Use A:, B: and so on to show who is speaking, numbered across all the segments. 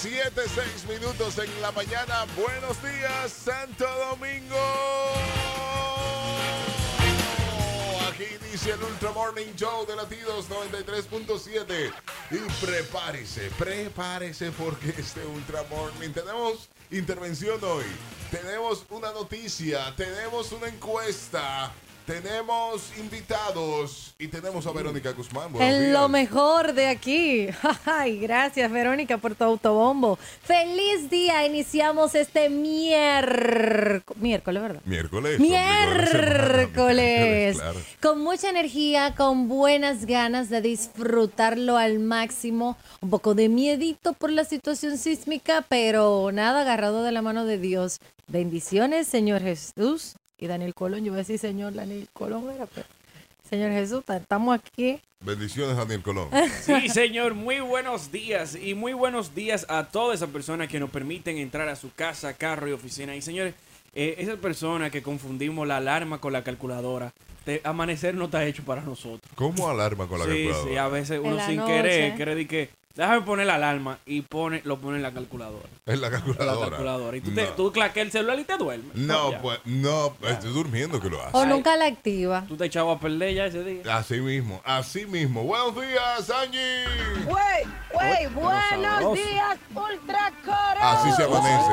A: 7, 6 minutos en la mañana. Buenos días, Santo Domingo. Aquí inicia el Ultra Morning Show de Latidos 93.7. Y prepárese, prepárese porque este Ultra Morning tenemos intervención hoy. Tenemos una noticia, tenemos una encuesta. Tenemos invitados y tenemos a Verónica Guzmán. Buenos
B: En
A: días.
B: lo mejor de aquí. Ay, gracias Verónica por tu autobombo. Feliz día. Iniciamos este miércoles, miércoles, ¿verdad?
A: Miércoles. ombligo de la semana,
B: Miércoles.
A: claro.
B: Con mucha energía, con buenas ganas de disfrutarlo al máximo. Un poco de miedito por la situación sísmica, pero nada agarrado de la mano de Dios. Bendiciones, Señor Jesús. Y Daniel Colón, yo voy a decir Señor Daniel Colón, era, pero- Señor Jesús, ta- estamos aquí.
A: Bendiciones, Daniel Colón.
C: Sí, señor, muy buenos días y muy buenos días a todas esas personas que nos permiten entrar a su casa, carro y oficina. Y señores, eh, esas personas que confundimos la alarma con la calculadora, te- amanecer no está hecho para nosotros.
A: ¿Cómo alarma con la
C: sí,
A: calculadora?
C: sí, a veces uno
B: la
C: sin
B: noche.
C: querer quiere decir que déjame poner la alarma y pone, lo pone en la calculadora.
A: Es la
C: en La
A: calculadora.
C: calculadora. Y tú,
A: no.
C: te, tú claqueas el celular y te duermes.
A: No,
C: Ya.
A: pues, no, pues, estoy durmiendo que lo hace.
B: O nunca la activa.
C: Tú te echabas a perder ya ese día.
A: Así mismo, así mismo. Buenos días, Angie.
D: Güey, güey,
C: Uy, pero sabroso.
D: buenos días, Ultra Coro.
A: Así se amanece.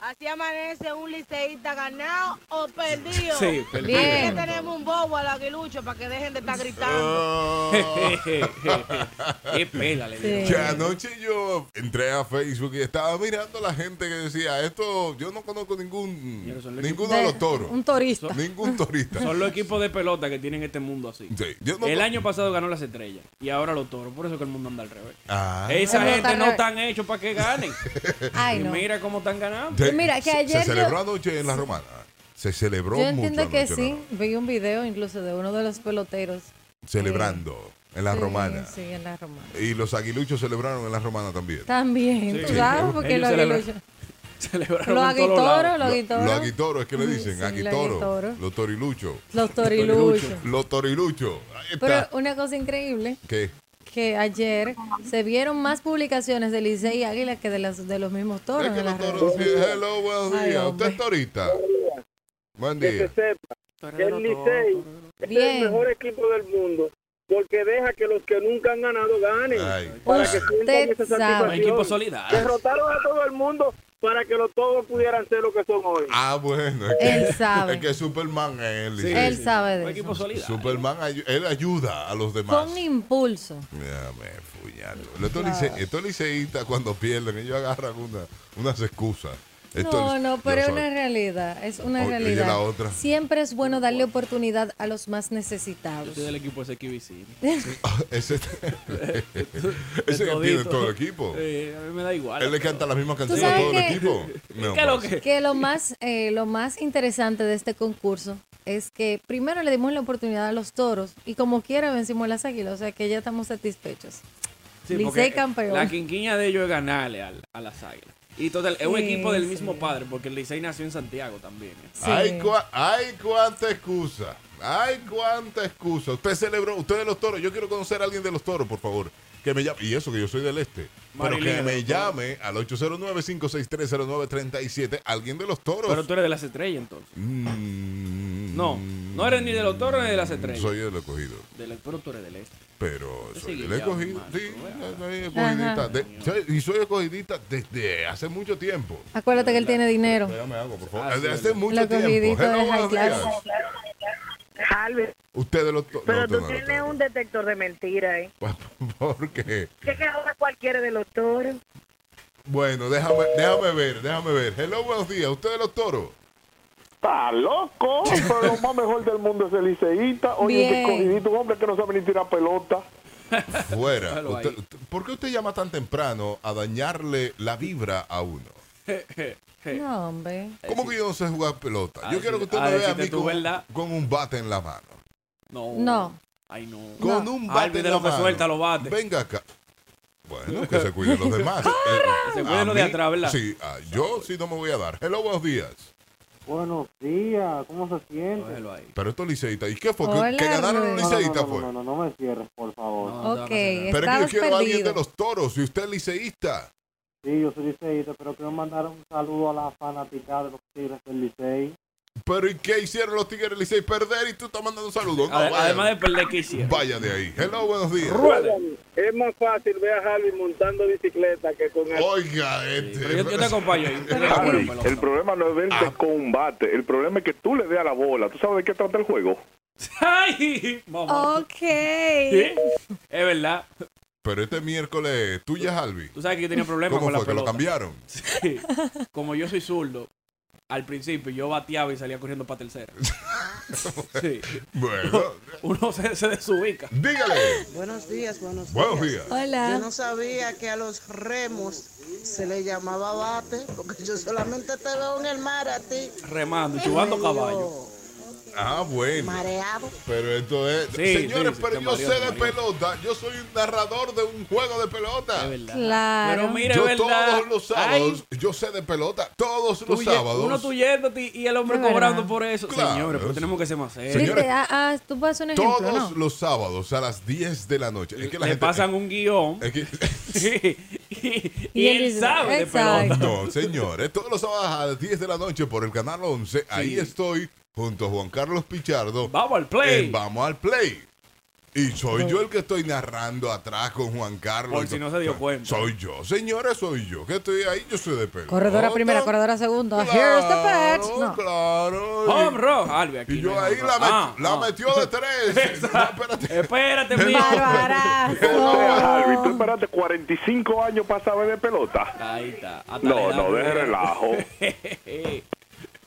D: Así amanece un liceísta ganado o perdido.
C: Sí,
D: Aquí
C: perdido.
B: Bien.
D: tenemos un bobo al aguilucho para que dejen de estar gritando.
A: Oh,
C: Qué pela le dieron.
B: Sí.
A: que anoche yo entré a Facebook y estaba mirando a la gente que decía, esto yo no conozco ningún
C: Pero son los
A: ninguno de los
B: De-
A: toros,
B: Un torista.
A: ningún torista.
C: Son los equipos de pelota que tienen este mundo así.
A: Sí, yo no-
C: El año pasado ganó las estrellas y ahora los toros, por eso que el mundo anda al revés.
A: Ah.
C: Esa
B: El mundo está
C: gente
B: al
C: no
B: revés.
C: están hechos para que ganen.
B: Ay,
C: Y
B: no.
C: mira cómo están ganando.
A: Se-
B: Pues Mira, que
A: se-
B: ayer
A: se
B: yo-
A: celebró anoche en la romana. Se celebró
B: Yo
A: mucho
B: entiendo
A: anoche
B: que
A: en la
B: sí.
A: Romana.
B: Vi un video incluso de uno de los peloteros.
A: Celebrando en la
B: Sí,
A: romana.
B: Sí, en la romana.
A: Y los aguiluchos celebraron en la romana también.
B: También,
C: Sí.
B: tú sabes,
C: Sí.
B: porque
C: Ellos
B: los
C: celebran-
B: aguiluchos.
C: Celebraron
B: Los
C: en todos lados.
B: aguitoros, los
A: Lo- Los
B: aguitoros.
A: aguitoros, es que le dicen,
B: Sí, los
A: aguitoros,
B: aguitoros.
A: los toriluchos,
B: Los toriluchos.
A: los toriluchos. Ahí
B: Pero
A: está.
B: una cosa increíble,
A: ¿Qué?
B: que ayer se vieron más publicaciones de Licey y Águila que de, las, de los mismos toros.
A: Es que
B: en la
A: los toros
B: red.
A: dicen, hello, buenos
B: Ay,
A: días. ¿Usted
B: hombre.
A: es torita? Buen
E: que se
A: día.
E: sepa que el Licey es el
B: Bien.
E: mejor equipo del mundo porque deja que los que nunca han ganado ganen
A: Ay. pues.
E: para que
B: Usted
E: sientan esa
B: sabe.
C: Un equipo
E: satisfacción.
C: solidario.
E: Derrotaron a todo el mundo para que los todos pudieran ser lo que son hoy.
A: Ah, bueno. Es que,
B: Él
A: es que
B: sabe.
A: Superman es él.
C: Sí,
B: Él
C: sí.
B: sabe
C: Un
B: de
C: equipo
B: eso.
C: solidario.
A: Superman, ay- él ayuda a los demás.
B: Con impulso.
A: Ya me fuñalo. Estos, lice- estos liceístas cuando pierden, ellos agarran una, unas excusas. Estos-
B: No, no,
A: yo
B: pero es
A: soy-
B: una realidad, es una
A: Oye,
B: realidad.
A: la otra.
B: Siempre es bueno darle oportunidad a los más
C: Yo
B: necesitados.
C: soy del equipo ese que visita.
A: Ah, Ese, ese que tiene
C: todito.
A: todo el equipo.
C: Eh, a mí me da igual.
A: Él le canta las mismas canciones a
B: sabes
A: todo el
B: que-
A: equipo. No,
C: ¿Qué es lo
A: pues.
C: que?
B: Que lo más, eh, lo más interesante de este concurso es que primero le dimos la oportunidad a los toros y como quiera vencimos a las águilas, o sea que ya estamos satisfechos. Licey
C: porque
B: campeón.
C: La quinquiña de ellos es ganarle al- a, las águilas. Y total, es un
B: Sí,
C: equipo del
B: sí.
C: mismo padre, porque el Licey nació en Santiago también. ¿eh?
B: Sí.
A: Ay, cua- ay, cuánta excusa. Ay, cuánta excusa. Usted celebró, usted de los toros. Yo quiero conocer a alguien de los toros, por favor. Que me llame. Y eso que yo soy del este. pero que
C: Marilyn de
A: me
C: los toros.
A: llame al 809-5630937. Alguien de los toros.
C: Pero tú eres de las estrellas entonces.
A: Mm,
C: No, no eres ni de los toros ni de las estrellas.
A: Soy del escogido.
C: Del, pero tú eres del este.
A: Pero
C: Yo
A: soy
C: soy
A: del
C: guillado,
A: escogido.
C: hermano,
A: Sí,
C: ¿verdad?
A: soy escogidista. De- soy- y soy escogidista desde hace mucho tiempo.
B: Acuérdate que él tiene dinero.
A: Espérame algo, por favor.
C: Ah, sí,
A: Desde hace
C: verdad.
A: mucho
B: Lo
A: tiempo.
B: cogidito
A: Hello,
B: de high
A: buenos
B: class.
A: días.
D: Alves,
A: Ustedes los to-
D: pero
A: no,
D: tú
A: no, no,
D: tienes
A: no.
D: un detector de mentira, ¿eh?
A: ¿Por qué?
D: ¿Qué que ahora cualquiera de los toros?
A: Bueno, déjame, déjame ver, déjame ver. Hello, buenos días. ¿Ustedes los toros?
E: Está loco, pero lo más mejor del mundo es el liceísta. Oye,
B: Bien.
E: ese escogidito, un hombre que no sabe ni tirar pelota.
A: Fuera.
C: Déjalo ahí.
A: Usted- usted- ¿Por qué usted llama tan temprano a dañarle la vibra a uno?
B: No, hombre.
A: ¿Cómo que yo no sé jugar pelota?
C: A
A: Yo quiero que
C: decir-
A: usted
C: a
A: me vea a
C: decirte
A: mí
C: tu verdad.
A: con, con un bate en la mano.
C: No.
B: No.
C: Ay, no.
A: Con
B: No.
A: un bate
C: Árbitro
A: en la
C: lo que
A: mano.
C: suelta, lo bate.
A: Venga acá. Bueno, que se cuiden los demás. Eh,
C: Se cuiden
A: a
C: los de
A: mí-
C: atrás, ¿verdad?
A: Sí, ah, yo sí no me voy a dar. Hello, buenos días.
F: Buenos días, ¿cómo se siente?
C: Cógelo ahí.
A: Pero estos liceístas, ¿y qué fue? ¿Que-
B: Hola,
A: ¿Que
F: No,
B: Rubén.
A: ganaron los
F: no, no,
A: liceístas
F: no,
A: fue?
F: no, no, no me cierres, por favor.
C: No, no te va a
B: Ok,
C: pasar
A: Pero es que
C: nada.
A: yo
B: estabas
A: quiero a alguien de
B: perdido.
A: los toros. Si usted es liceísta,
F: Sí, yo soy liceísta, pero quiero mandar un saludo a la fanaticada de los Tigres del Licey.
A: Pero ¿y qué hicieron los Tigres del Licey? Perder y tú estás mandando saludos. No,
C: Ade-
A: vaya-
C: Además de perder que hicieron.
A: Vaya de ahí. Hello, buenos días.
G: Es más fácil ver a Harvey montando bicicleta que con el...
A: Oiga,
C: Pero
A: este.
C: yo, yo te acompaño ahí. Yo te
A: Ah,
C: acompaño,
E: Harry,
C: pelota.
E: el problema no es ver de combate, el problema es que tú le des a la bola. ¿Tú sabes de qué trata el juego?
C: Ay, mamá.
B: Ok.
C: Sí, Es verdad.
A: Pero este miércoles, tuya, Albi.
C: Tú sabes que yo tenía problemas
A: ¿Cómo
C: con la
A: fue que lo
C: pelota.
A: cambiaron?
C: Sí. Como yo soy zurdo, al principio yo bateaba y salía corriendo para tercera. Sí.
A: Bueno,
C: Uno se, se desubica.
A: dígale.
H: Buenos días, buenos
A: Buenos
H: días.
A: días.
H: Yo
B: Hola.
H: no sabía que a los remos se le llamaba bate, porque yo solamente te veo en el mar a ti.
C: Remando, y chubando
H: medio
C: caballo.
A: Ah, bueno.
H: Mareado.
A: Pero esto es.
C: Sí,
A: Señores,
C: sí,
A: pero
C: sí,
A: yo
C: te
A: sé
C: mareó,
A: de
C: te mareó.
A: pelota. Yo soy un narrador de un juego de pelota.
C: Es verdad.
B: Claro.
C: Pero mira,
A: Yo
C: es verdad.
A: todos los
C: Ay,
A: sábados, yo sé de pelota. Todos
C: tú
A: los
C: ye-
A: sábados.
C: Uno tuyéndote y el hombre
B: Es verdad.
C: cobrando por eso.
A: Claro.
C: Señores, pero tenemos que ser más serios.
A: Señores,
B: Viste, ah, ah, tú puedes hacer un
A: todos
B: ejemplo, ¿no?
A: los sábados a las 10 de la noche. Es que la
C: Le
A: gente-
C: pasan un guión
A: es que-
C: y, y-
B: Y
C: y
B: él
C: él
B: dice,
C: sabe de
B: exacto.
C: pelota.
A: No, señores, todos los sábados a las 10 de la noche por el canal 11, ahí estoy junto a Juan Carlos Pichardo.
C: Vamos al play.
A: en Vamos al play. Y soy yo el que estoy narrando atrás con Juan Carlos.
C: Por si no se dio cuenta.
A: Soy yo, señores, soy yo. Que estoy ahí, yo soy de pelota.
B: Corredora primera, corredora segunda. Here's the
A: Claro,
B: patch. No.
A: claro. Y-
C: Home run. Albi, aquí
A: Y
C: no
A: yo
C: hay
A: ahí
C: home
A: la,
C: run.
A: met-
C: Ah,
A: la
C: ah.
A: metió de tres. No, espérate.
C: Espérate, mijo.
E: O sea, Harvey, tú
B: Barbarazo.
E: esperaste 45 años para saber de pelota.
C: Ahí está. Hasta
E: No,
C: le da
E: no, deje
C: miedo.
E: relajo.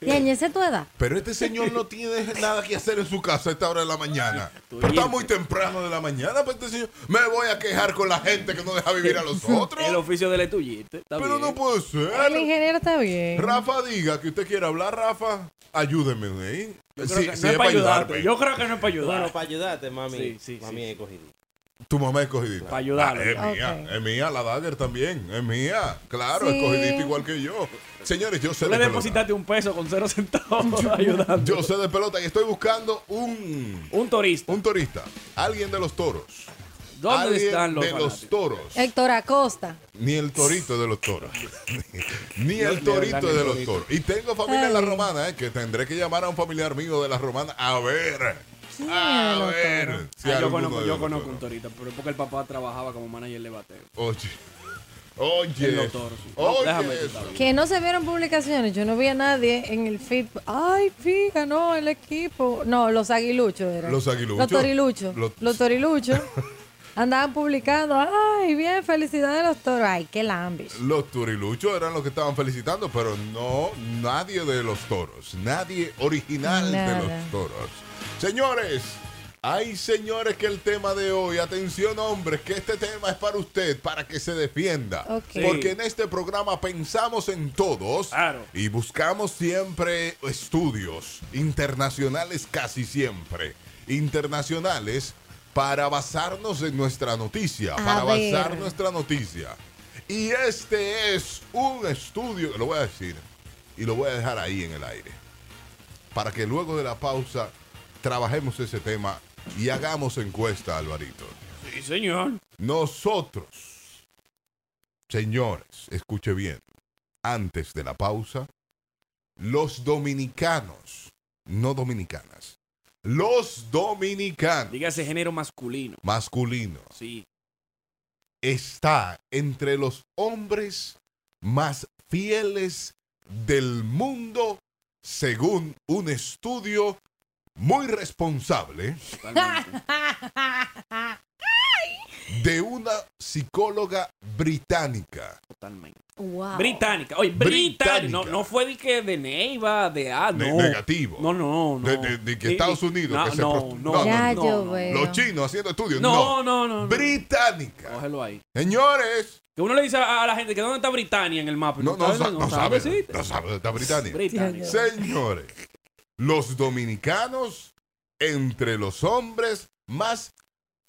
B: Ñañez, esa es tu edad.
A: Pero este señor no tiene nada que hacer en su casa a esta hora de la mañana.
C: Tú
A: Pero está
C: oíste.
A: muy temprano de la mañana. Pero este señor, me voy a quejar con la gente que no deja vivir a los
C: El
A: otros.
C: oficio del estudiante. Está
A: Pero
C: bien.
A: no puede
B: El
A: ser.
B: ingeniero está bien.
A: Rafa, diga que usted quiere hablar, Rafa. Ayúdeme ahí.
C: Yo creo
A: Sí,
C: que
A: sí,
C: no
A: para
C: es para ayudarte.
A: ayudarme.
C: Yo creo que no es para ayudar.
I: Bueno, para ayudarte, mami.
C: Sí, sí,
I: mami
C: sí.
I: he cogido.
A: Tu mamá es cogidita.
C: Para ayudarlo.
A: Ah, es
B: Ok.
A: mía, es mía. La Dagger también, es mía. Claro,
B: Sí.
A: es cogidita igual que yo. Señores, yo sé
C: Tú
A: de
C: le
A: pelota.
C: depositaste un peso con cero centavos ayudando.
A: Yo sé de pelota y estoy buscando un,
C: Un turista.
A: un torista. Alguien de los toros.
C: ¿Dónde
A: Alguien
C: están los
A: de los
C: fanáticos?
A: toros.
B: Héctor Acosta.
A: Ni el torito de los toros. Ni
C: No,
A: el
C: de verdad,
A: torito
C: ni el
A: de los
C: torito.
A: toros. Y tengo familia en la
B: Ay.
A: romana, eh, que tendré que llamar a un familiar mío de la romana a ver.
B: Sí, de
A: A
B: los
A: ver. si
C: Ah, yo
A: alguno
C: conozco,
A: de
C: yo
A: los
C: conozco un
A: toros.
C: torista, pero es porque el papá trabajaba como manager de bateo.
A: Oye. Oye.
C: En los toros. No,
A: Oye.
C: déjame quitarlo.
B: Que no se vieron publicaciones. Yo no vi a nadie en el feed. Ay, fija, ganó el equipo. No, los aguiluchos eran.
A: Los aguiluchos.
B: Los toriluchos.
A: Los-
B: Los, toriluchos. Andaban publicando. Ay, bien, felicidades a los toros. Ay, qué lambis.
A: Los turiluchos eran los que estaban felicitando, pero no nadie de los toros, nadie original
B: Nada.
A: de los toros. Señores, hay señores que el tema de hoy, atención hombres, que este tema es para usted, para que se defienda.
B: Ok. Sí.
A: Porque en este programa pensamos en todos
C: Claro.
A: y buscamos siempre estudios internacionales casi siempre. Internacionales para basarnos en nuestra noticia, para
B: ver.
A: basar nuestra noticia. Y este es un estudio, lo voy a decir y lo voy a dejar ahí en el aire. Para que luego de la pausa trabajemos ese tema y hagamos encuesta, Alvarito.
C: Sí, señor.
A: Nosotros, señores, escuche bien, antes de la pausa, los dominicanos, no dominicanas, los dominicanos
C: Dígase género masculino.
A: masculinos
C: Sí.
A: está entre los hombres más fieles del mundo, según un estudio muy responsable
C: totalmente.
A: de una psicóloga británica.
C: totalmente.
B: Wow.
C: Británica. Oye, británica.
A: Británica.
C: No, no fue de que de Neiva, de A, no.
A: Ne- negativo.
C: No, no, no.
A: De- de- de que
C: Ni-
A: Estados
C: ni-
A: Unidos,
C: No,
A: que se
C: no,
A: prost-
C: no,
A: no,
B: Ya
C: no,
B: yo
C: no.
B: veo.
A: Los chinos haciendo estudios. No.
C: No, no, no. no.
A: Británica.
C: Cógelo ahí.
A: Señores.
C: Que uno le dice a a la gente que dónde está Britania en el mapa.
A: No, no, sa- no sabe.
C: sí.
A: No sabe. Está Británica.
C: Britannia.
B: Dios.
A: Señores, los dominicanos entre los hombres más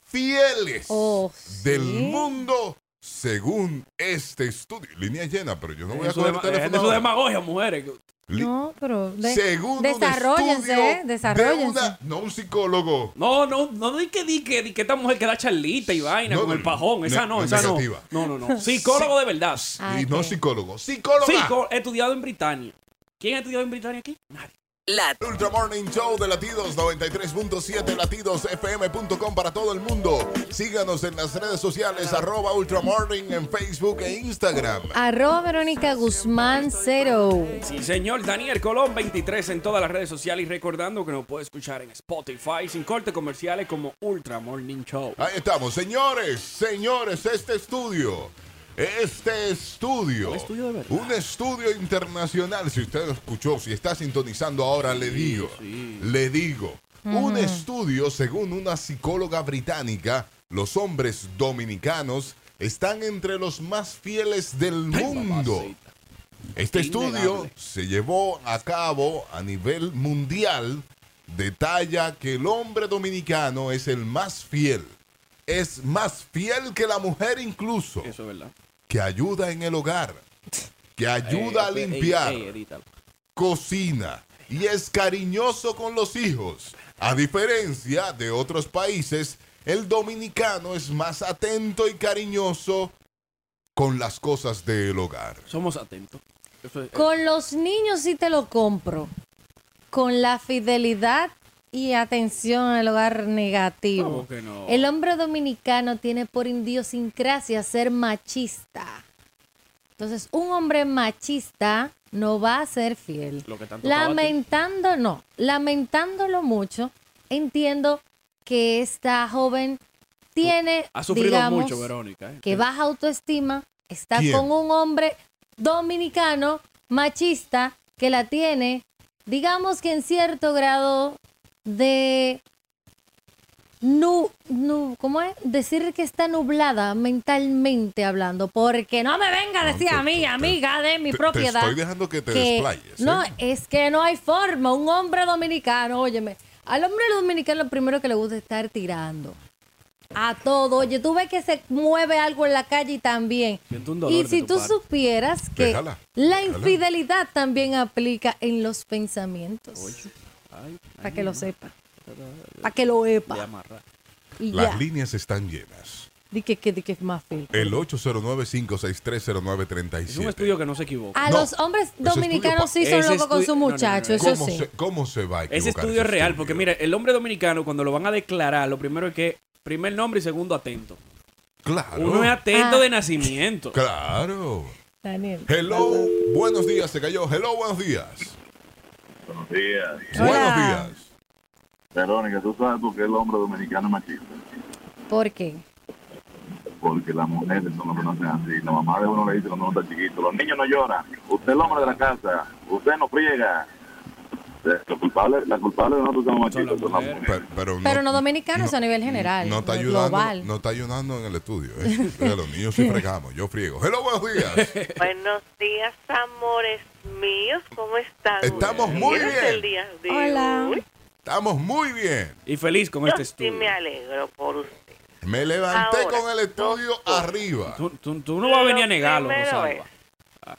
A: fieles
B: Oh,
A: del
B: sí.
A: mundo, según este estudio. Línea llena, pero yo no voy a
C: Eso
A: coger
C: dema-
A: el teléfono.
C: es de su
A: ahora.
C: demagogia, mujeres. que
A: Li-
B: No, pero de-
A: Según
B: desarróllense,
A: un estudio
B: eh, desarróllense.
A: de una- no un psicólogo.
C: No, no, no di que di que, di que esta mujer que da charlita y vaina
A: No,
C: con
A: no,
C: el pajón. Esa
A: ne-
C: no,
A: no,
C: esa no.
A: negativa.
C: No, no, no. Psicólogo de verdad. Sí,
B: Ah,
A: y no
B: ok.
A: psicólogo. ¡Psicóloga!
C: co- estudiado en Britania. ¿Quién ha estudiado en Britania aquí? Nadie.
A: Ultra Morning Show de Latidos 93.7 latidosfm.com para todo el mundo. Síganos en las redes sociales arroba Ultra Morning en Facebook e Instagram.
B: Arroba Verónica Guzmán Cero.
C: Sí, señor. Daniel Colón 23 en todas las redes sociales y recordando que nos puede escuchar en Spotify sin cortes comerciales como Ultra Morning Show.
A: Ahí estamos, señores, señores, este estudio. Este estudio,
C: Un estudio de verdad.
A: un estudio internacional, si usted lo escuchó, si está sintonizando ahora, le digo, le digo, un estudio según una psicóloga británica, los hombres dominicanos están entre los más fieles del mundo. Este estudio se llevó a cabo a nivel mundial. Detalla que el hombre dominicano es el más fiel. Es más fiel que la mujer incluso.
C: Eso es verdad.
A: Que ayuda en el hogar. Que ayuda a
C: Ey, ey,
A: limpiar.
C: ey, edítalo.
A: Cocina. Y es cariñoso con los hijos. A diferencia de otros países, el dominicano es más atento y cariñoso con las cosas del hogar.
C: Somos atentos. Eso es-
B: Con los niños sí te lo compro. Con la fidelidad y atención al hogar negativo.
C: ¿Cómo que no?
B: El hombre dominicano tiene por idiosincrasia ser machista. Entonces, un hombre machista no va a ser fiel.
C: Lo que tanto
B: Lamentando, no, lamentándolo mucho, entiendo que esta joven tiene,
C: ha sufrido
B: digamos,
C: mucho, Verónica. ¿eh?
B: que baja autoestima, está
A: ¿Quién?
B: con un hombre dominicano, machista, que la tiene, digamos que en cierto grado de... Nu, nu- ¿Cómo es? Decir que está nublada mentalmente hablando, porque no me venga a decir a mí, amiga de mi
A: Te-
B: propiedad.
A: Te estoy dejando que te
B: que-
A: desplayes. ¿eh?
B: No, es que no hay forma. Un hombre dominicano, óyeme, al hombre dominicano lo primero que le gusta es estar tirando. A todo, oye, tú ves que se mueve algo en la calle y también.
C: Siento un dolor
B: Y
C: de
B: si
C: tu
B: tú
C: parte.
B: supieras que
A: Déjala,
B: la
A: déjala.
B: infidelidad también aplica en los pensamientos. para que lo sepa. Para que lo
C: eh, De
B: epa.
C: amarrar.
B: Y
A: Las
B: ya.
A: líneas están llenas.
B: Di que, que, di que es más feo.
A: El
C: Es un
A: 809-5630937.
C: estudio que no se equivoca.
B: A
A: No,
B: los hombres
A: estudio
B: dominicanos
A: pa-
B: sí son
C: Ese
B: locos con
C: estudio-
B: sus
C: no, no, no, no,
B: muchachos,
A: ¿Cómo,
B: eso sí.
A: se, ¿Cómo se va a equivocar?
C: Ese estudio es real, porque
A: mira
C: mira, el hombre dominicano cuando lo van a declarar, lo primero es que primer nombre y segundo atento.
A: Claro.
C: Uno es atento
B: Ah.
C: de nacimiento.
A: Claro.
B: Daniel.
A: Hello, buenos días, se cayó. Hello, buenos días.
G: Buenos días.
A: Buenos
B: Hola.
A: días.
G: Verónica, ¿tú sabes por qué el hombre dominicano es machista?
B: ¿Por qué?
G: Porque las mujeres no lo conocen así. La mamá de uno le dice cuando uno está chiquito, los niños no lloran. Usted es el hombre de la casa. Usted no friega. La culpable, la culpable de nosotros somos
C: Son las
G: machistas, son las
C: mujeres.
G: mujeres.
A: Pero, pero Pues no,
B: Pero no dominicanos a nivel general,
A: No está ayudando,
B: global.
A: no está ayudando en el estudio. ¿eh? De los niños sí fregamos, yo friego. Hello, buenos días.
I: Buenos días, amores míos. ¿Cómo están?
A: Estamos muy
I: Ustedes
A: bien.
I: el día de
B: Hola.
I: hoy?
A: Estamos muy bien.
C: Y feliz con
I: Yo
C: este
I: sí
C: estudio.
I: me alegro por usted.
A: Me levanté
I: Ahora,
A: con el estudio arriba.
C: Tú, tú- tú no vas a venir a
I: Lo
C: negarlo,
I: primero
C: Rosalba.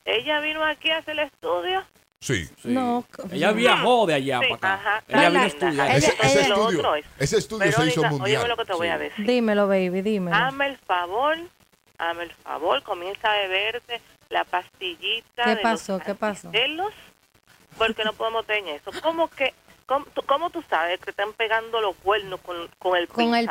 I: Ella vino aquí a hacer el estudio.
A: Sí.
C: Sí.
B: No,
C: Ella viajó de allá
I: Sí, Ah,
C: para acá.
I: ajá. Está
C: Ella vino a
I: linda.
C: estudiar.
I: Ella-
A: Ese, ese
I: ella- lo
A: estudio,
I: otro es-
A: ese estudio se hizo
I: Verónica,
A: mundial.
I: óyeme lo que te voy a
A: Sí.
I: decir. Ah,
B: Dímelo, baby, dímelo.
I: Hazme el favor, hazme el favor, comienza a beberte la pastillita.
B: ¿Qué
I: de los
B: pasó? ¿Qué pasó?
I: anticelos, Porque no podemos tener eso. ¿Cómo que, cómo, tú- cómo tú sabes que te están pegando los cuernos con, con el
B: Con el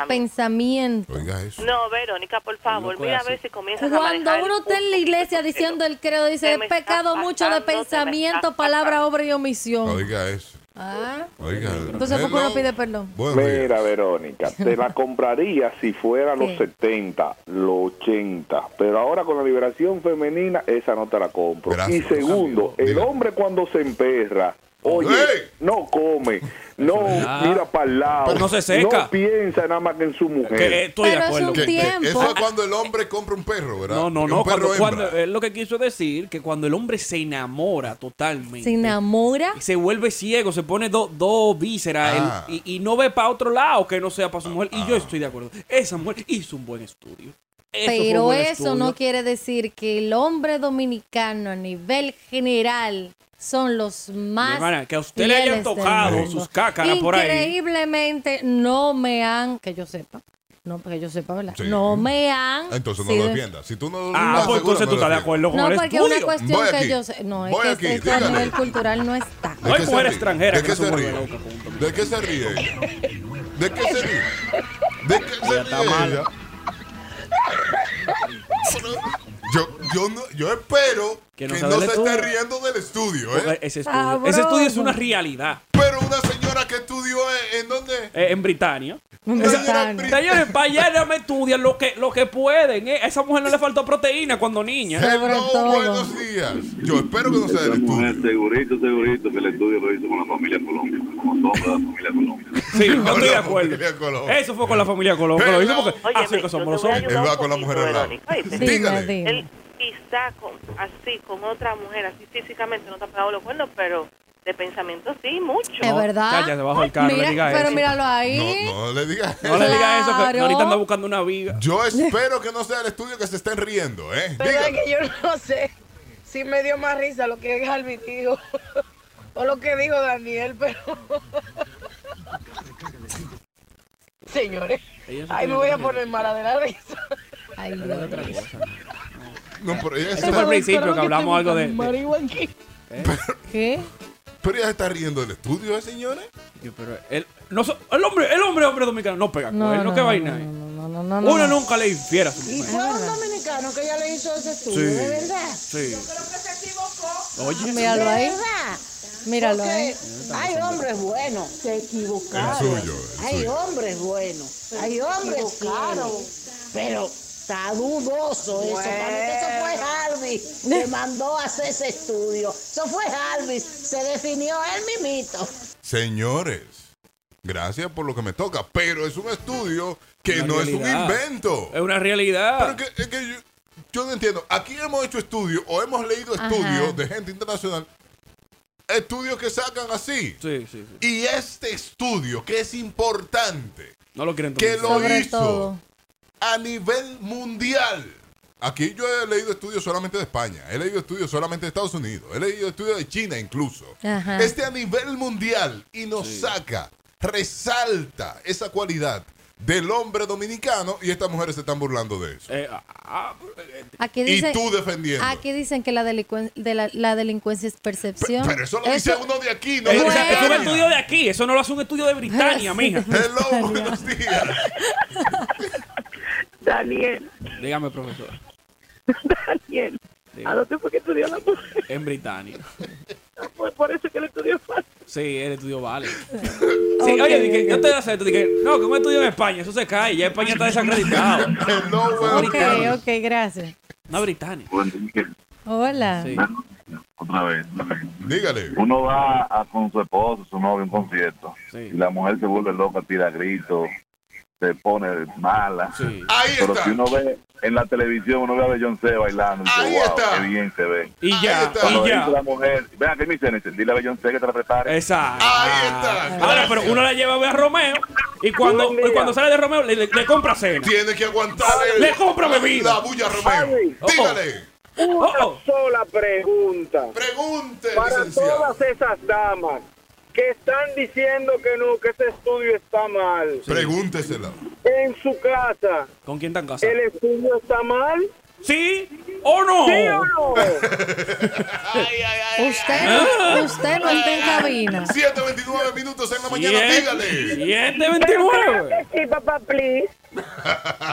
B: pensamiento.
I: pensamiento?
A: Oiga eso.
I: No, Verónica, por favor,
C: loco
I: mira
C: es
I: a ver
C: así.
I: si comienzas a
B: Cuando
I: manejar
B: uno
I: el
B: está en la
I: punto.
B: iglesia diciendo el credo, dice,
I: Se
B: he
I: me está
B: pecado mucho de
I: pasando, se me está
B: pensamiento,
I: pasando".
B: palabra, obra y omisión.
A: Oiga eso.
B: Ah,
A: Oiga.
B: entonces ¿por qué
A: Hello.
B: uno pide perdón?
A: Buenos días.
E: Mira, Verónica, te la compraría si fuera los
B: Sí.
E: 70, los 80, pero ahora con la liberación femenina, esa no te la compro.
A: Gracias.
E: Y segundo, el
A: Dime.
E: hombre cuando se emperra, oye,
A: ¡Ey!
E: no come, no
C: verdad.
E: mira para el lado,
C: Ah. Pero no se seca.
E: no piensa nada más que en su mujer.
C: Que eh, estoy de
B: Pero es
C: acuerdo.
B: un
A: Que- que
B: tiempo.
A: eso es cuando el hombre compra un perro, ¿verdad?
C: No, no,
A: Un
C: no.
A: perro
C: Cuando,
A: hembra.
C: cuando- él lo que quiso decir que cuando el hombre se enamora totalmente.
B: ¿Se enamora?
C: y se vuelve ciego, se pone dos dos vísceras
A: Ah.
C: él, y, y no ve para otro lado que no sea para su mujer. Y yo estoy de acuerdo. Esa mujer hizo un buen estudio. Eso fue un
B: Pero
C: buen
B: eso no
C: estudio.
B: quiere decir que el hombre dominicano a nivel general son los más.
C: hermana, que a usted le hayan
B: fieles del
C: tocado
B: mundo.
C: sus cácaras por ahí.
B: Increíblemente no me han, que yo sepa, no, porque yo sepa, ¿verdad?
A: Sí.
B: No me han.
A: Entonces no
B: sido-
A: lo defiendas. Si tú no no
C: Ah,
A: estás
C: pues
A: segura,
C: entonces tú
A: no
C: estás de
A: lo
C: acuerdo con
B: No,
C: el
B: porque es una
C: estudio.
B: cuestión
A: Voy
B: que
A: aquí.
B: yo sé. No, es
A: Voy
B: que
A: aquí,
B: esto a
A: dígale.
B: nivel cultural no está.
A: ¿De
C: No hay
A: qué se
C: mujer
A: ríe?
C: extranjera
A: ¿De
C: que
A: qué
C: no se
A: se
C: vuelva
A: ríe?
C: loca, punto.
A: ¿De qué se ríe? ¿De qué se ríe? ¿De qué se
C: Ya
A: ríe?
C: está mal.
A: ella? Yo, yo, no, yo espero
C: Que
A: que
C: no
A: no,
C: sea del
A: se
C: estudio.
A: esté riendo del estudio,
C: Porque
A: ¿eh?
C: Ese estudio,
B: Sabroso.
C: ese estudio es una realidad
A: Pero una señora que estudió en, en dónde?
C: eh, en Britania.
B: Un
A: Esa-
B: bacano.
C: Señores, para allá no me estudian lo que, lo que pueden. eh. A esa mujer no le faltó proteína cuando niña.
B: Sobre
A: Hello,
B: todo.
A: buenos días. Yo espero que no sea del
G: Esa mujer,
A: estudio.
G: segurito, segurito, que el estudio lo hizo con la familia Colombia, como toda la familia Colombia.
C: Sí, yo estoy de
A: la
C: acuerdo.
A: familia Colón.
C: Eso fue con la familia Colón. que Lo hizo porque
I: Oye,
C: así que somos los hombres.
A: Él va con la mujer al lado.
B: Dime,
A: Dígale.
B: dime.
I: Él quizá con, así, con otra mujer, así físicamente no te ha pegado los cuernos, pero de pensamiento sí, mucho.
B: Es verdad.
C: Cállate, bajo el carro, le
B: Mira,
C: diga
B: pero
C: eso.
B: míralo ahí.
A: No, no le digas
C: No le digas eso, que
B: Claro.
C: ahorita anda buscando una viga.
A: Yo espero que no sea del estudio que se estén riendo, ¿eh?
D: Pero es
A: Dígale.
D: que yo no sé si me dio más risa lo que Galvi dijo o lo que dijo Daniel, pero... Señores,
C: Ella se
D: ahí me
C: tiene
D: voy a
C: otra
D: poner mala de la risa.
B: Ay, Dios.
A: No, pero ella se
C: Eso fue al
A: está,
C: principio que hablamos algo de. ¿Eh? de-
D: Marihuana aquí.
B: ¿Qué?
A: pero ella se está riendo del estudio, ¿eh, señores?
C: Yo, pero él- no so- el hombre, el hombre, hombre dominicano no pega
B: No,
C: con él, no, que vaina. eh.
B: No, no, no, no, no.
C: Uno nunca le infiera a su
H: Y
C: mujer.
H: fue un dominicano que ya le hizo ese estudio,
C: Sí.
H: de verdad.
C: Sí. Oye,
B: Míralo
H: De
B: ahí.
H: verdad.
B: Míralo ahí.
H: Porque hay hombres buenos, se equivocaron.
A: El suyo, el
H: hay
A: suyo.
H: hombres buenos, hay hombres fieles, pero está dudoso eso. Para mí que eso fue Jarvis que mandó a hacer ese estudio. Eso fue Jarvis, se definió él mimito.
A: Señores, gracias por lo que me toca, pero es un estudio que
C: Una
A: no es
C: realidad.
A: un invento.
C: es una
A: Pero
C: realidad.
A: es que, es que yo, yo no entiendo. Aquí hemos hecho estudios o hemos leído
B: Ajá.
A: estudios de gente internacional, estudios que sacan así.
C: Sí, sí, sí.
A: Y este estudio, que es importante,
C: No lo quieren
A: Que
C: tomar.
A: lo
B: Sobre
A: hizo.
B: todo.
A: a nivel mundial. Aquí yo he leído estudios solamente de España, he leído estudios solamente de Estados Unidos, he leído estudios de China incluso.
B: Ajá.
A: Este a nivel mundial y nos saca, resalta esa cualidad del hombre dominicano y estas mujeres se están burlando de eso.
C: Eh, ah, ah, eh,
B: Aquí
A: Y
B: dice.
A: tú defendiendo.
B: Aquí dicen que la, delicuen- de la, la delincuencia es percepción.
A: Pero eso lo dice uno de aquí, no
C: eh,
A: lo
C: o sea,
A: dice
C: es un
A: España.
C: estudio de aquí, eso no lo hace un estudio de Britania, mija.
A: Hello, buenos días.
D: Daniel,
C: Dígame, profesor.
D: Daniel, ¿a dónde fue que estudió la mujer?
C: En Britania.
D: Fue por eso que le estudió falso.
C: Sí, el estudio vale. Sí, oye, dije, yo te acepto. Dije, no, que un estudio en España, eso se cae. Ya España está desacreditado.
A: Hello, buenos
B: Ok,
A: días.
B: ok, gracias.
C: No, Britania.
G: Bueno, Miguel,
B: Hola.
C: Sí.
G: bueno, Otra vez, otra vez.
A: Dígale.
G: Uno va a- con su esposo, su novio, a un concierto.
C: Sí.
G: Y la mujer se vuelve loca, tira gritos, se pone mala.
C: Sí.
A: Ahí
G: Pero
A: está.
G: si uno ve en la televisión, uno ve a Beyoncé bailando. Y
A: Ahí
G: dice, wow,
A: está.
G: qué bien se ve.
C: Y
A: Ahí
C: ya,
A: está.
G: Cuando
C: y
G: entra
C: ya.
G: la mujer, vean que me dicen, dile a Beyoncé que te la prepare.
C: Exacto.
A: Ahí está,
C: Ahora,
A: gracias.
C: pero uno la lleva a ver a Romeo y cuando, y cuando sale de Romeo le, le- le compra cena.
A: Tiene que aguantar el-
C: Le compro bebida.
A: La bulla, Romeo.
C: Ay.
A: Dígale.
C: Oh, oh.
F: Sola pregunta.
A: Pregunte,
F: Para
A: licenciado.
F: todas esas damas que están diciendo que no, que ese estudio está mal.
A: Pregúntesela.
F: En su casa,
C: ¿Con quién tan casado?
F: ¿el estudio está mal?
C: ¿Sí o no?
F: ¿Sí o no?
B: Usted, usted no está en cabina.
A: 7.29 minutos en la mañana,
C: Siete-
A: dígale.
C: 729.
D: Sí, papá, please.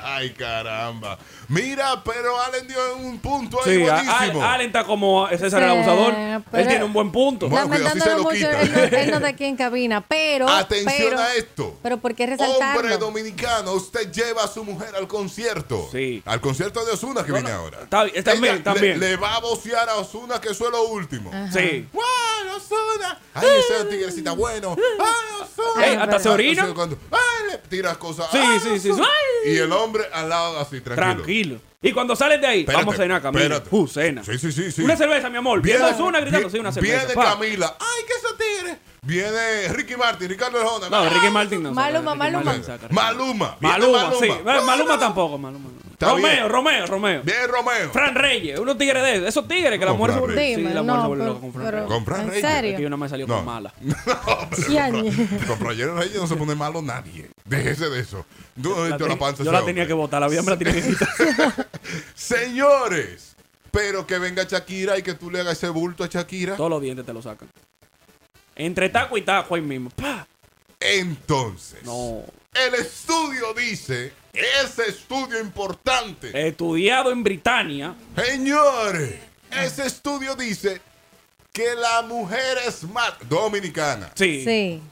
A: Ay, caramba. Mira, pero Allen dio un punto ahí
C: Sí, a-
A: buenísimo.
C: a- Allen está como César el
B: Sí,
C: abusador. Él
B: pero-
C: tiene un buen punto.
A: Bueno, que así se
B: Lamentándolo
A: lo
B: mucho,
A: quita.
B: él no, él no está aquí en cabina, pero.
A: Atención
B: pero-
A: a esto.
B: Pero ¿por qué
A: Hombre
B: resaltarlo?
A: dominicano, usted lleva a su mujer al concierto.
C: Sí.
A: Al concierto de Osuna que viene ahora.
C: está bien, también,
A: Ella
C: también.
A: Le, le va a vocear a Osuna que eso es lo último.
C: Sí.
A: ¡Wow, Osuna! ¡Ay, esa tigrecita bueno! ¡Ay, Osuna!
C: Ey, Eh, hasta se orina.
A: Ay, cuando- ¡Ay, le tiras cosas!
C: Sí,
A: ¡Ay,
C: sí, sí.
A: Ozuna!
C: Ay.
A: Y el hombre al lado así, tranquilo.
C: Tranquilo. Y cuando sales de ahí,
A: Espérate,
C: vamos a cenar, Camila.
A: espérate.
C: Uh, cena.
A: Sí, sí, sí, sí.
C: Una cerveza, mi amor. Viendo
A: Viene-
C: es una gritando, sí, una cerveza.
A: Viene
C: Pa.
A: Camila. ¡Ay, qué esos tigres! Viene Ricky Martin, Ricardo Arjona.
C: No,
A: ¡Ay!
C: Ricky Martin no.
B: Maluma,
C: Ricky Martin
B: Maluma.
C: saca.
A: Maluma. Viene
C: Maluma, sí.
A: Maluma.
C: Maluma tampoco, Maluma. no.
A: Está
C: Romeo,
A: bien.
C: Romeo, Romeo.
A: Bien, Romeo.
C: Fran Reyes, unos tigres de esos. Esos tigres que la
A: Con
C: mujer se
A: Fran
C: volvió. Sí,
B: Reyes. Dime,
C: la mujer se
B: no,
C: volvió
B: pero-
C: loca con Fran
B: pero-
C: Reyes.
A: Con Fran
B: ¿En
A: Reyes.
B: serio?
C: Es que yo no me salió
A: No.
C: con mala.
B: Yañe.
A: Con Roger Reyes no se pone malo
B: Ah,
A: nadie. Ah, Déjese de eso. Tú,
C: La
A: tú
C: ten-
A: la panza
C: yo
A: ese
C: la tenía
A: hombre.
C: que botar, la vida me la tenía que quitar.
A: Señores, pero que venga Shakira y que tú le hagas ese bulto a Shakira.
C: Todos los dientes te lo sacan. Entre taco y taco ahí mismo. ¡Pah!
A: Entonces,
C: No.
A: el estudio dice, ese estudio importante,
C: Estudiado en Britania.
A: señores, ese estudio dice que la mujer es más dominicana.
C: Sí. Ah,
B: Sí,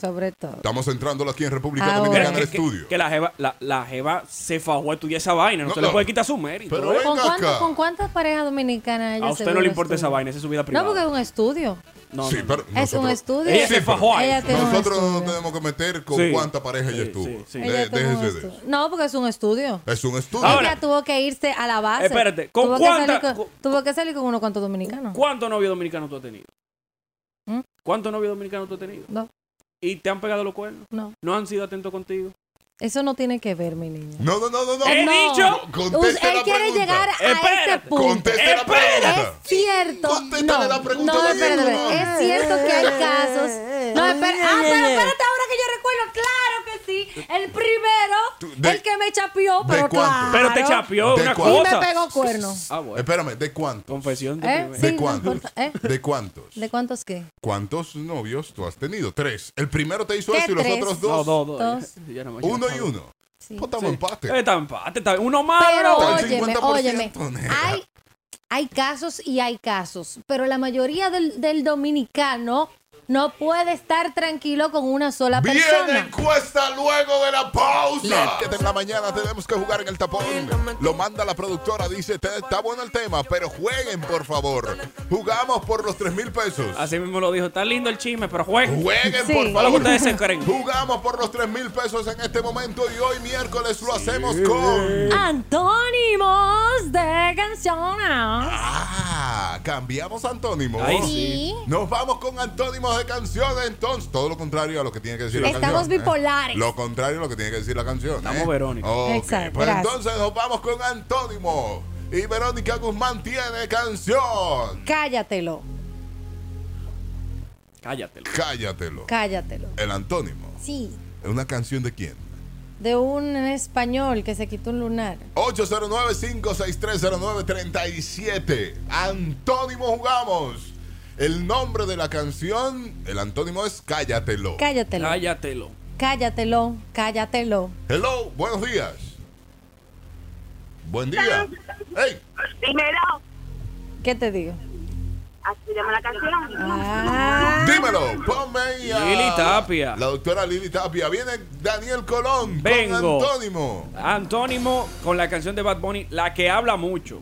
B: sobre todo.
A: Estamos entrando aquí en República
B: Ahora.
C: Que,
A: Dominicana al
C: que- que-
A: estudio.
C: que la, jeva, la, la jeva se fajó a estudiar esa vaina. No,
A: No,
C: se
A: no.
C: le puede quitar su mérito.
A: Pero
C: ¿eh?
A: venga
B: ¿Con, cuánto-
A: acá.
B: con cuántas parejas dominicanas ella
C: A usted no
B: seguro
C: le importa
B: estuvo?
C: esa vaina, esa es su vida
B: No,
C: privada.
B: porque es un estudio.
C: No,
A: Sí,
C: no, no.
A: pero
B: Es un
A: nosotros-
B: estudio.
C: Ella se
A: pero
C: fajó ahí.
B: Ella tiene un
A: Nosotros no
B: estudio.
A: tenemos que meter con
C: Sí.
A: cuánta pareja ella
C: Sí,
A: estuvo.
C: sí, sí.
A: De-
B: Ella tuvo un
A: déjese de
B: estudio.
A: eso.
B: No, porque es un estudio.
A: Es un estudio.
C: Ahora-
B: ella tuvo que irse a la base.
C: Espérate, ¿con
B: tuvo,
C: cuánta-
B: que salir con,
C: con-
B: tuvo que salir con unos cuantos dominicanos.
C: ¿Cuántos novios dominicanos tú has tenido?
B: ¿Mm?
C: ¿Cuántos novios dominicanos tú has tenido?
B: No.
C: ¿Y te han pegado los cuernos?
B: No,
C: ¿No han sido atentos contigo?
B: eso no tiene que ver, mi niña.
A: no, no, no, no, no.
C: He
B: No.
C: dicho.
B: Us-
A: Conteste
B: Él
A: la
B: quiere
A: pregunta.
B: llegar a ese
C: Espérate.
B: punto.
A: Conteste la pregunta.
B: Es cierto.
A: Contéstale
B: no,
A: la pregunta,
B: No,
A: Daniel,
B: espérate,
A: no.
B: espérate. Es cierto que hay casos. No, espérate. Ah, pero espérate, ahora que yo recuerdo. Claro que sí. El
A: Tú,
B: primero,
A: de-
B: el que me chapió,
A: ¿de
B: pero
A: cuánto?
B: claro.
C: Pero te chapeó
A: ¿De
C: una
A: cuánto?
B: Y me
C: cosa.
B: pegó cuerno.
C: Ah, bueno.
A: Espérame, ¿de cuánto?
C: Confesión de
B: ¿Eh?
C: primera.
B: Sí,
A: ¿De cuánto?
B: no importa. ¿Eh?
A: ¿De cuántos?
B: ¿De cuántos qué?
A: ¿Cuántos novios tú has tenido? Tres. El primero te hizo
B: ¿Qué
A: eso y los
B: tres?
A: otros
C: No,
A: dos.
C: dos, dos.
B: Dos.
C: Ya- ya nada más, ya
A: Uno y
C: sabe.
A: uno.
B: Sí.
A: Pues estamos empate.
C: Eh, está empate, está- Uno más.
B: Pero
A: Está
C: bro.
A: el
B: óyeme,
A: 50%,
B: óyeme.
A: nena.
B: Hay, hay casos y hay casos, pero la mayoría del, del dominicano no puede estar tranquilo con una sola
A: Bien,
B: persona.
A: encuesta luego de la pausa. Que en la mañana tenemos que jugar en el tapón. Lo manda la productora, dice, "Te- está bueno el tema, pero jueguen, por favor. Jugamos por los tres mil pesos.
C: Así mismo lo dijo. Está lindo el chisme, pero jueguen.
A: Jueguen,
B: Sí.
A: por
C: Para lo que
A: favor.
C: ustedes se creen.
A: Jugamos por los tres mil pesos en este momento y hoy miércoles lo hacemos con...
B: Ah, Antónimos de canciones.
A: Ah, cambiamos antónimo.
C: Ahí
B: Sí.
A: Nos vamos con antónimos de canciones, entonces. Todo lo contrario a lo que tiene que decir la canción.
B: Estamos
A: ¿eh?
B: bipolares.
A: Lo contrario a lo que tiene que decir la canción.
C: Estamos
A: ¿eh?
C: Verónica.
A: Ok,
B: Exacto,
A: Pues
B: gracias.
A: entonces nos vamos con antónimos. Y Verónica Guzmán tiene canción.
B: Cállatelo,
C: Cállate.
A: Cállatelo.
B: cállatelo.
A: El antónimo.
B: Sí,
A: ¿Es una canción de quién?
B: de un español que se quitó un lunar.
A: 809-56309-37. Antónimo jugamos. El nombre de la canción, el antónimo es Cállatelo.
B: Cállatelo,
C: Cállatelo.
B: cállatelo, cállatelo.
A: Hello, buenos días. Buen día. Hey,
I: Primero,
B: ¿Qué te digo?
I: así llama la canción.
B: Ah,
A: dímelo. Ponme ahí a-
C: Lili Tapia.
A: La doctora Lili Tapia. Viene Daniel Colón
C: Vengo.
A: con antónimo.
C: Antónimo con la canción de Bad Bunny, la que habla mucho.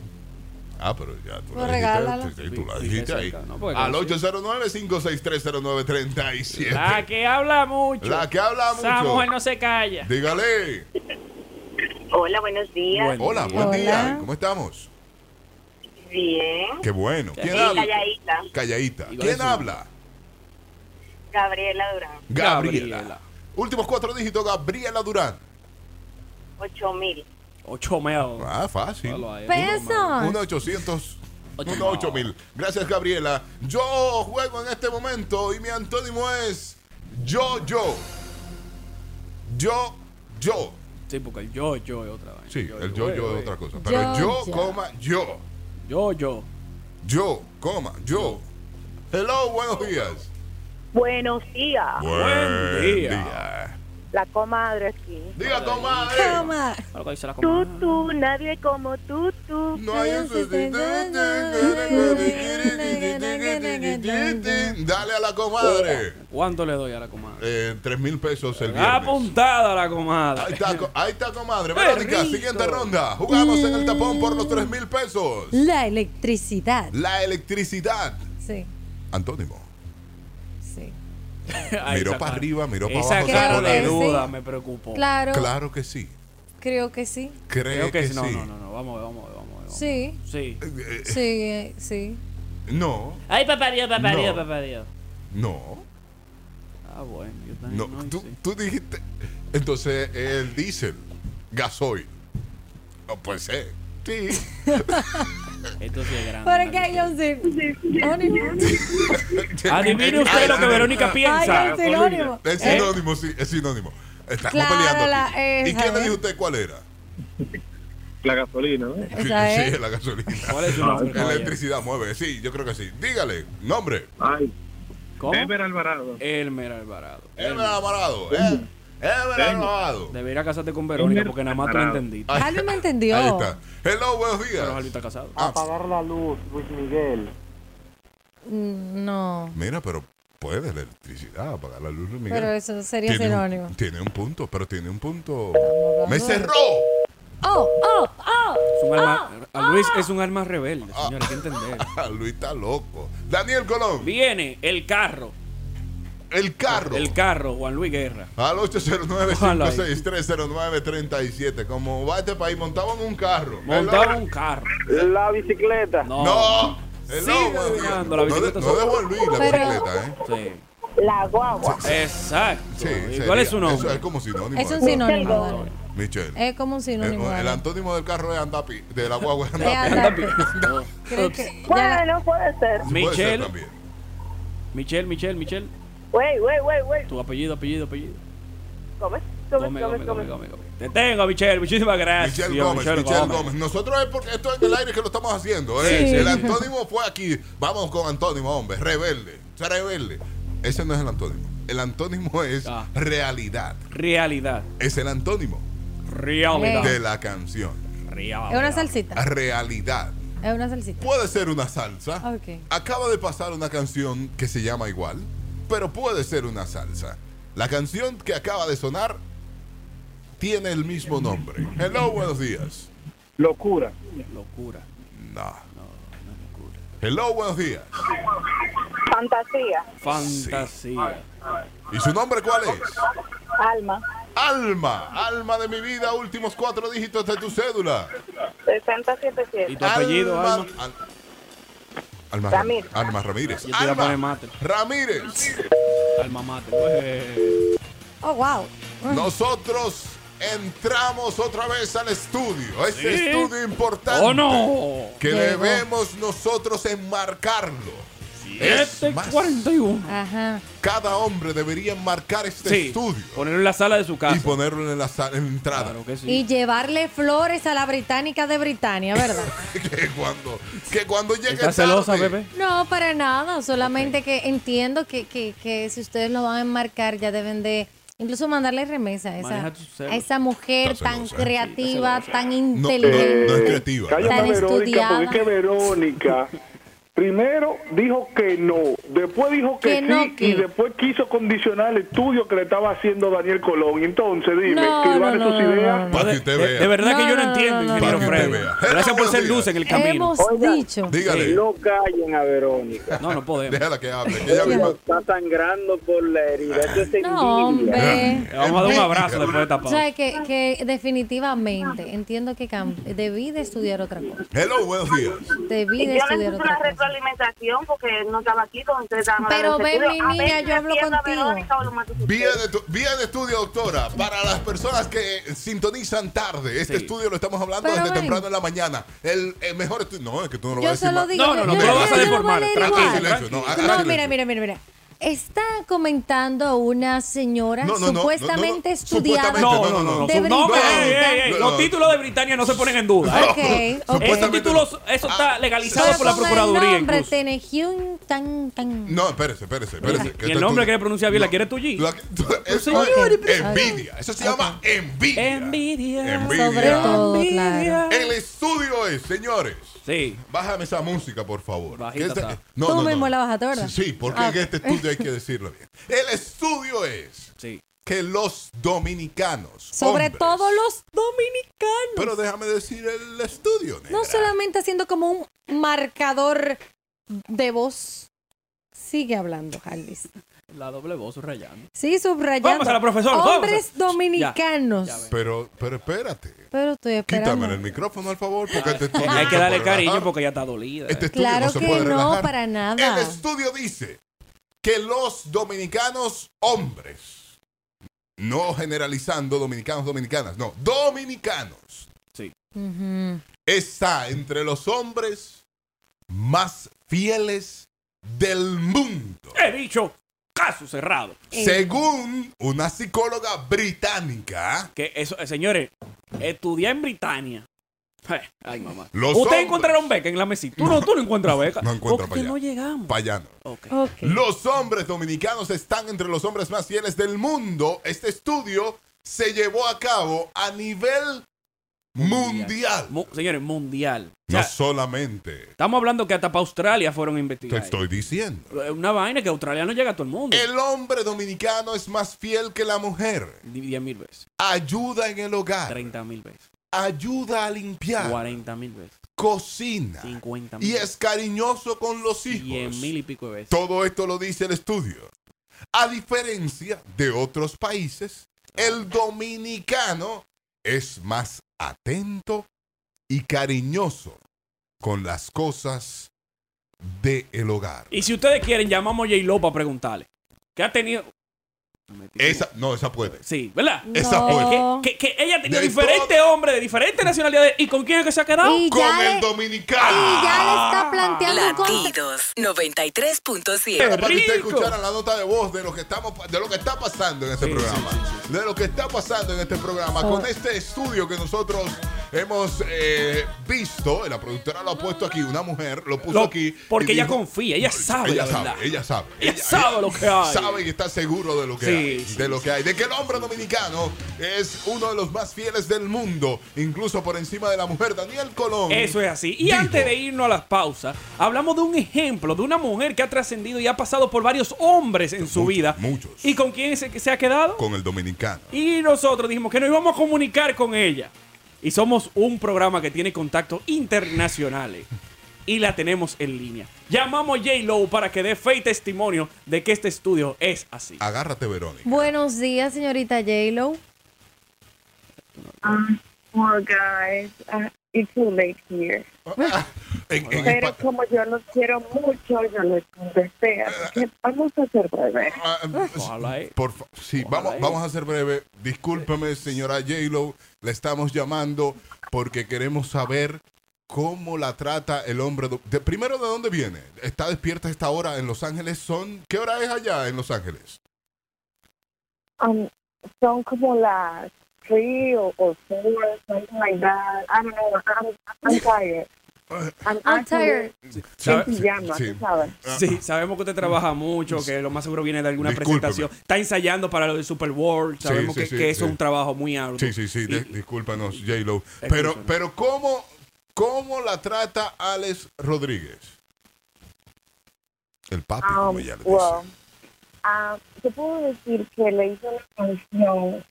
A: Ah, pero ya tú
B: Pues
A: la
B: regálala.
A: dijiste, sí, sí, tú la
C: Sí,
A: dijiste
C: sí,
A: ahí.
C: cerca, ¿no? Porque
A: Al
C: sí.
A: 809-56309-37.
C: La que habla mucho.
A: Este. La que habla
C: Esa
A: mucho.
C: mujer no se calla.
A: Dígale.
I: Hola, buenos días.
C: Buen
A: Hola,
C: día.
A: buen día.
B: Hola.
A: ¿Cómo estamos?
I: Bien.
A: Qué bueno. ¿Quién
C: Sí,
A: habla?
I: Calladita,
A: Calladita.
C: Iba a
A: ¿Quién
C: decir.
A: habla?
I: Gabriela Durán,
A: Gabriela.
C: Gabriela.
A: Últimos cuatro dígitos, Gabriela Durán.
I: 8000.
C: Ocho meos.
A: Ah, fácil.
C: Palo ahí.
B: pesos.
A: 1-800.
C: Ocho.
A: 1-8000. Gracias, Gabriela. Yo juego en este momento y mi antónimo es yo, yo. Yo, yo.
C: Sí, porque el yo, yo es otra vaina.
A: Sí, el yo,
C: eh,
A: yo
C: eh.
A: es otra cosa. Pero yo,
B: Yo, yo.
A: coma, yo.
C: Yo, yo.
A: Yo, coma, yo. Hello, buenos días.
I: Buenos días.
C: Buen día.
I: La comadre aquí.
A: Diga, comadre.
B: Toma.
C: Ahora que dice la
I: Tú,
C: comadre.
I: tú, nadie como tú, tú.
A: No hay un sustituto. Dale a la comadre.
C: Oh, ¿Cuánto le doy a la comadre?
A: Eh, Tres mil pesos el viernes.
C: Apuntada la
A: Ahí
C: comadre.
A: está, co- ahí está, comadre.
C: Qué
A: Verónica,
C: rico.
A: siguiente ronda. Jugamos en el tapón por los tres mil pesos.
B: La electricidad.
A: La electricidad.
B: Sí,
A: Antónimo.
B: sí.
C: Ahí
A: Miró para
C: está, claro.
A: arriba, miró para
C: Esa
A: abajo.
C: cara
A: sacó la
B: Claro
C: de
B: que
A: luz.
B: sí.
C: duda me preocupó.
B: Claro,
A: Claro que sí.
B: creo que sí.
A: Cree
C: Creo que
A: que
C: sí. No,
A: sí.
C: no, no, no. Vamos a ver, vamos a ver, vamos a ver.
B: Sí,
C: Sí.
A: Eh, eh,
B: sí, eh, sí.
A: No,
C: Ay, papá Dios, papá
A: No.
C: Dios, papá Dios.
A: no,
C: Ah, bueno. Yo también
A: no.
C: no, y
A: Tú,
C: sí.
A: tú dijiste. Entonces, el diésel, gasoil. No puede ser. Sí.
C: Esto sí es grande.
B: ¿Por qué, yo sí?
C: Adivine usted lo que Verónica
B: Ay,
C: piensa.
B: es sinónimo.
A: Es
C: ¿Eh?
A: sinónimo, sí, es sinónimo. Estamos
B: Claro,
A: peleando. aquí.
B: la-
A: ¿Y
B: esa,
A: quién le
B: ¿eh?
A: dijo usted cuál era?
F: La gasolina, ¿no?
A: Sí,
B: Esa es.
A: la gasolina.
C: ¿Cuál es su nombre? caballero?
A: Electricidad mueve, sí, yo creo que sí. Dígale, nombre.
F: Ay,
C: ¿Cómo?
F: Ever Alvarado.
C: Elmer Alvarado.
A: Ever Alvarado. eh, Ever Alvarado.
C: Debería casarte con Verónica
F: Elmer
C: porque nada más tú no
F: Alvarado.
C: entendiste.
A: Ahí-
B: Alvin me entendió.
A: Ahí está. Hello, buenos
C: Pero Jalvi
A: días.
C: está casado.
A: Ah,
F: Apagar la luz, Luis Miguel.
B: Mm, No,
A: mira, pero puede la electricidad apagar la luz, Luis Miguel.
B: pero eso sería
A: Tiene un-
B: sinónimo.
A: tiene un punto, pero tiene un punto.
B: Vamos,
A: ¡Me
B: vamos.
A: cerró!
B: ¡Oh, oh, oh!
C: Es un alma- a Luis es un alma rebelde, señor, hay que entender.
A: Ah, Luis está loco. Daniel Colón,
C: Viene el carro.
A: el carro.
C: El carro, Juan Luis Guerra.
A: Al
C: Ojalá.
A: 809-56309-37. Como va este país, montaban un carro.
C: Montaba
A: Hello.
C: un carro.
F: La bicicleta.
C: No.
A: No.
C: Sigue
A: Hello, buenos días.
C: ganando, la
A: no, de,
C: bicicleta
A: no de
C: son-
A: Juan Luis, la
B: Pero-
A: bicicleta, ¿eh?
C: Sí.
D: La guagua.
C: Exacto.
A: Sí,
C: ¿Y
A: sería.
C: cuál es su
A: Eso es
C: nombre?
A: como sinónimo.
B: Es un
A: de-
B: sinónimo, dale.
A: Michelle.
B: Es como un
A: El,
B: sinónimo.
A: Eh, oh, el
B: dale.
A: antónimo del carro es Andapi. De la guagua es
B: Es
A: Andapi.
B: Andapi. Creo que ya la-
D: Bueno, puede ser.
A: Puede ser
C: Michelle.
A: también.
C: Michelle, Michelle, Michelle.
D: Wey, wey, wey, wey.
C: Tu apellido, apellido, apellido.
D: Come,
C: Gómez, Gómez, Gómez, Gómez, Gómez. Te tengo, Michelle. Muchísimas gracias.
A: Michelle Gómez,
C: Michelle
A: Michelle
C: Gómez.
A: Gómez. Nosotros es porque esto es del aire que lo estamos haciendo. ¿eh?
B: Sí, sí.
A: El antónimo fue aquí. Vamos con antónimo, hombre. Rebelde. Rebelde. Ese no es el antónimo. El antónimo es
C: Ah.
A: realidad.
C: Realidad.
A: Es el antónimo de
C: Realidad.
A: la canción.
C: Realidad.
B: Es una salsita.
A: Realidad.
B: Es una salsita.
A: Puede ser una salsa.
B: Ok.
A: Acaba de pasar una canción que se llama igual, pero puede ser una salsa. La canción que acaba de sonar tiene el mismo nombre. Hello, buenos días.
F: Locura.
C: Locura.
A: No. Hello, buenos días.
D: Fantasía.
C: Fantasía.
A: ¿Y su nombre cuál es?
D: Alma.
A: Alma, alma de mi vida, últimos cuatro dígitos de tu cédula.
D: 6077.
C: ¿Y tu apellido, Alma?
A: Al- Alma
D: Ramírez.
A: Alma Ramírez.
C: Yo te iba a
A: Alma
C: poner mate.
A: Ramírez.
C: Alma mate. Eh,
B: Oh, wow.
A: Nosotros entramos otra vez al estudio. Este
C: Sí.
A: estudio importante.
C: ¡Oh, no!
A: Que
B: Llegó.
A: debemos nosotros enmarcarlo.
C: Este
A: Es más,
C: 741.
B: Ajá.
A: cada hombre debería enmarcar este
C: Sí.
A: estudio
C: Ponerlo en la sala de su
A: y
C: casa.
A: ponerlo en la, sa- en la entrada.
C: Claro que sí.
B: Y llevarle flores a la británica de Britania, ¿verdad?
A: que cuando, que cuando llegue
C: ¿Estás celosa,
A: tarde,
C: bebé?
B: No, para nada. Solamente que entiendo que, que, que si ustedes lo van a enmarcar, ya deben de incluso mandarle remesa a esa,
C: Maneja tus celos.
B: a esa mujer
A: Está
B: tan
A: celosa.
B: creativa, tan
A: No, no,
B: inteligente.
A: no es creativa.
E: Cállate,
B: Tan
E: Verónica,
B: estudiada.
E: porque es que Verónica primero dijo que no, después dijo que,
B: Que
E: sí
B: no, que-
E: y después quiso condicionar el estudio que le estaba haciendo Daniel Colón. Entonces, dime,
B: No,
E: que
B: no,
E: van
B: no,
E: sus
B: no, no,
E: ideas.
B: no.
A: Para que
C: De,
A: usted
C: de-
A: vea.
C: de verdad que
B: No,
C: yo no
B: no, no,
C: entiendo,
B: no, no.
A: Para
C: ingeniero
A: que usted
C: Fred.
A: vea.
C: Gracias por
A: Hello,
C: ser
A: buenos
C: luz
A: días.
C: en el camino.
B: Hemos dicho.
A: Dígale.
F: No callen a Verónica.
C: No, no podemos.
A: Déjala que hable. Que ella
B: Sí.
A: misma-
F: Está sangrando por la herida. Esto es
B: No,
F: envidia.
B: hombre.
C: Le Vamos a dar un abrazo después de esta
B: O
C: pausa.
B: sea, que, que definitivamente entiendo que cam- debí de estudiar otra cosa.
A: Hello, buenos días.
B: Debí
I: Y
B: de
I: yo
B: estudiar
I: necesito una
B: otra cosa.
I: retroalimentación porque no estaba aquí cuando ustedes estaban
B: Pero
I: hablando del
B: ven,
I: estudio.
B: mi
I: A ver
B: niña,
I: si
B: yo hablo
I: despierta
B: contigo.
I: Verónica o lo mato usted.
A: Vía de, tu- vía de estudio, doctora, para las personas que sintonizan tarde. Este
C: Sí.
A: estudio lo estamos hablando
B: Pero
A: desde
B: ven.
A: temprano en la mañana. El, el mejor estudio. No, es que tú no lo
B: Yo
A: vas a decir.
B: solo
A: más.
B: digo.
C: No, no, no,
B: yo-
C: pero
B: yo-
C: vas a
B: yo
C: deformar.
B: lo voy a leer
A: Tranquilo,
B: igual.
A: silencio. No, Eh, haga
B: No,
A: silencio.
B: mira, mira, mira, mira. Está comentando una señora
A: No, no, no, no, no,
B: supuestamente
A: no.
B: estudiada.
A: Supuestamente,
C: No, no, no. no.
B: De
C: Su nombre, ey,
B: Britania.
C: ey, ey,
A: No, no.
C: Los títulos de Britania no se ponen en duda. ¿eh?
B: Ok, ok.
C: Esos
A: Supuestamente
C: títulos,
A: no.
C: eso está legalizado
B: Pero
C: por la
B: con
C: Procuraduría
B: El nombre
C: incluso.
B: Tenehyun Tan Tan.
A: No, espérese, espérese, espérese.
C: Y el nombre que le pronuncia bien, ¿la quiere
A: tú
C: tuyi?
B: pues,
A: Eso
C: señor,
A: es
B: pero-
A: envidia. Eso se llama envidia.
C: Envidia.
A: Envidia.
B: Sobre todo, claro.
A: El estudio es, señores.
C: Sí.
A: Bájame esa música, por favor. Que
C: Bajita
A: este-
C: está.
A: no,
B: Tú
A: no, no.
B: mismo la bajaste, ¿verdad?
A: Sí, sí, porque
B: Ah,
A: en este estudio hay que decirlo bien. El estudio es
C: Sí.
A: que los dominicanos.
B: Sobre
A: hombres,
B: todo los dominicanos.
A: Pero déjame decir el estudio, negra.
B: No solamente haciendo como un marcador de voz. Sigue hablando, Jalvis.
C: La doble voz rayando.
B: Sí, subrayando.
C: Vamos a la profesora, vamos a-
B: Hombres dominicanos.
C: Ya, ya ven.
A: Pero, pero espérate.
B: Pero estoy
A: Quítame
B: esperando.
A: el micrófono, al favor, porque este estudio
C: Hay
A: no
C: que
A: se
C: darle
A: puede
C: cariño
A: relajar.
C: porque ya está dolida.
A: Este estudio
B: Claro
A: no se
B: que
A: puede
B: no,
A: relajar.
B: para nada.
A: El estudio dice que los dominicanos hombres, no generalizando dominicanos, dominicanas, no, dominicanos
C: Sí.
A: está entre los hombres más fieles del mundo.
C: He dicho, caso cerrado.
A: Eh.
B: Eh.
A: Según una psicóloga británica,
C: Que eso, eh, señores, estudié en Britania. Eh, Ay, mamá.
A: Los
C: Ustedes
A: hombres-
C: encontraron beca en la mesita. Tú no, tú no encuentras beca.
A: No encuentro para
C: Porque
A: allá.
C: no llegamos.
A: payano.
C: Ok.
A: Los hombres dominicanos están entre los hombres más fieles del mundo. Este estudio se llevó a cabo a nivel mundial.
C: Mu- señores, mundial. O sea,
A: No solamente.
C: Estamos hablando que hasta para Australia fueron
A: Te
C: investigados.
A: estoy diciendo.
C: Una vaina que Australia no llega a todo el mundo.
A: El hombre dominicano es más fiel que la mujer.
C: 10 mil veces,
A: Ayuda en el hogar.
C: 30 mil veces,
A: Ayuda a limpiar.
C: 40 mil veces,
A: Cocina.
C: 50 mil
A: Y
C: veces,
A: es cariñoso con los
C: 100
A: hijos.
C: mil y pico de veces.
A: Todo esto lo dice el estudio. A diferencia de otros países, el dominicano es más atento y cariñoso con las cosas del hogar.
C: Y si ustedes quieren, llamamos a J-Lo para preguntarle. ¿Qué ha tenido?
A: Esa, no, esa puede.
C: Sí, ¿verdad?
A: Esa puede.
B: No.
C: Que, que- que ella ha tenido
A: De
C: diferentes hombres de diferentes nacionalidades. ¿Y con quién es que se ha quedado?
B: Y
A: Con
B: ya,
A: el
B: le,
A: dominicano.
B: y ya le está planteando un contra-
J: Latidos 93.7.
A: Para que ustedes
C: rico.
A: escucharan la nota de voz de lo que estamos de lo que está pasando en este programa. De lo que está pasando en este programa. Con este estudio que nosotros hemos eh, visto, la productora lo ha puesto aquí, una mujer lo puso
C: Lo-
A: aquí. y
C: porque ella
A: dijo-
C: confía, ella sabe
A: Ella
C: la
A: sabe,
C: verdad.
A: ella sabe.
C: Ella sabe lo que hay.
A: Sabe y está seguro de lo que
C: Sí,
A: hay.
C: sí,
A: de lo que hay. De que el hombre dominicano es uno de los más fieles del mundo, incluso por encima de la mujer. Daniel Colón.
C: Eso es así. Y
A: dijo-
C: antes de irnos a las pausas, hablamos de un ejemplo de una mujer que ha trascendido y ha pasado por varios hombres en su
A: Muchos,
C: vida.
A: muchos.
C: ¿Y con quién se, se ha quedado?
A: Con el dominicano.
C: Y nosotros dijimos que nos íbamos a comunicar con ella. Y somos un programa que tiene contactos internacionales. Y la tenemos en línea. Llamamos a J-Lo para que dé fe y testimonio de que este estudio es así.
A: Agárrate, Verónica.
B: Buenos días, señorita J-Lo.
D: Um, well, guys, uh, it's too late here.
A: Ah, En- en
D: Pero
A: espa-
D: como yo los quiero mucho, yo les contesté, así que vamos a hacer breve.
A: Ah,
C: Ojalá, eh.
A: Por fa- sí,
C: Ojalá,
A: vamos,
C: eh.
A: vamos a ser breve. Discúlpeme, señora J-Lo, le estamos llamando porque queremos saber cómo la trata el hombre. do- de- primero, ¿de dónde viene? ¿Está despierta a esta hora en Los Ángeles? son ¿Qué hora es allá en Los Ángeles?
D: Um, son como las three or, or four, something like that. I don't know. I'm, I'm tired. I'm,
B: I'm
D: actually
B: tired.
D: En
A: Sí,
D: pijama,
A: sí. Ah.
D: tú sabes.
C: Sí, sabemos que usted trabaja mucho, que lo más seguro viene de alguna
A: Discúlpeme.
C: presentación. Está ensayando para lo del Super World.
A: Sí,
C: Sabemos
A: sí,
C: que,
A: sí,
C: que eso
A: sí.
C: es un trabajo muy arduo.
A: Sí, sí, sí, de-
C: Y-
A: discúlpanos, J-Lo. Pero,
C: Escúchame.
A: pero ¿cómo, ¿cómo la trata Alex Rodríguez? El papi, pues, como
D: Um,
A: ya le dice.
D: well, ah, te puedo decir que le hice una canción,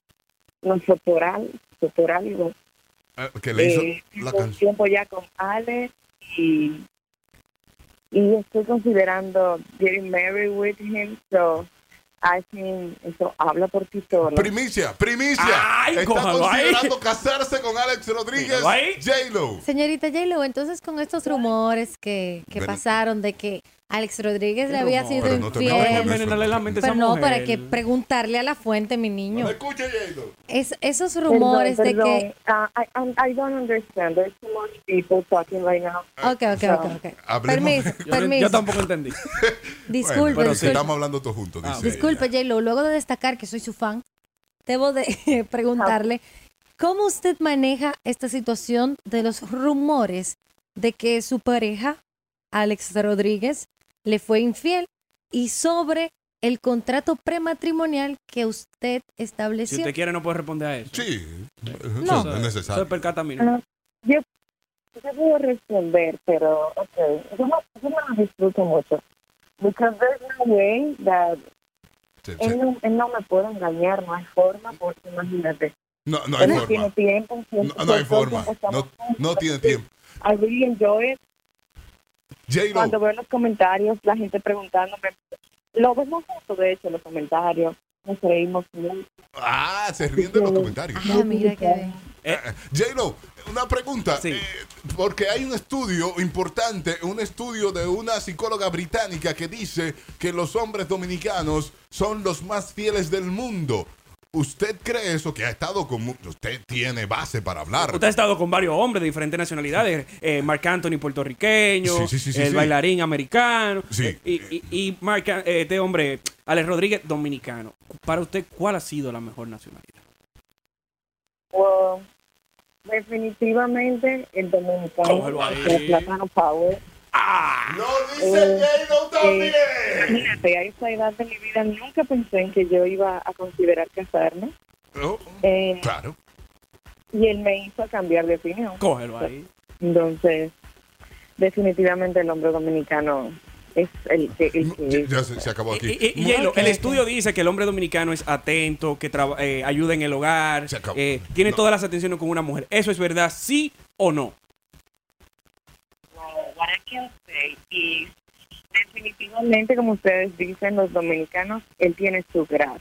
D: no sotoral, sotoral, digo,
A: Ah, que le hizo
D: eh,
A: la
D: tengo
A: canción.
D: tiempo ya con Ale y, y estoy considerando getting married with him, so I think eso habla por ti solo.
A: Primicia, primicia.
C: Ay,
A: Está
C: cójalo ahí.
A: considerando casarse con Alex Rodríguez,
C: Míralo ahí.
A: J-Lo.
B: Señorita J-Lo, entonces con estos rumores que, que
A: Ven-
B: pasaron de que Alex Rodríguez le había
C: rumores?
B: sido
A: Pero no te-
C: No
A: no, no,
C: venga a
B: infiel.
A: no.
C: envenenarle la mente a
B: Pero
C: esa
B: no,
C: mujer.
B: para que preguntarle a la fuente, mi niño.
A: No escucha, J-Lo.
B: Es, esos
D: Perdón,
B: rumores de
D: perdón.
B: que...
D: Ah, I, I, I don't understand. There's too much people talking right now.
B: Ok, ok, ok. ok.
A: Hablemos-
B: Permiso,
C: Yo,
B: permiso.
C: yo tampoco entendí.
B: Disculpe,
A: Bueno, pero si
B: disculpe.
A: estamos hablando todos juntos,
C: Ah,
A: dice
B: Disculpe, J-Lo, luego de destacar que soy su fan, debo de preguntarle cómo usted maneja esta situación de los rumores de que su pareja, Alex Rodríguez, le fue infiel y sobre el contrato prematrimonial que usted
C: Si
B: estableció.
C: usted quiere, no puede responder a eso.
A: ella. Sí,
B: No.
A: eso no es
C: Eso es
A: necesario.
C: percata mío.
D: No. Yo puedo responder, pero okay. Yo no, yo no lo disfruto mucho. Because there's no way that
A: Sí, sí.
D: él no, él no me puede engañar, no hay forma, porque imagínate.
A: No, no
D: él
A: hay
D: no tiene
A: forma. Ah,
D: tiempo. siempre-
A: No, no hay
D: todo el
A: forma.
D: tiempo estamos
A: No, no
D: juntos.
A: tiene tiempo.
D: I really enjoy it. Cuando
A: J-Lo,
D: veo los comentarios, la gente preguntándome, lo vemos juntos, de hecho, los comentarios. Nos reímos mucho.
A: ah, se ríen de los comentarios. Eh,
B: Ah, mira qué bien.
A: J-Lo, una pregunta.
C: Sí.
A: eh, porque hay un estudio importante, un estudio de una psicóloga británica que dice que los hombres dominicanos son los más fieles del mundo. ¿Usted cree eso que ha estado con... mu- Usted tiene base para hablar.
C: Usted ha estado con varios hombres de diferentes nacionalidades. Eh, Marc Anthony puertorriqueño,
A: Sí, sí, sí, sí,
C: el
A: sí.
C: bailarín americano.
A: Sí.
C: eh, y y, y Marc An- eh, este hombre, Alex Rodríguez, dominicano. Para usted, ¿cuál ha sido la mejor nacionalidad?
D: Well, definitivamente el dominicano.
C: Cógelo ahí. Ah.
D: El plátano power.
A: No
D: Eh,
A: también.
D: eh, Imagínate, a esa edad de mi vida nunca pensé en que yo iba a considerar casarme.
A: No,
C: Oh.
D: Eh,
A: claro.
D: Y él me hizo cambiar de opinión.
C: Cógelo ahí.
D: Entonces, definitivamente el hombre dominicano es el que... El que
A: Ya se, se acabó aquí.
C: Y, y Yelo, el estudio dice que el hombre dominicano es atento, que traba- eh, ayuda en el hogar,
A: Se acabó.
C: eh, tiene
A: No.
C: todas las atenciones con una mujer. ¿Eso es verdad, sí o no?
D: what I can say is, definitivamente, como ustedes dicen, los dominicanos, él tiene su grasa.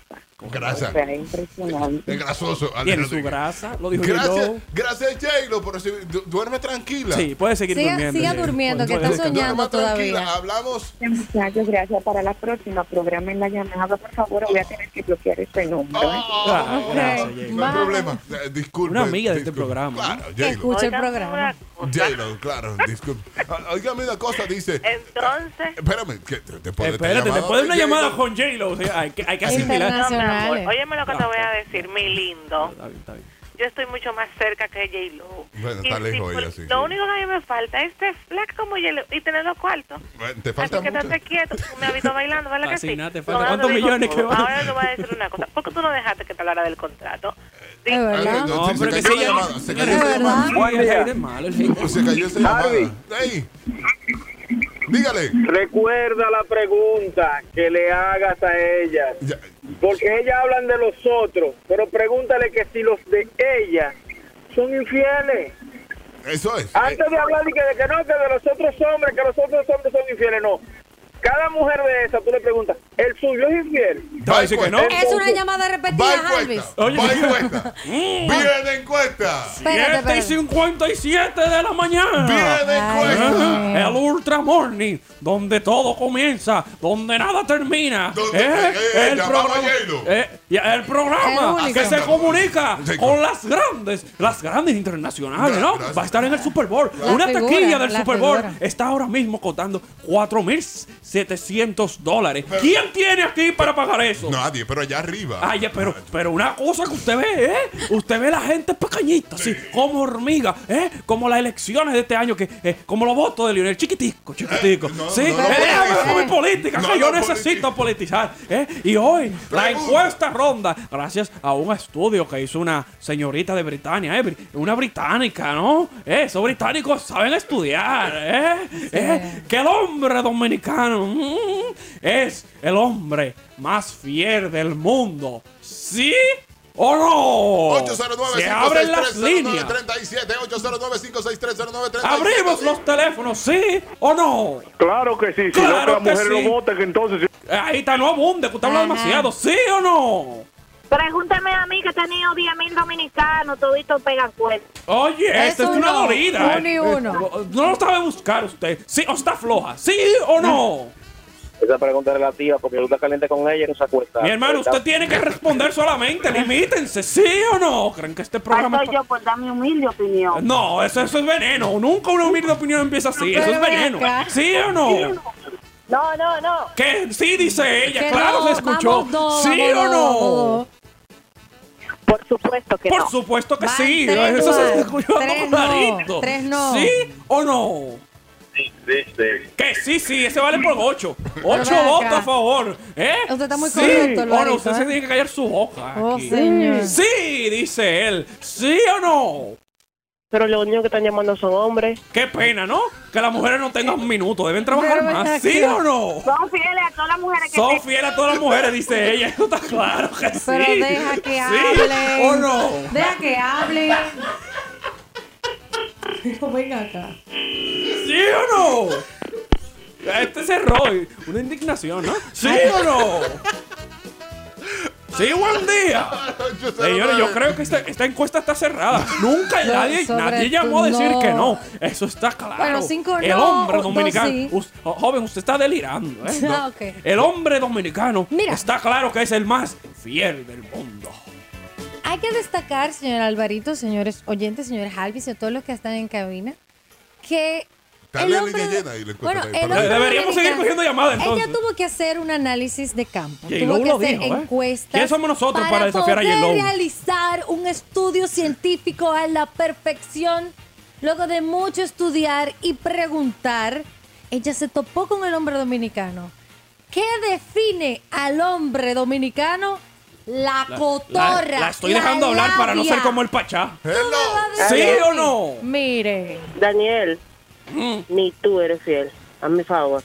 A: Grasa.
D: O sea, impresionante.
A: Es grasoso. Ale
C: Tiene su
A: Rodríguez.
C: grasa, lo dijo
A: Gracias,
C: Yelo.
A: gracias J-Lo por recibir- du- duerme tranquila.
C: Sí, puede seguir
B: Siga-
C: durmiendo.
B: siga
C: Yelo.
B: durmiendo, que
C: Puede-
B: está
C: puede-
B: soñando
A: Duerma tranquila,
B: todavía.
A: hablamos.
D: Muchachos, gracias. Para la próxima, programen la llamada, por favor. Voy a tener que bloquear este número. ¿eh?
C: Ah,
A: Oh,
C: gracias,
B: Ok,
C: Yelo.
A: No hay
B: Bye.
A: problema. Eh, Disculpe.
C: Una amiga de este
A: disculpe.
C: programa,
A: Claro,
B: Que
A: J-Lo.
B: escuche el
I: Oigan
B: programa.
I: una cosa.
A: J-Lo, claro, disculpe. Ah, Óigame una cosa, dice.
I: Eh, Entonces,
A: Espérame, que te- después de esta
C: Espérate,
A: llamada
C: después de una
A: J-Lo,
C: llamada con J-Lo, o sea, hay que, hay que asimilar.
I: no, mi amor,
B: Nacionales.
I: óyeme lo que te
C: Ah.
I: voy a decir, mi lindo.
C: Está bien, está bien.
I: Yo estoy mucho más cerca que J-Lo.
A: Bueno,
I: Y
A: está lejos
I: por-
A: ella, sí.
I: Lo único que a mí me falta es ser flaca como J-Lo y tener los cuartos.
A: bueno, Te
I: Así
A: falta
I: que
A: mucho.
I: estate quieto, tú me has visto bailando, ¿verdad que
C: Así
I: sí?
C: nada, te
I: Con
C: falta.
I: eso
C: ¿Cuántos
I: digo
C: millones
I: todo.
C: que van?
I: Ahora te voy a decir una cosa. ¿Por qué tú no dejaste que te hablara del contrato?
B: Es
I: Dime,
A: Ah,
B: verdad.
A: no,
C: No,
A: se,
C: pero
A: se
C: que
A: cayó
C: sí,
A: la llamada. Se cayó
B: Es
A: la
B: verdad.
A: llamada.
C: Ay, el rey de malo, el rey.
A: Se cayó esa llamada.
F: Harvey.
A: Ey, dígale.
F: Recuerda la pregunta que le hagas a ella.
A: Ya,
F: Porque ellas hablan de los otros, pero pregúntale que si los de ella son infieles.
A: Eso es.
F: Antes de hablar de que, de que no, que de los otros hombres, que los otros hombres son infieles, no. Cada mujer de esa, tú le preguntas, ¿el suyo es infiel?
C: No, Ah, dice que no.
B: Es una llamada repetida,
A: Va
B: Alvis.
A: encuesta. Va
C: Oye.
A: encuesta. Viene encuesta.
B: Espérate,
C: 7 y
B: espérate.
C: 57 de la mañana.
A: Viene encuesta.
C: Ah, El Ultra Morning, donde todo comienza, donde nada termina.
A: Donde- eh, eh, llamaba Yelo.
C: eh, y el programa
B: El único.
C: que se comunica
A: Sí,
C: con las grandes, las grandes internacionales, ¿no?
A: Gracias.
C: Va a estar en el Super Bowl.
B: La
C: Una
B: figura,
C: taquilla del
B: la
C: Super Bowl
B: figura.
C: está ahora mismo cotando 4.700 dólares. ¿Quién tiene aquí para pagar eso?
A: Nadie, pero allá arriba.
C: Ay, pero, pero una cosa que usted ve, ¿eh? Usted ve la gente pequeñita, así, como hormiga, ¿eh? Como las elecciones de este año, que, eh, como los votos de Lionel, chiquitico, chiquitico.
A: Eh, no,
C: sí,
A: no, no
C: Eh, déjame
A: politice.
C: con mi política,
A: No,
C: que yo
A: no
C: necesito politizar, ¿eh? Y hoy, la
A: Pregunta.
C: encuesta ronda, gracias a un estudio que hizo una señorita de Britania, ¿eh? Bri- Una británica, ¿no? Eh, esos británicos saben estudiar, ¿eh? Eh, que el hombre dominicano mm, es el hombre más fiel del mundo. ¿Sí o no? Se abren las líneas.
A: 809-563-0937. 809-563-0937.
C: Abrimos los teléfonos, ¿sí o no?
E: Claro que sí, si
C: Claro
E: no que
C: que
E: la mujer
C: sí.
E: lo vote, que entonces...
C: Ahí está, no abunde, que usted habla
B: Ajá.
C: demasiado, ¿sí o no?
K: Pregúntame a mí que he tenido 10 mil dominicanos, toditos pegan cuernos.
C: Oye,
B: Es
C: esta es una
B: uno,
C: dolida.
B: uno
C: eh.
B: y uno.
C: Eh, No lo sabe buscar usted. ¿Sí o está floja? ¿Sí o no?
F: Esa pregunta es relativa, porque tú estás caliente con ella y no se acuesta.
C: Mi hermano, usted tiene que responder solamente. Limítense, ¿sí o no? ¿Creen que este programa.?
K: Paso yo por dar mi humilde opinión.
C: No, eso, eso es veneno. Nunca una humilde opinión empieza así. Eso es
B: Pero ven
C: veneno.
B: acá.
C: ¿Sí o no?
K: No, no, no.
C: ¿Qué? Sí, dice ella.
B: Que
C: Claro,
B: no,
C: se escuchó.
B: vamos dos,
C: ¿Sí
B: vamos dos,
C: o no?
B: vamos
K: Por supuesto que
C: Por
K: no.
C: supuesto que
B: Van
C: sí.
B: tres
C: Eso se
B: no.
C: escuchó
B: Tres no,
C: clarito.
B: tres no.
C: ¿Sí o no? Que sí, sí, ese vale por 8. 8
B: acá.
C: votos a favor. ¿Eh?
B: Usted está muy
C: sí.
B: correcto, Alvarito,
C: Bueno, usted se
B: ¿eh?
C: tiene que callar su boca.
B: Oh,
C: aquí.
B: señor.
C: Sí, dice él. ¿Sí o no?
D: Pero los únicos que están llamando son hombres.
C: Qué pena, ¿no? Que las mujeres no tengan un minuto, deben trabajar
B: Pero ven
C: más.
B: aquí.
C: ¿Sí o no?
K: Son fieles a todas las mujeres que
C: Son
K: te-
C: fieles a todas las mujeres, dice ella. Eso está claro que sí.
B: Pero deja que
C: ¿Sí
B: hable.
C: ¿O no?
B: Deja que hable. Pero venga acá.
C: ¿Sí o no? Este cerró. y- Una indignación, ¿no? ¿Sí o no? Sí, buen día. Señores, yo creo que esta, esta encuesta está cerrada. Nunca nadie,
B: sobre
C: nadie
B: tu
C: llamó a decir
B: no.
C: que no. Eso está claro.
B: Bueno, cinco
C: El
B: no,
C: hombre
B: dos
C: dominicano.
B: sí.
C: Us- jo- joven, usted está delirando. ¿eh?
B: Ah, ok.
C: El hombre dominicano
B: Mira.
C: está claro que es el más fiel del mundo.
B: que destacar, señor Alvarito, señores oyentes, señor Alvis y a todos los que están en cabina, que
A: Dale
B: el
A: la
B: hombre...
A: línea llena y le
B: bueno,
A: encuentras ahí,
B: el
A: para
B: hombre
A: ver.
C: Deberíamos seguir
B: dominicano-
C: cogiendo llamadas, entonces.
B: Ella tuvo que hacer un análisis de campo,
C: J-Lo
B: tuvo
C: lo
B: que hacer
C: dijo, ¿eh?
B: encuestas.
C: ¿Quién somos nosotros para desafiar a
B: poder
C: J-Lo?
B: realizar un estudio científico a la perfección. Luego de mucho estudiar y preguntar, ella se topó con el hombre dominicano. ¿Qué define al hombre dominicano? La,
C: La-
B: cotorra.
C: La, la estoy dejando hablar para no ser
B: labia.
C: como el Pachá.
I: ¿Sí o
C: no? Mm.
B: Mire.
I: Daniel, ni tú eres fiel. A mi favor.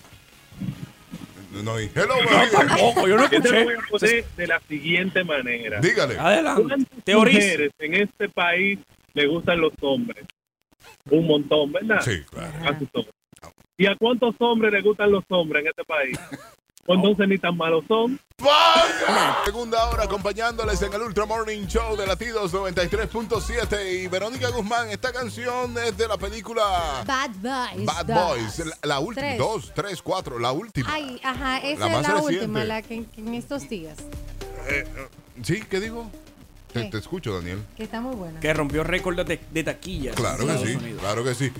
A: No, y hello,
C: tampoco, yo no
L: Yo te
C: escuché.
L: voy a poner de la siguiente manera.
A: Dígale.
C: Adelante.
L: ¿Cuántas
C: Teorice.
L: mujeres en este país le gustan los hombres? Un montón, ¿verdad?
A: Sí, claro.
L: Casi todos. ¿Y a cuántos hombres le gustan los hombres en este país? Pues entonces ni tan malos son.
A: ¡Vaya! Segunda hora acompañándoles en el Ultra Morning Show de Latidos 93.7 y Verónica Guzmán, esta canción es de la película
B: Bad Boys.
A: Bad
B: dos,
A: Boys, la, la última,
B: tres.
A: dos, tres, cuatro, la última.
B: Ay, ajá, esa
A: La
B: es
A: más
B: la
A: reciente.
B: última, la que, que en estos días,
A: Eh, eh, sí, ¿qué digo? Te,
B: ¿Qué?
A: te escucho, Daniel.
B: que está muy buena.
C: Que rompió récord de, de taquillas.
A: Claro
C: en
A: que
C: Estados
A: sí,
C: Unidos.
A: claro que sí.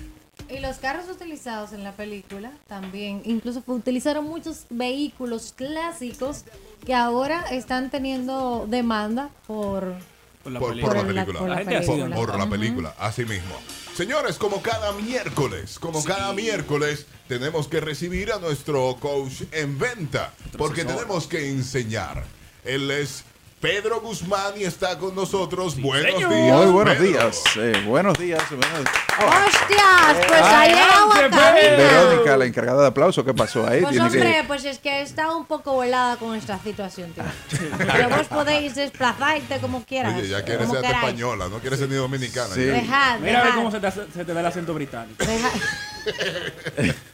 B: Y los carros utilizados en la película también, incluso fue- utilizaron muchos vehículos clásicos que ahora están teniendo demanda por...
C: Por la
A: Por,
C: película.
A: la película.
C: Por la
A: Por-
C: gente así, ¿no?
A: por la película, así mismo. Señores, como cada miércoles, como cada miércoles, tenemos que recibir a nuestro coach en venta, porque
C: señor.
A: tenemos que enseñar. Él es Pedro Guzmán y está con nosotros. buenos
M: Señor.
A: días.
M: Muy buenos
A: Pedro.
M: días. eh, buenos días. buenos días.
B: ¡Hostias! Pues ha llegado a cabina.
M: Verónica, la encargada de aplauso, ¿qué pasó ahí?
B: Pues
M: Tiene
B: hombre,
M: que-
B: pues es que está un poco volada con esta situación, tío. Pero vos podéis desplazarte como quieras.
A: Oye, ya quieres
B: como
A: ser hasta
B: queráis.
A: española, no quieres ser ni dominicana.
M: Sí.
A: ya.
B: Dejad,
C: Mira a ver
B: dejad.
C: cómo se te, hace- se te da el acento británico.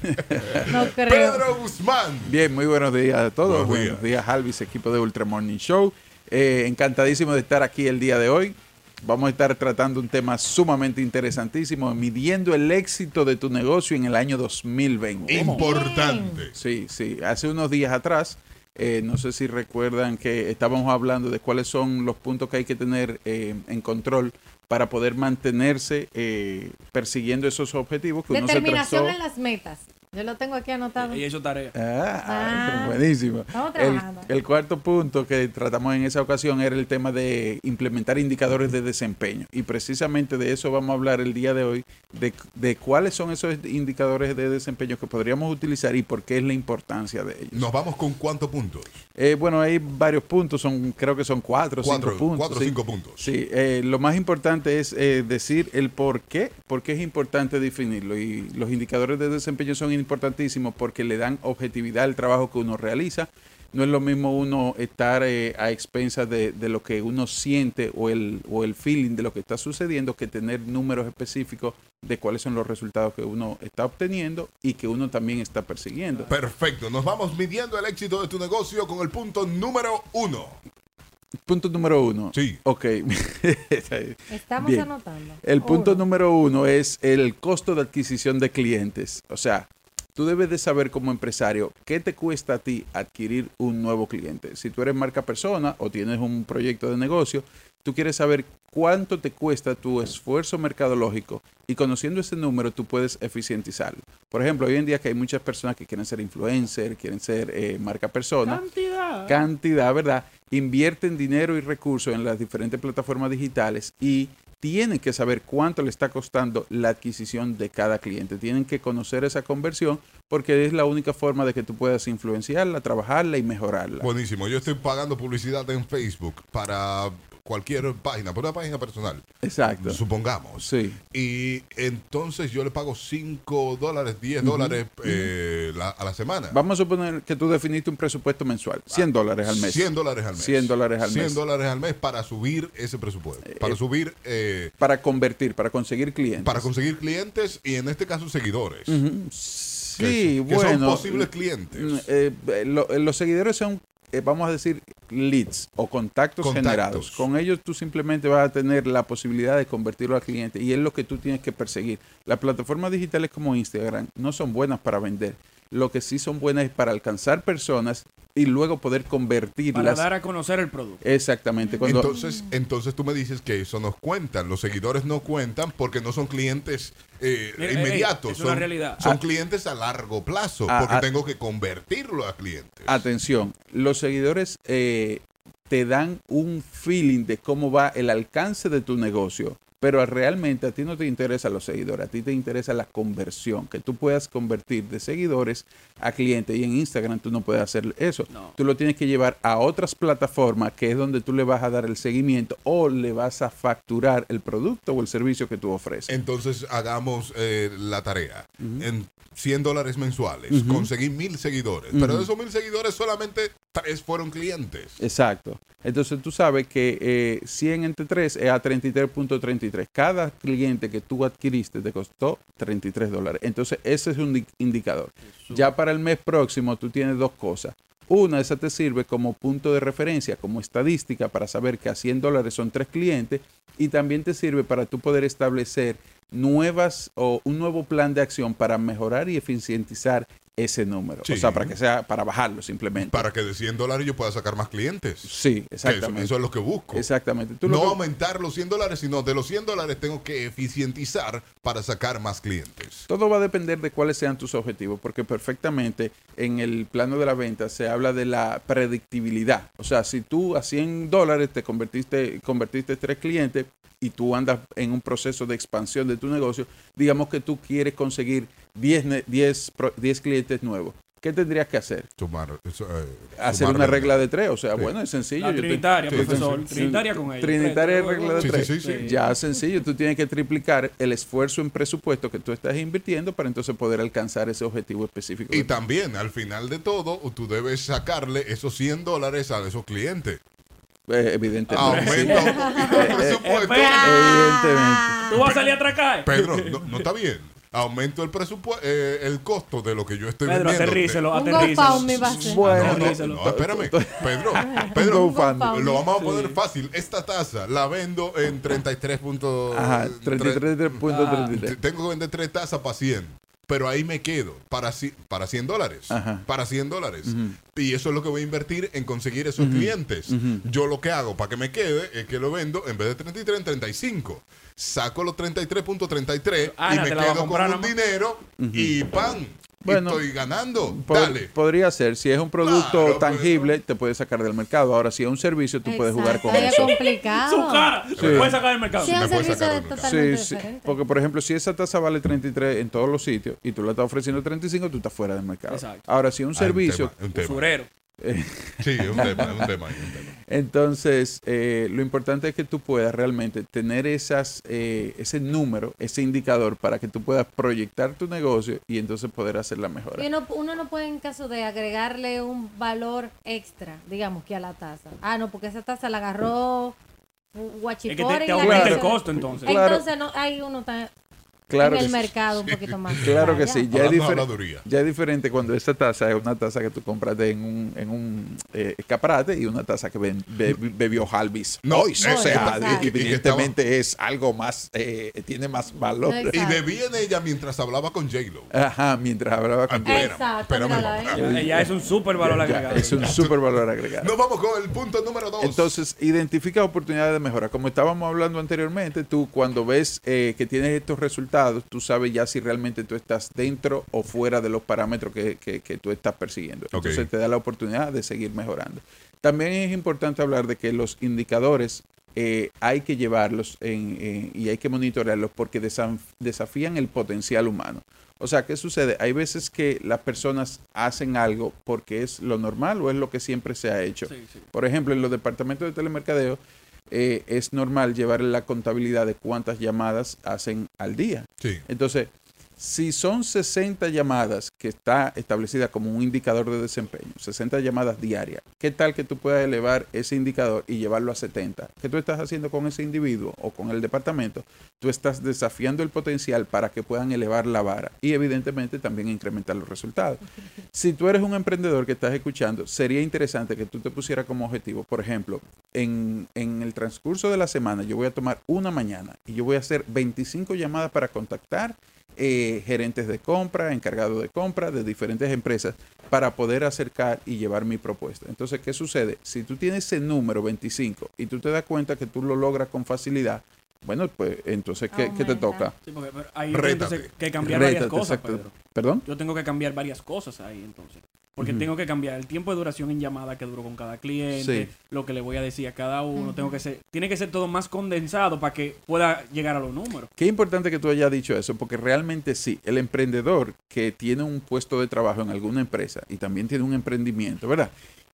B: No creo.
A: Pedro Guzmán.
M: Bien, muy buenos días a todos.
A: Buenos
M: Buenos días, Alvis, equipo de Ultra Morning Show. Eh, encantadísimo de estar aquí el día de hoy. Vamos a estar tratando un tema sumamente interesantísimo, midiendo el éxito de tu negocio en el año 2020.
A: Importante.
M: Sí, sí. Hace unos días atrás, eh, no sé si recuerdan que estábamos hablando de cuáles son los puntos que hay que tener eh, en control para poder mantenerse eh, persiguiendo esos objetivos que
A: pues
M: uno se trazó.
B: Determinación en las metas. Yo lo tengo aquí anotado.
C: Y eso tarea.
M: Ah,
B: Ah.
M: pero buenísimo.
B: Estamos
M: El,
B: trabajando.
M: el cuarto punto que tratamos en esa ocasión era el tema de implementar indicadores de desempeño. Y precisamente de eso vamos a hablar el día de hoy, de, de cuáles son esos indicadores de desempeño que podríamos utilizar y por qué es la importancia de ellos.
A: Nos vamos con cuántos puntos.
M: Eh, bueno, hay varios puntos, son, creo que son cuatro o
A: Cuatro,
M: cinco puntos.
A: cuatro o
M: sí.
A: cinco puntos.
M: Sí, eh, lo más importante es eh, decir el por qué, porque es importante definirlo. Y los indicadores de desempeño son importantísimos porque le dan objetividad al trabajo que uno realiza. No es lo mismo uno estar eh, a expensas de, de lo que uno siente o el, o el feeling de lo que está sucediendo que tener números específicos de cuáles son los resultados que uno está obteniendo y que uno también está persiguiendo.
A: Perfecto, nos vamos midiendo el éxito de tu negocio con el punto número uno.
M: Punto número uno.
A: Sí.
M: Ok. Está bien.
B: Estamos
M: Bien.
B: anotando.
M: El punto
B: Uno.
M: número uno es el costo de adquisición de clientes. O sea, tú debes de saber como empresario qué te cuesta a ti adquirir un nuevo cliente. Si tú eres marca persona o tienes un proyecto de negocio, tú quieres saber cuánto te cuesta tu esfuerzo mercadológico y conociendo ese número tú puedes eficientizarlo. Por ejemplo, hoy en día que hay muchas personas que quieren ser influencer, quieren ser eh, marca persona
C: Cantidad.
M: cantidad, ¿verdad? Invierten dinero y recursos en las diferentes plataformas digitales y tienen que saber cuánto le está costando la adquisición de cada cliente. Tienen que conocer esa conversión porque es la única forma de que tú puedas influenciarla, trabajarla y mejorarla.
A: Buenísimo, yo estoy pagando publicidad en Facebook para cualquier página, por una página personal,
M: Exacto.
A: supongamos.
M: Sí.
A: Y entonces yo le pago 5 dólares, 10 dólares eh, la- a la semana.
M: Vamos a suponer que tú definiste un presupuesto mensual, 100 dólares al mes.
A: 100 dólares al mes.
M: 100 dólares al
A: 100
M: mes.
A: dólares al mes para subir ese presupuesto. Para subir, eh,
M: Para convertir, para conseguir clientes.
A: para conseguir clientes y en este caso seguidores.
M: Ujú. Sí,
A: que son
M: bueno.
A: posibles clientes.
M: Mm, eh, eh, lo- eh, los seguidores son, eh, vamos a decir, leads o contactos,
A: Contactos.
M: generados. Con ellos tú simplemente vas a tener la posibilidad de convertirlo a cliente y es lo que tú tienes que perseguir. Las plataformas digitales como Instagram no son buenas para vender. lo que sí son buenas es para alcanzar personas y luego poder
C: Para
M: convertirlas.
C: dar a conocer el producto.
M: Exactamente. Cuando,
A: Entonces, entonces tú me dices que eso nos cuentan. Los seguidores no cuentan porque no son clientes eh,
C: Mira, ey,
A: inmediatos.
C: es
A: son
C: una realidad.
A: son
C: Ah.
A: clientes a largo plazo
M: Ah,
A: porque
M: ah.
A: tengo que convertirlo a cliente.
M: Atención, los seguidores eh, te dan un feeling de cómo va el alcance de tu negocio, pero realmente a ti no te interesan los seguidores, a ti te interesa la conversión, que tú puedas convertir de seguidores a clientes y en Instagram tú no puedes hacer eso. Tú lo tienes que llevar a otras plataformas que es donde tú le vas a dar el seguimiento o le vas a facturar el producto o el servicio que tú ofreces.
A: Entonces hagamos eh, la tarea. En 100 dólares mensuales
M: Ujú.
A: conseguí mil seguidores. Pero de esos mil seguidores solamente tres fueron clientes.
M: Exacto. Entonces tú sabes que eh, 100 entre 3 es a 33.33. Cada cliente que tú adquiriste te costó 33 dólares. Entonces ese es un di- indicador. Ya para el mes próximo tú tienes dos cosas. Una, esa te sirve como punto de referencia, como estadística para saber que a 100 dólares son tres clientes y también te sirve para tú poder establecer nuevas o un nuevo plan de acción para mejorar y eficientizar ese número. O
A: Sí.
M: sea, para que sea, para bajarlo simplemente.
A: Para que de 100 dólares yo pueda sacar más clientes.
M: Sí, exactamente.
A: Eso, eso es lo que busco.
M: Exactamente. Tú lo
A: No
M: que-
A: aumentar los 100 dólares, sino de los 100 dólares tengo que eficientizar para sacar más clientes.
M: Todo va a depender de cuáles sean tus objetivos, porque perfectamente en el plano de la venta se habla de la predictibilidad. O sea, si tú a 100 dólares te convertiste, convertiste tres clientes y tú andas en un proceso de expansión de tu negocio, digamos que tú quieres conseguir 10, ne- 10, pro- 10 clientes nuevos. ¿Qué tendrías que hacer?
A: Sumar, eso, eh,
M: Hacer
A: sumar
M: una
A: regla.
M: regla de tres, o sea,
A: Sí.
M: bueno, es sencillo.
C: La
M: yo te-
C: trinitaria,
M: Sí,
C: profesor,
M: sí, sí.
C: trinitaria con ella.
M: Trinitaria
C: Tres,
M: regla de
C: sí,
M: tres.
C: sí, sí, sí.
M: Ya sencillo, tú tienes que triplicar el esfuerzo en presupuesto que tú estás invirtiendo para entonces poder alcanzar ese objetivo específico.
A: Y también, al final de todo, tú debes sacarle esos 100 dólares a esos clientes.
M: Eh, evidentemente.
A: Aumenta
M: sí. Eh,
A: un poquito el presupuesto.
M: Evidentemente.
C: Tú vas a salir a atracar.
A: Pedro, no, no está bien. Aumento el presupuesto, el costo de lo que yo estoy
C: Pedro,
A: vendiendo.
C: aterrícelo,
B: Un aterrícelo. GoFundMe va a ser. Bueno,
A: No, no,
B: aterrícelo.
A: no, espérame. Pedro, Pedro,
M: GoFundMe.
A: lo vamos a poner fácil. Esta taza la vendo en 33. punto-
M: Ajá, 33.33.
A: Te- Tengo que vender tres tazas para 100. Pero ahí me quedo para, ci- para 100 dólares.
M: Ajá.
A: Para 100 dólares.
M: Ujú.
A: Y eso es lo que voy a invertir en conseguir esos
M: Ujú.
A: clientes.
M: Ujú.
A: Yo lo que hago para que me quede es que lo vendo en vez de 33 en 35. Saco los 33.33 y me
C: Ana, Ah, te la va a
A: quedo con
C: comprar,
A: un
C: ama.
A: dinero y pan.
M: Bueno.
A: y estoy ganando.
M: Pod-
A: Dale.
M: Podría ser, si es un producto tangible, te puedes sacar del mercado. Ahora, si es un servicio, tú puedes jugar con
B: Estaría
M: eso.
B: complicado.
C: Su cara.
M: Sí.
C: Puedes sacar del mercado.
B: Sí, un servicio de
M: Sí,
B: totalmente
M: sí.
B: diferente.
M: Porque, por ejemplo, si esa tasa vale 33 en todos los sitios y tú la estás ofreciendo 35, tú estás fuera del mercado.
C: Exacto.
M: Ahora, si es un
A: Hay un
M: servicio. Eh,
A: tema, un tema.
C: Usurero.
A: Sí, es un tema, es un tema, es un tema.
M: Entonces, eh, lo importante es que tú puedas realmente tener esas, eh, ese número, ese indicador para que tú puedas proyectar tu negocio y entonces poder hacer la mejora.
B: Y uno, uno no puede en caso de agregarle un valor extra, digamos que a la taza. Ah, no, porque esa taza la agarró
C: Es
B: Guachipori.
C: que te- te
B: y la
C: aumenta
B: hizo-
C: el costo, entonces.
B: Entonces no, ahí uno está
M: Claro
B: en
M: que
B: el
M: sí.
B: mercado un poquito más.
M: Claro que sí, ya es,
A: Hablando de
M: diferen-
A: habladuría.
M: ya es diferente cuando esa taza es una taza que tú compraste en un, en un eh, escaparate y una taza que ben- be- bebió Halvis.
A: No,
M: Hoy,
A: no,
M: o sea,
A: exacto.
M: y- evidentemente es algo más, eh, tiene más valor.
A: Y bebí en ella mientras hablaba con J-Lo.
M: Ajá, mientras hablaba con
B: Exacto,
A: espérame,
B: mírala,
A: mamá.
B: ¿eh?
C: Ya, ya es un súper valor
M: Ya,
C: agregado.
M: Es un super valor agregado.
A: Nos vamos con el punto número 2.
M: Entonces, identifica oportunidades de mejora. Como estábamos hablando anteriormente, tú cuando ves eh, que tienes estos resultados, tú sabes ya si realmente tú estás dentro o fuera de los parámetros que, que- que tú estás persiguiendo.
A: Ok.
M: Entonces, te da la oportunidad de seguir mejorando. También es importante hablar de que los indicadores eh, hay que llevarlos en- en- y hay que monitorearlos porque desan- desafían el potencial humano. O sea, ¿qué sucede? Hay veces que las personas hacen algo porque es lo normal o es lo que siempre se ha hecho. Por ejemplo, en los departamentos de telemercadeo eh, es normal llevar la contabilidad de cuántas llamadas hacen al día.
A: Sí.
M: Entonces, si son 60 llamadas que está establecida como un indicador de desempeño, 60 llamadas diarias, ¿qué tal que tú puedas elevar ese indicador y llevarlo a 70? ¿Qué tú estás haciendo con ese individuo o con el departamento? Tú estás desafiando el potencial para que puedan elevar la vara y evidentemente también incrementar los resultados. Si tú eres un emprendedor que estás escuchando, sería interesante que tú te pusieras como objetivo, por ejemplo, en, en el transcurso de la semana yo voy a tomar una mañana y yo voy a hacer 25 llamadas para contactar eh, gerentes de compra, encargados de compra de diferentes empresas para poder acercar y llevar mi propuesta. Entonces, ¿qué sucede? Si tú tienes ese número 25 y tú te das cuenta que tú lo logras con facilidad, bueno, pues entonces, ¿qué, qué te toca?
C: Sí, porque, pero ahí yo tengo
M: Rétate.
C: entonces que cambiar varias
M: Rétate,
C: cosas. pues,
M: exacto.
C: Pedro.
M: ¿Perdón?
C: Yo tengo que cambiar varias cosas ahí entonces. Porque
M: Ujú.
C: tengo que cambiar el tiempo de duración en llamada que duro con cada cliente,
M: Sí.
C: lo que le voy a decir a cada uno.
M: Ujú.
C: Tengo que ser, tiene que ser todo más condensado para que pueda llegar a los números.
M: Qué importante que tú hayas dicho eso, porque realmente sí, el emprendedor que tiene un puesto de trabajo en alguna empresa y también tiene un emprendimiento, ¿verdad?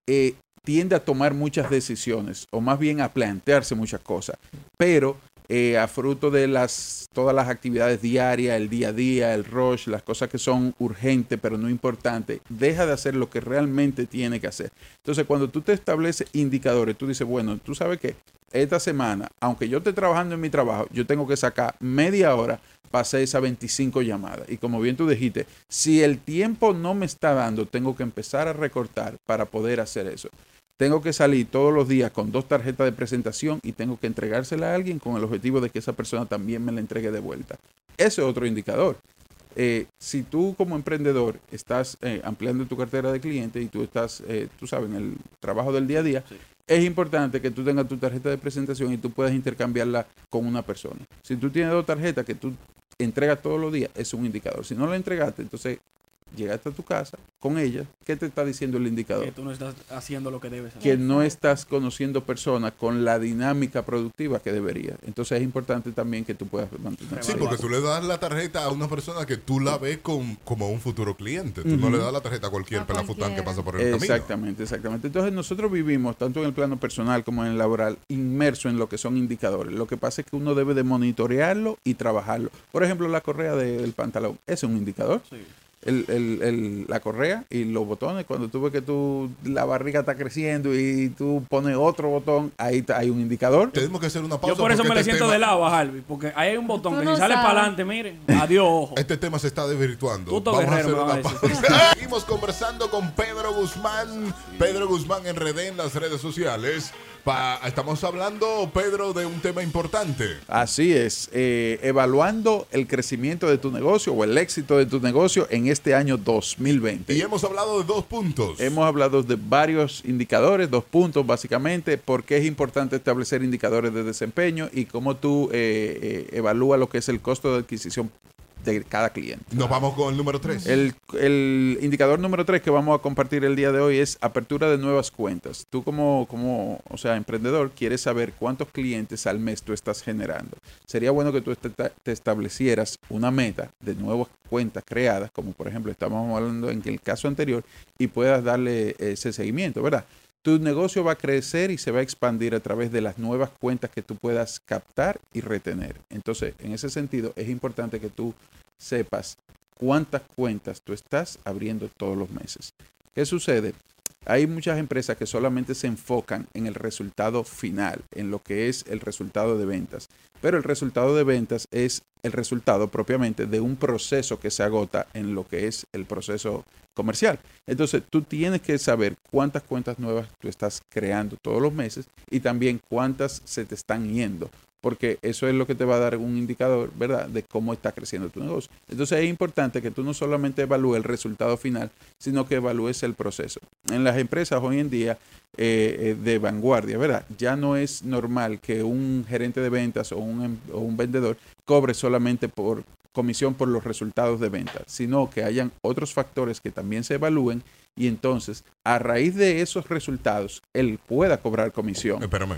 M: Eh, tiende a tomar muchas decisiones o más bien a plantearse muchas cosas, pero eh, a fruto de las, todas las actividades diarias, el día a día, el rush, las cosas que son urgentes pero no importantes, deja de hacer lo que realmente tiene que hacer. Entonces, cuando tú te estableces indicadores, tú dices, bueno, tú sabes que esta semana, aunque yo esté trabajando en mi trabajo, yo tengo que sacar media hora para hacer esas 25 llamadas. Y como bien tú dijiste, si el tiempo no me está dando, tengo que empezar a recortar para poder hacer eso. Tengo que salir todos los días con dos tarjetas de presentación y tengo que entregársela a alguien con el objetivo de que esa persona también me la entregue de vuelta. Ese es otro indicador. Eh, si tú como emprendedor estás eh, ampliando tu cartera de clientes y tú estás, eh, tú sabes, en el trabajo del día a día, es importante que tú tengas tu tarjeta de presentación y tú puedas intercambiarla con una persona. Si tú tienes dos tarjetas que tú entregas todos los días, es un indicador. Si no la entregaste, entonces llegaste a tu casa con ella. ¿Qué te está diciendo el indicador?
C: Que tú no estás haciendo lo que debes hacer.
M: que no estás conociendo personas con la dinámica productiva que debería. Entonces es importante también que tú puedas mantener.
A: Sí, porque tú le das la tarjeta a una persona que tú la ves con- como un futuro cliente. Tú no
M: Ujú.
A: le das la tarjeta a cualquier pelafután que pasa por el camino.
M: Exactamente, exactamente. Entonces nosotros vivimos, tanto en el plano personal como en el laboral, inmerso en lo que son indicadores. Lo que pasa es que uno debe de monitorearlo y trabajarlo. Por ejemplo, la correa del pantalón, ese es un indicador. El- el- el- la correa y los botones, cuando tú ves que tú, la barriga está creciendo y tú pones otro botón, ahí ta- hay un indicador.
A: Tenemos que hacer una
C: Yo por eso me
M: este
C: le siento de lado a Harvey, porque ahí hay un botón que si sale para adelante, mire, adiós, ojo.
A: Este tema se está desvirtuando.
C: Tuto
A: Vamos a hacer
C: Guerrero me va a
A: una pausa. Seguimos conversando con Pedro Guzmán. Pedro Guzmán en red en las redes sociales. Pa- estamos hablando, Pedro, de un tema importante.
M: Así es, eh, evaluando el crecimiento de tu negocio o el éxito de tu negocio en este año 2020.
A: Y hemos hablado de dos puntos.
M: Hemos hablado de varios indicadores, dos puntos básicamente, por qué es importante establecer indicadores de desempeño y cómo tú eh, eh, evalúas lo que es el costo de adquisición de cada cliente.
A: Nos vamos con el número 3.
M: El, el indicador número 3 que vamos a compartir el día de hoy es apertura de nuevas cuentas. Tú como, como o sea, emprendedor, quieres saber cuántos clientes al mes tú estás generando. Sería bueno que tú este- te establecieras una meta de nuevas cuentas creadas, como por ejemplo estábamos hablando en el caso anterior, y puedas darle ese seguimiento, ¿verdad? Tu negocio va a crecer y se va a expandir a través de las nuevas cuentas que tú puedas captar y retener. Entonces, en ese sentido, es importante que tú sepas cuántas cuentas tú estás abriendo todos los meses. ¿Qué sucede? Hay muchas empresas que solamente se enfocan en el resultado final, en lo que es el resultado de ventas. Pero el resultado de ventas es el resultado propiamente de un proceso que se agota en lo que es el proceso comercial. Entonces tú tienes que saber cuántas cuentas nuevas tú estás creando todos los meses y también cuántas se te están yendo porque eso es lo que te va a dar un indicador, ¿verdad?, de cómo está creciendo tu negocio. Entonces es importante que tú no solamente evalúes el resultado final, sino que evalúes el proceso. En las empresas hoy en día eh, eh, de vanguardia, ¿verdad?, ya no es normal que un gerente de ventas o un, em- o un vendedor cobre solamente por comisión por los resultados de venta, sino que hayan otros factores que también se evalúen y entonces a raíz de esos resultados él pueda cobrar comisión.
A: Espérame.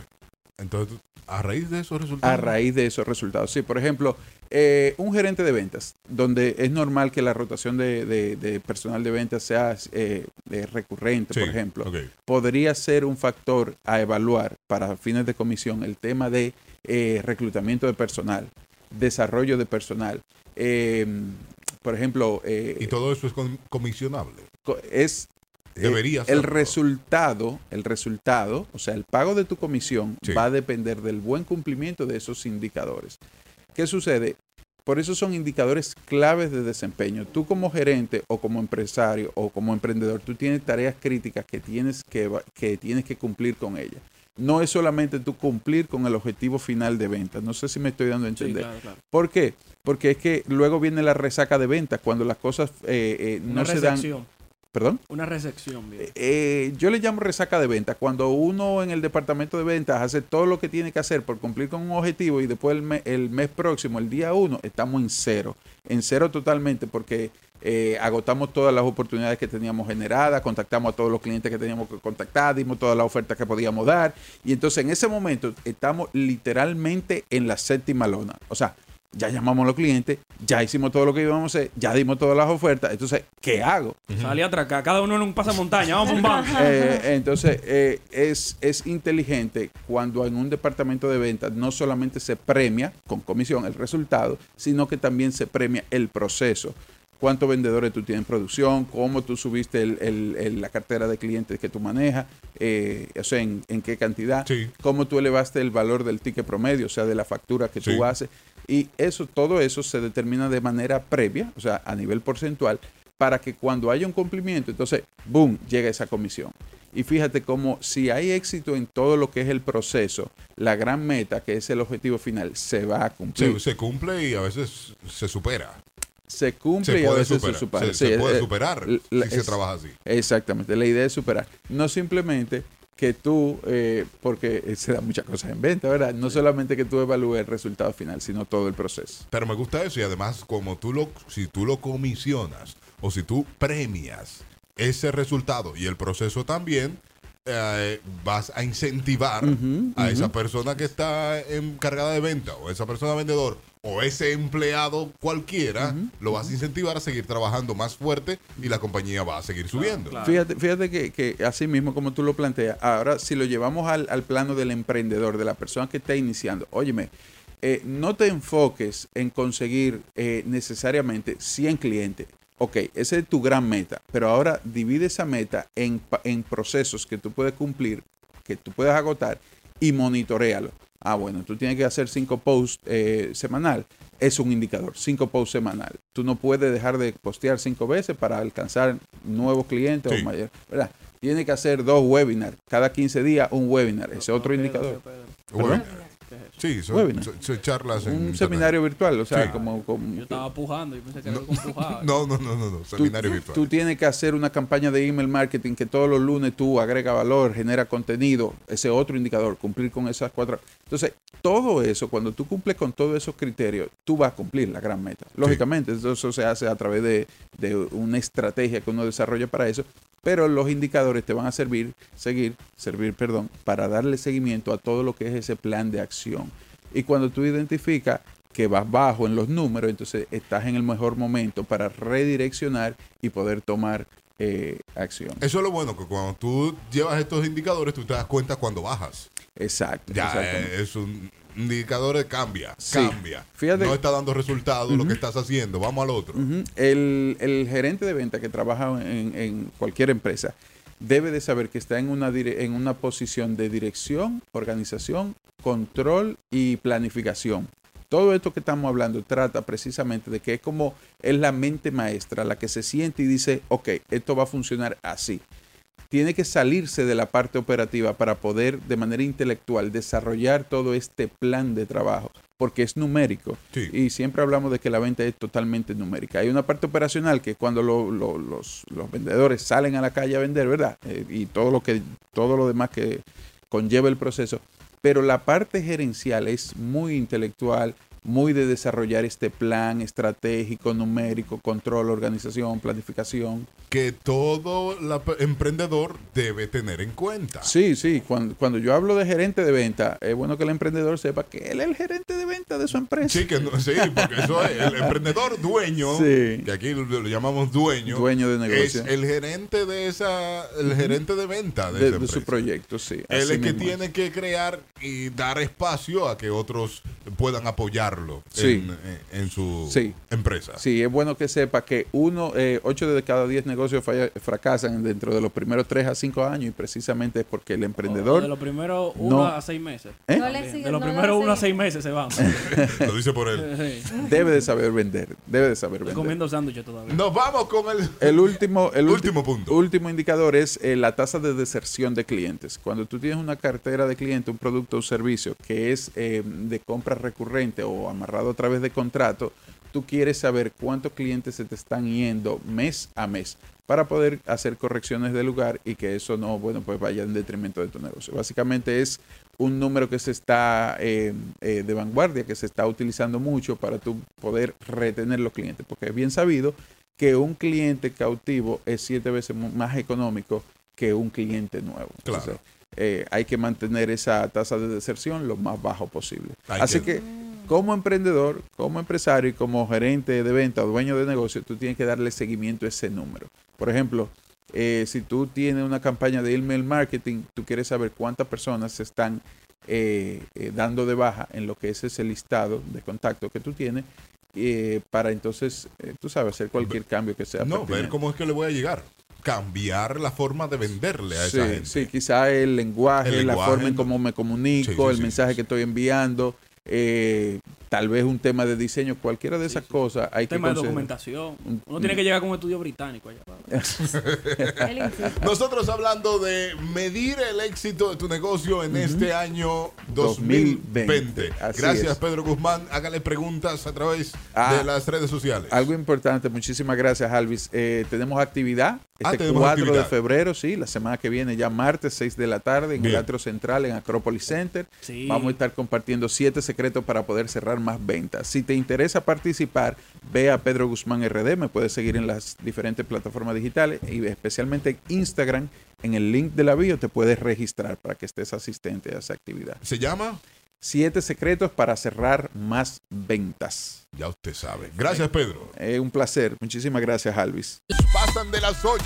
A: Entonces, a raíz de esos
M: A
A: resultados.
M: raíz de esos resultados. Sí, por ejemplo, eh, un gerente de ventas, donde es normal que la rotación de, de- de personal de ventas sea eh, de recurrente, por ejemplo, podría ser un factor a evaluar para fines de comisión el tema de eh, reclutamiento de personal, desarrollo de personal. eh, por ejemplo... eh, y
A: todo eso es comisionable.
M: Es eh,
A: Debería
M: el
A: serlo.
M: resultado, el resultado, o sea, el pago de tu comisión va a depender del buen cumplimiento de esos indicadores. ¿Qué sucede? Por eso son indicadores claves de desempeño. Tú como gerente o como empresario o como emprendedor, tú tienes tareas críticas que tienes que, eva- que, tienes que cumplir con ellas. no es solamente tú cumplir con el objetivo final de venta. No sé si me estoy dando a
C: Sí,
M: entender.
C: claro, claro.
M: ¿Por qué? Porque es que luego viene la resaca de ventas cuando las cosas eh, eh, no
C: Una
M: se
C: recepción.
M: dan. ¿Perdón?
C: Una resección. bien.
M: Eh, yo le llamo resaca de ventas. Cuando uno en el departamento de ventas hace todo lo que tiene que hacer por cumplir con un objetivo y después el, me- el mes próximo, el día uno, estamos en cero. En cero totalmente porque eh, agotamos todas las oportunidades que teníamos generadas, contactamos a todos los clientes que teníamos que contactar, dimos todas las ofertas que podíamos dar. Y entonces en ese momento estamos literalmente en la séptima lona. O sea, ya llamamos a los clientes, ya hicimos todo lo que íbamos a hacer, ya dimos todas las ofertas. Entonces, ¿qué hago?
C: Salí a atracar. Cada uno en un pasamontaña. Vamos, pum, vamos.
M: Eh, entonces, eh, es, es inteligente cuando en un departamento de ventas no solamente se premia con comisión el resultado, sino que también se premia el proceso. Cuántos vendedores tú tienes en producción, cómo tú subiste el- el- el- la cartera de clientes que tú manejas, eh, o sea, en, en qué cantidad, cómo tú elevaste el valor del ticket promedio, o sea, de la factura que
A: Sí.
M: tú haces. Y eso, todo eso se determina de manera previa, o sea, a nivel porcentual, para que cuando haya un cumplimiento, entonces, boom, llega esa comisión. Y fíjate cómo si hay éxito en todo lo que es el proceso, la gran meta, que es el objetivo final, se va a cumplir.
A: Se, se cumple y a veces se supera.
M: Se cumple
A: Se
M: y a
A: puede
M: veces
A: superar,
M: se supera.
A: se- se
M: es-
A: puede
M: es-
A: superar si se trabaja así.
M: Exactamente, la idea es superar. No simplemente que tú, eh, porque eh, se dan muchas cosas en venta, ¿verdad? No solamente que tú evalúes el resultado final, sino todo el proceso.
A: Pero me gusta eso y además como tú lo, si tú lo comisionas o si tú premias ese resultado y el proceso también, eh, vas a incentivar a esa persona que está encargada de venta o esa persona vendedor o ese empleado cualquiera, lo vas a incentivar a seguir trabajando más fuerte y la compañía va a seguir subiendo.
M: Fíjate, fíjate que, que así mismo como tú lo planteas, ahora si lo llevamos al, al plano del emprendedor, de la persona que está iniciando, óyeme, eh, no te enfoques en conseguir eh, necesariamente 100 clientes. Ok, esa es tu gran meta, pero ahora divide esa meta en, pa- en procesos que tú puedes cumplir, que tú puedes agotar y monitorealo. Ah, bueno, tú tienes que hacer cinco posts eh, semanal. Es un indicador, cinco posts semanal. Tú no puedes dejar de postear cinco veces para alcanzar nuevos clientes o mayor, ¿verdad? Tienes que hacer dos webinars, cada 15 días un webinar. Ese es otro indicador. ¿Perdón?
A: Webinar. Sí, son,
M: Webinar.
A: son- son charlas en
M: un
A: internet.
M: seminario virtual, o sea,
A: Sí.
M: como, como-
C: Yo estaba pujando. Yo pensé que era algo empujado.
A: No, no, no, no, no,
M: tú-
A: seminario
M: tú,
A: virtual.
M: tú tienes que hacer una campaña de email marketing que todos los lunes tú agrega valor, genera contenido, ese otro indicador, cumplir con esas cuatro. Entonces, todo eso, cuando tú cumples con todos esos criterios, tú vas a cumplir la gran meta. Lógicamente, eso, eso se hace a través de, de una estrategia que uno desarrolla para eso, pero los indicadores te van a servir, seguir, servir, perdón, para darle seguimiento a todo lo que es ese plan de acción. Y cuando tú identificas que vas bajo en los números, entonces estás en el mejor momento para redireccionar y poder tomar eh, acción.
A: Eso es lo bueno, que cuando tú llevas estos indicadores, tú te das cuenta cuando bajas.
M: Exacto.
A: Ya,
M: exactamente.
A: eh, es un indicador de cambia,
M: Sí.
A: cambia.
M: Fíjate-
A: No está dando resultado lo que estás haciendo, vamos al otro.
M: Ujú. el, el gerente de venta que trabaja en, en cualquier empresa debe de saber que está en una, dire- en una posición de dirección, organización, control y planificación. Todo esto que estamos hablando trata precisamente de que es como es la mente maestra la que se siente y dice, ok, esto va a funcionar así tiene que salirse de la parte operativa para poder de manera intelectual desarrollar todo este plan de trabajo, porque es numérico. Y siempre hablamos de que la venta es totalmente numérica. Hay una parte operacional que es cuando lo- lo- los, los vendedores salen a la calle a vender, ¿verdad? Eh, y todo lo, que, todo lo demás que conlleva el proceso. Pero la parte gerencial es muy intelectual, muy de desarrollar este plan estratégico, numérico, control, organización, planificación.
A: Que todo la pe- emprendedor debe tener en cuenta.
M: Sí, sí, cuando, cuando yo hablo de gerente de venta, es bueno que el emprendedor sepa que él es el gerente de venta de su empresa.
A: Sí, que no- sí, porque eso es el emprendedor dueño,
M: Sí.
A: que aquí lo, lo llamamos dueño,
M: Dueño de
A: es
M: negocio.
A: el gerente de esa, el
M: Ujú.
A: gerente de venta de,
M: de,
A: esa
M: de su
A: empresa.
M: proyecto, sí. así
A: Él es que
M: mismo es.
A: tiene que crear y dar espacio a que otros puedan apoyar aplicarlo
M: Sí.
A: en, en su
M: Sí.
A: empresa.
M: Sí, es bueno que sepa que uno, eh, ocho de cada 10 negocios falla- fracasan dentro de los primeros 3 a 5 años y precisamente es porque el emprendedor...
C: De los primeros uno
M: no-
C: a seis meses.
M: ¿Eh?
C: También. de los primeros uno a seis meses se van.
A: Lo dice por él.
C: Sí.
M: Debe de saber vender, debe de saber
C: Estoy
M: vender.
C: comiendo sándwiches todavía.
A: Nos vamos con el...
M: El último, el
A: Último
M: ulti- último indicador es eh, la tasa de deserción de clientes. Cuando tú tienes una cartera de cliente, un producto o servicio que es eh, de compra recurrente o amarrado a través de contrato, tú quieres saber cuántos clientes se te están yendo mes a mes para poder hacer correcciones de lugar y que eso no, bueno, pues vaya en detrimento de tu negocio. Básicamente es un número que se está eh, eh, de vanguardia, que se está utilizando mucho para tú poder retener los clientes, porque es bien sabido que un cliente cautivo es siete veces mu- más económico que un cliente nuevo. Entonces, eh, hay que mantener esa tasa de deserción lo más bajo posible.
A: Hay
M: Así
A: que-
M: que, como emprendedor, como empresario y como gerente de venta o dueño de negocio, tú tienes que darle seguimiento a ese número. Por ejemplo, eh, si tú tienes una campaña de email marketing, tú quieres saber cuántas personas se están eh, eh, dando de baja en lo que es ese listado de contacto que tú tienes eh, para entonces, eh, tú sabes, hacer cualquier cambio que sea.
A: No, ver
M: pertinente.
A: cómo es que le voy a llegar. Cambiar la forma de venderle a
M: Sí,
A: esa gente.
M: sí, quizá el lenguaje,
A: El
M: la
A: lenguaje,
M: forma en
A: ¿no?
M: cómo me comunico,
A: Sí, sí,
M: el
A: sí,
M: mensaje que estoy enviando, eh, tal vez un tema de diseño, cualquiera de esas cosas hay que
C: Tema de
M: considerar.
C: documentación.
M: Un-
C: Uno tiene que llegar con un estudio británico allá.
A: Nosotros hablando de medir el éxito de tu negocio en este año 2020.
M: 2020, así
A: Gracias,
M: es.
A: Pedro Guzmán. Hágale preguntas a través
M: Ah.
A: de las redes sociales.
M: Algo importante, muchísimas gracias, Alvis. Eh, tenemos actividad
A: Ah,
M: este
A: tenemos
M: 4 de
A: actividad.
M: febrero, sí, la semana que viene, ya martes, 6 de la tarde, en
A: Bien.
M: el Teatro Central, en Acropolis Center.
C: Sí.
M: Vamos a estar compartiendo siete secretos para poder cerrar más ventas. Si te interesa participar, ve a Pedro Guzmán RD, me puedes seguir en las diferentes plataformas digitales y especialmente en Instagram, en el link de la bio, te puedes registrar para que estés asistente a esa actividad.
A: ¿Se llama?
M: Siete secretos para cerrar más ventas.
A: Ya usted sabe. Gracias, Pedro.
M: Eh, un placer. Muchísimas gracias, Alvis.
A: Pasan de las 8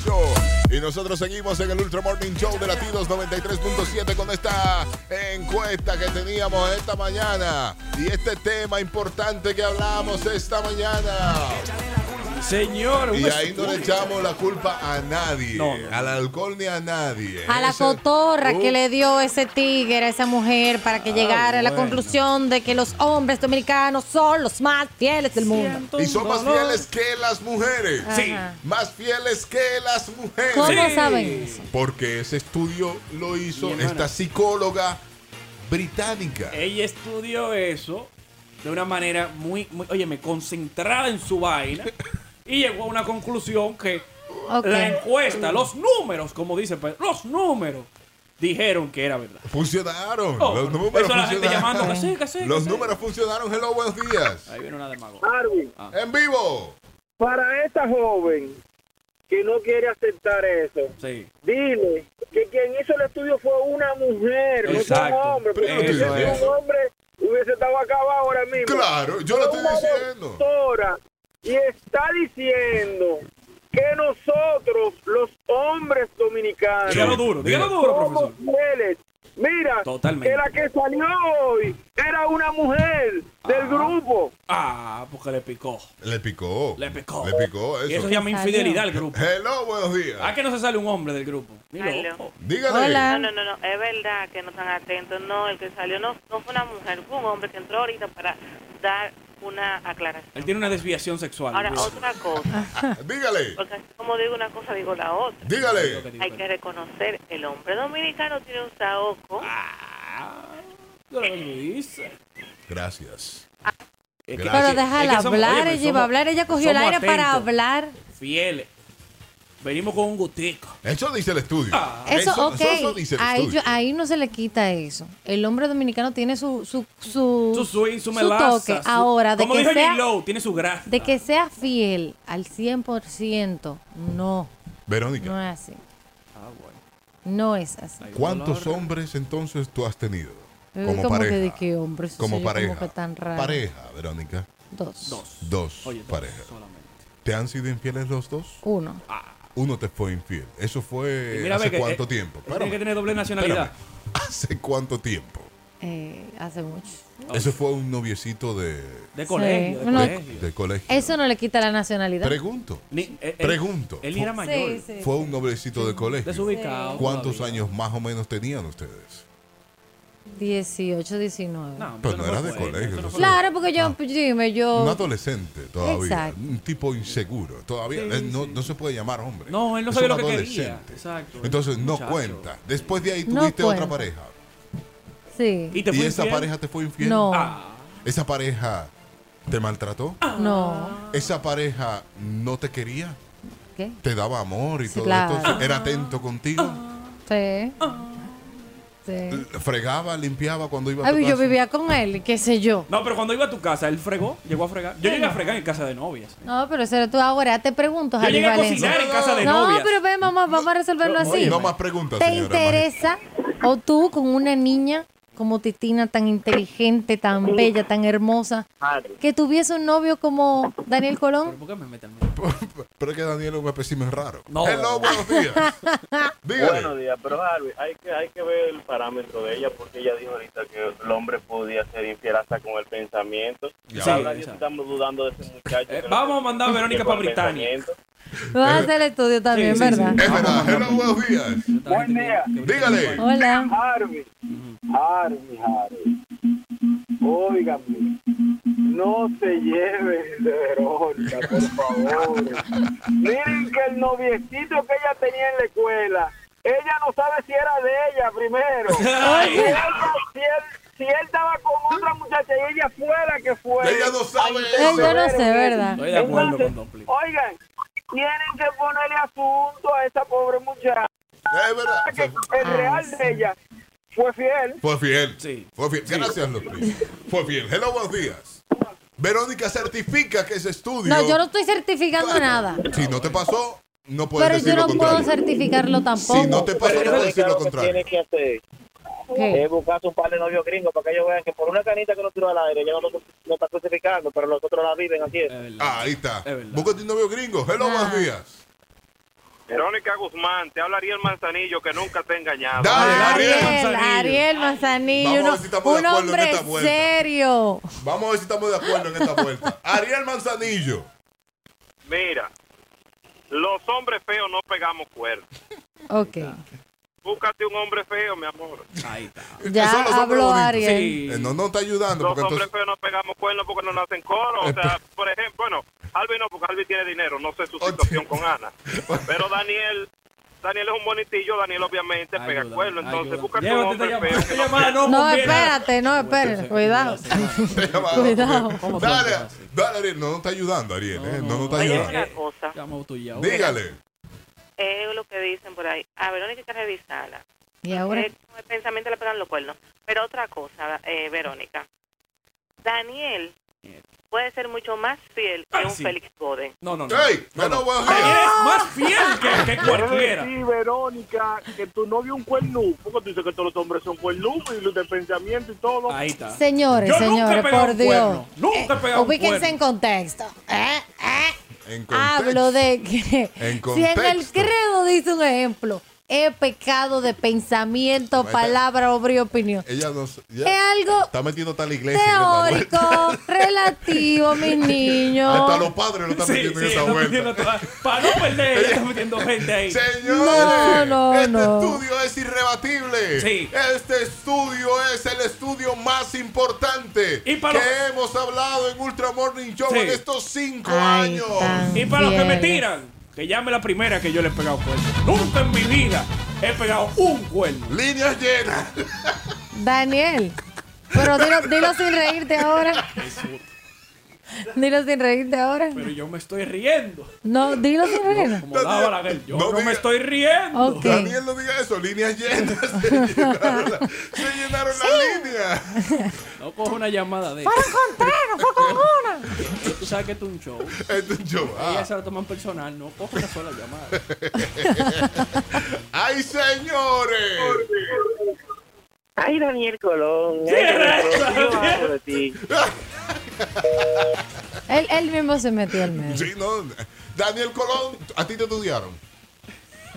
A: y nosotros seguimos en el Ultra Morning Show de Latidos 93.7 con esta encuesta que teníamos esta mañana y este tema importante que hablamos esta mañana.
C: Señor,
A: y
C: un
A: ahí no le
C: estudio.
A: echamos la culpa a nadie, al alcohol ni a nadie. ¿eh?
B: A la
A: Ese-
B: cotorra
A: Uh,
B: que le dio ese tigre a esa mujer para
C: Ah,
B: que llegara a la
A: bueno.
B: conclusión de que los hombres dominicanos son los más fieles del mundo.
A: Y son más fieles que las mujeres.
B: Sí.
A: Más fieles que las mujeres.
B: ¿Cómo Sí. saben
A: Porque ese estudio lo hizo
C: Mi hermana.
A: esta psicóloga británica.
C: Ella estudió eso de una manera muy, muy óyeme, concentrada en su vaina y llegó a una conclusión que
B: Ok.
C: la encuesta, los números, como dice Pedro, los números dijeron que era verdad.
A: Funcionaron.
C: Oh,
A: los números
C: eso la gente
A: funcionaron.
C: llamando, que sí, que sí, que
A: Los
C: sí.
A: números funcionaron. Hello, buenos días.
C: Ahí viene una demagogia.
F: Arvin,
A: En vivo.
F: para esta joven que no quiere aceptar eso,
C: Sí.
F: dile que quien hizo el estudio fue una mujer, no
A: Exacto.
F: fue un hombre. porque
A: Pero
F: si
A: eso
F: fuese
A: es.
F: un hombre hubiese estado acabado ahora mismo.
A: Claro, yo lo
F: Fue
A: estoy
F: una
A: diciendo.
F: doctora y está diciendo que nosotros, los hombres dominicanos,
C: Dígalo duro, dígalo duro,
F: somos fieles. Mira,
C: Totalmente.
F: que la que salió hoy era una mujer del grupo.
C: Ah, porque le picó.
A: Le picó.
C: Le picó.
A: Le picó, eso.
C: Y eso se llama infidelidad al grupo.
A: Hello, buenos días.
C: Ah, que no se sale un hombre del grupo. oh. Ni
I: Ay,
C: loco.
I: loco.
A: Dígale. Hola.
I: No, no, no, no, es verdad que no están atentos. No, el que salió no, no fue una mujer, fue un hombre que entró ahorita para dar una aclaración.
C: Él tiene una desviación sexual.
I: Ahora,
C: Luis.
I: otra cosa.
A: Dígale.
I: Porque así como digo una cosa, digo la otra.
A: Dígale.
I: Hay que reconocer, el hombre dominicano tiene un saoco.
C: Ah,
I: Eh.
C: Yo lo dice.
A: Gracias.
C: Es que-
B: Pero déjala
C: es que somos-
B: hablar,
C: óyeme,
B: ella
C: somos-
B: iba a hablar, ella cogió el
C: somos
B: aire para
C: atentos,
B: hablar.
C: Fieles. Venimos con un gustico. Ah.
A: Eso dice el estudio.
B: Eso,
A: Ah, Eso-
B: ok,
A: eso dice el
B: ahí,
A: estudio.
B: yo- ahí no se le quita eso. El hombre dominicano tiene su su su,
C: Su swing, su
B: su
C: melaza.
B: toque.
C: su-
B: Ahora, de
C: como
B: que,
C: dijo
B: sea,
C: J-Lo, tiene su gracia.
B: de que sea fiel al 100%, no,
A: Verónica,
B: no es así.
C: Ah, bueno.
B: No es así.
A: ¿cuántos hombres entonces tú has tenido?
B: Eh,
A: Como
B: ¿cómo que
A: pareja.
B: de qué hombres? Eso
A: como
B: soy yo como
A: pareja.
B: que tan raro.
A: Pareja, Verónica.
B: Dos.
C: Dos.
A: Dos
C: Oye, dos
A: parejas. ¿Te han sido infieles los dos?
B: Uno.
A: Uno te fue infiel. ¿Eso fue
C: Ah. Y mira, ve
A: hace
C: que,
A: cuánto
C: eh,
A: tiempo?
C: él tiene que tener doble nacionalidad.
A: espérame. ¿Hace cuánto tiempo?
B: eh, hace mucho.
A: Ese fue un noviecito de...
C: De
B: colegio,
C: de
B: No.
C: colegio. eh,
A: De colegio.
B: Eso no le quita la nacionalidad.
A: Pregunto.
C: él-
A: Pregunto.
C: él era mayor. Sí, sí,
A: Fue
C: sí.
A: un noviecito de colegio.
C: Desubicado
A: ¿Cuántos
C: todavía.
A: años más o menos tenían ustedes?
B: 18, 19.
A: Pero no era de colegio. eso sí.
B: Claro, porque yo, pues, dime, yo.
A: Ah. Un adolescente todavía.
B: Exacto.
A: Un tipo inseguro. Todavía
C: Sí,
A: eh, no, no se puede llamar hombre.
C: No, él no
A: Es
C: sabía
A: un
C: lo que quería.
A: adolescente.
C: Exacto.
A: Entonces no
C: Muchacho.
A: cuenta. Después de ahí
B: No
A: tuviste otra
B: cuenta.
A: pareja.
B: Sí.
A: ¿Y, esa pareja te fue infiel?
B: No.
C: Ah.
A: ¿Esa pareja te maltrató?
C: Ah.
B: No.
A: ¿Esa pareja no te quería?
B: ¿Qué?
A: ¿Te daba amor y
B: Sí,
A: todo
B: claro. Ah.
A: esto? ¿Era atento contigo?
B: Sí. Sí.
A: ¿Fregaba, limpiaba cuando iba a tu
B: Ay, yo
A: casa?
B: vivía con él, qué sé yo.
C: No, pero cuando iba a tu casa, él fregó, llegó a fregar. Yo llegué a fregar en casa de novias.
B: No, pero eso era tú ahora. Te pregunto,
C: Yo
B: Jalil
C: llegué a
B: Valencia.
C: cocinar en casa de
B: no,
C: novias.
B: pero ve, mamá, vamos a resolverlo
A: No,
B: así.
A: no más preguntas,
B: ¿Te
A: señora
B: interesa o tú con una niña como Titina tan inteligente, tan bella, tan hermosa, que tuviese un novio como Daniel Colón?
C: ¿Por qué me meten?
A: Pero es que Daniel es un espécimen raro.
C: No.
A: Hello, buenos días. Dígale.
N: Buenos días, pero Harvey, hay que, hay que ver el parámetro de ella porque ella dijo ahorita que el hombre podía ser infiel hasta con el pensamiento.
C: Ya.
N: Sí, Ahora
C: Sí,
N: sí estamos dudando de ese muchacho.
C: Eh, vamos a mandar a Verónica para Britania.
B: Vas a hacer el estudio también,
C: Sí, sí,
B: ¿verdad?
A: Es verdad. Hello, buenos días.
N: Buen día.
A: Dígale.
B: Hola.
N: Harvey, Harvey, Harvey. Óigame, no se lleven de Verónica, por favor. Miren que el noviecito que ella tenía en la escuela, ella no sabe si era de ella primero.
F: Ay.
N: Si él, si él- si él estaba con otra muchacha y ella fue la que fue.
F: Ella no sabe
N: Ay,
F: eso.
B: Yo no sé, ¿verdad?
C: Estoy de acuerdo con Don
N: Oigan, tienen que ponerle asunto a esa pobre muchacha. Ah, Que
B: ah,
N: el real de ella fue fiel.
A: Fue fiel. Fue fiel. Gracias, Lopri. Fue fiel. Hello, buenos días. Verónica certifica que ese estudio.
B: No, yo no estoy certificando nada.
A: Si no te pasó, no puedes
B: Pero
A: decir
B: yo no
A: lo
B: puedo
A: contrario.
B: certificarlo tampoco.
A: Si no te pasó, no puedes decir lo contrario.
N: Tiene que hacer
B: ¿Qué?
N: es buscar un par de novios gringos para que ellos vean que por una canita que no tiró al aire, ella no lo no está crucificando, pero los otros la viven así es.
A: Ah, ahí está. Búscate un novio gringo. Hello, buenos días.
O: Verónica Guzmán, te hablaría el manzanillo que nunca te ha engañado.
B: Ariel, Ariel Manzanillo,
A: Vamos a
B: uno-
A: ver si estamos de
B: un
A: acuerdo en
B: hombre
A: esta vuelta.
B: serio.
A: Vamos a ver si estamos de acuerdo en esta vuelta. Ariel Manzanillo.
O: Mira, los hombres feos no pegamos cuernos.
B: Ok.
O: Búscate un hombre feo, mi amor.
C: Ahí está.
B: Ya
A: Son los hombres
B: habló
A: bonitos.
B: Ariel.
A: Eh, no, no está ayudando.
O: Los
A: Porque
O: hombres
A: entonces,
O: feos no pegamos cuernos porque no nacen coro. O sea, por ejemplo, bueno, Alvin no, porque Alvin tiene dinero. No sé su situación con Ana. Pero Daniel... Daniel es un bonitillo, Daniel obviamente pega cuernos, entonces búscate un hombre feo. que no pega-
B: No, espérate, no, espérate. Cuidado. Cuidado.
A: dale, dale, Ariel. No, no está ayudando, Ariel. eh. No, no está
I: Oye,
A: ayudando.
I: una cosa,
A: Dígale.
I: es lo que dicen por ahí. A Verónica hay que revisarla.
B: Y ahora.
I: Eh, con el pensamiento le pegan los cuernos. Pero otra cosa, eh, Verónica. Daniel puede ser mucho más fiel que
C: Ah,
I: un
C: sí.
I: Félix Boden.
C: No, no, no.
A: ¡Ey!
C: No, no. Daniel es más fiel que, que cualquiera.
N: Sí, Verónica, que tu novio es un cuernú. Porque tú dices que todos los hombres son cuernú y los de pensamiento y todo.
C: Ahí está.
B: Señores,
C: Yo nunca he
B: señores,
C: pegado
B: por
C: un
B: Dios.
C: cuerno. Nunca he pegado un
B: Ubíquense
C: cuerno.
B: en contexto. ¿eh?
A: En
B: Hablo de que
A: En
B: si Ah, en el
A: contexto.
B: credo dice un ejemplo, es pecado de pensamiento,
A: Vete.
B: palabra, obra y opinión.
A: Ella no.
B: Es algo
A: Está metiendo tal iglesia. en esta vuelta.
B: teórico, relativo, mis
A: Hasta
B: niños.
A: los padres lo están
C: Sí,
A: metiendo en
C: sí,
A: esa
C: está
A: vuelta.
C: metiendo toda- Para no perder, ella está metiendo gente ahí.
A: Señores,
B: No, no,
A: este
B: no.
A: estudio es irrebatible.
C: Sí.
A: Este estudio es el estudio más importante
C: para
A: que
C: los-
A: hemos hablado en Ultra Morning Show
C: Sí.
A: en estos cinco
C: Ay,
A: años.
C: Y para los que me tiran, que llame la primera que yo le he pegado cuerno. Nunca en mi vida he pegado un cuerno.
A: Líneas llenas.
B: Daniel, pero dilo, dilo sin reírte ahora. Dilo sin reírte ahora.
C: Pero yo me estoy riendo.
B: No, dilo sin reírte.
C: Como daba la Yo no, me estoy riendo.
B: Ok.
A: Daniel no diga eso, líneas llenas. Se llenaron la, se llenaron la línea.
C: No cojo una llamada de
B: Fueron con tres, no fue con una.
C: Pero Tú sabes que esto es un show.
A: Esto es un show, ah.
C: Ella se la toman personal, no cojo una sola llamada.
A: ¡Ay, señores!
N: Ay, Daniel Colón. ay,
F: Cierra
N: Daniel
F: esa,
N: Colón, yo
F: cierra.
N: hablo de ti.
B: Él, él mismo se metió al medio.
A: Sí, no. Daniel Colón, ¿a ti te estudiaron?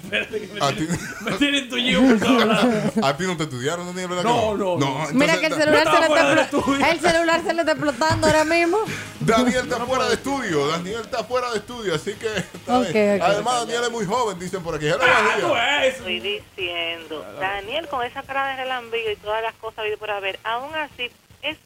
C: Espérate que me
A: A ti-
C: tienen, me tienen tullido por todos lados.
A: A ti no te estudiaron, Daniel, ¿verdad?
C: No,
A: que
C: no, no.
A: entonces
B: Mira que el
A: da-
B: celular, se le
A: fuera de
B: está, explo- el celular se le está explotando ahora mismo.
A: Daniel está fuera de estudio. Daniel está fuera de estudio, así que. está
B: Ok,
A: bien.
B: ok.
A: Además, Daniel es muy joven, dicen por aquí. Hello,
C: Ah,
A: María.
I: Estoy diciendo, Daniel con esa cara de relambío y todas las cosas habidas por haber, aún así es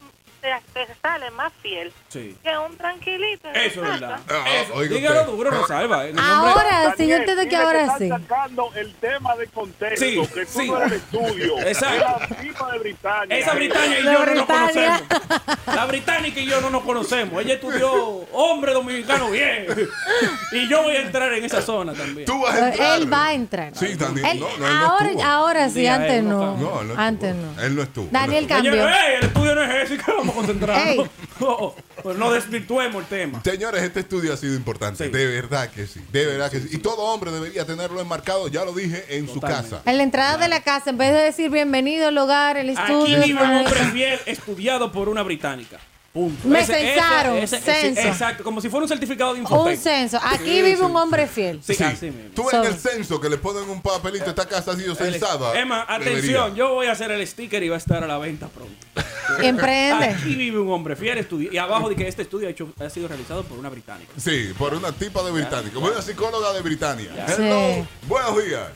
I: te, te sale más fiel
C: Sí.
I: que un tranquilito. en
C: Eso
I: su
C: es
I: casa.
C: verdad.
A: Ah,
C: Eso. Dígalo duro, no salva. En el nombre-
B: Ahora, si yo entiendo que
N: dile que
B: ahora
N: estás
B: sí.
N: sacando el tema de contexto,
C: Sí,
N: que tú
C: sí.
N: no eres el estudio.
C: Exacto.
N: Es la tipa de Britania.
C: Esa Britannia y yo no nos conocemos. La británica y yo no nos conocemos. Ella estudió hombre dominicano bien. Y yo voy a entrar en esa zona también.
A: Tú vas
B: Él va a entrar.
A: Sí, Daniel.
B: Él-
A: no, no, él no
B: ahora,
A: estuvo.
B: ahora sí,
A: Diga,
B: antes
A: él no
B: no.
A: está. No, él no estuvo.
B: Antes no.
A: Él no estuvo.
B: Daniel cambió.
C: Ella, "Ey, el estudio no es eso, ¿y qué vamos a concentrarnos?
B: Ey.
C: Oh, pues no desvirtuemos el tema.
A: Señores, este estudio ha sido importante. De verdad que sí. De verdad que sí. Y todo hombre debería tenerlo enmarcado, ya lo dije, en su casa.
B: En la entrada de la casa, en vez de decir bienvenido al hogar, el
C: Aquí
B: estudio.
C: vive un
B: el-
C: hombre bien estudiado por una británica. Punto.
B: Me censaron, censo.
C: exacto, como si fuera un certificado de
B: Un
C: infotec.
B: censo. Aquí
C: Sí,
B: vive
C: sí,
B: un hombre fiel.
C: Sí, así mismo.
A: Tú en el censo que le ponen un papelito, esta casa ha sido censada.
C: Emma,
A: Debería.
C: atención, yo voy a hacer el sticker y va a estar a la venta pronto.
B: Emprende.
C: Aquí vive un hombre fiel estudio. Y abajo de que este estudio ha, hecho- ha sido realizado por una británica.
A: Sí, por una tipa de británica. Una psicóloga de Britania.
C: Ya.
A: Hello.
C: Sí.
A: Buenos días.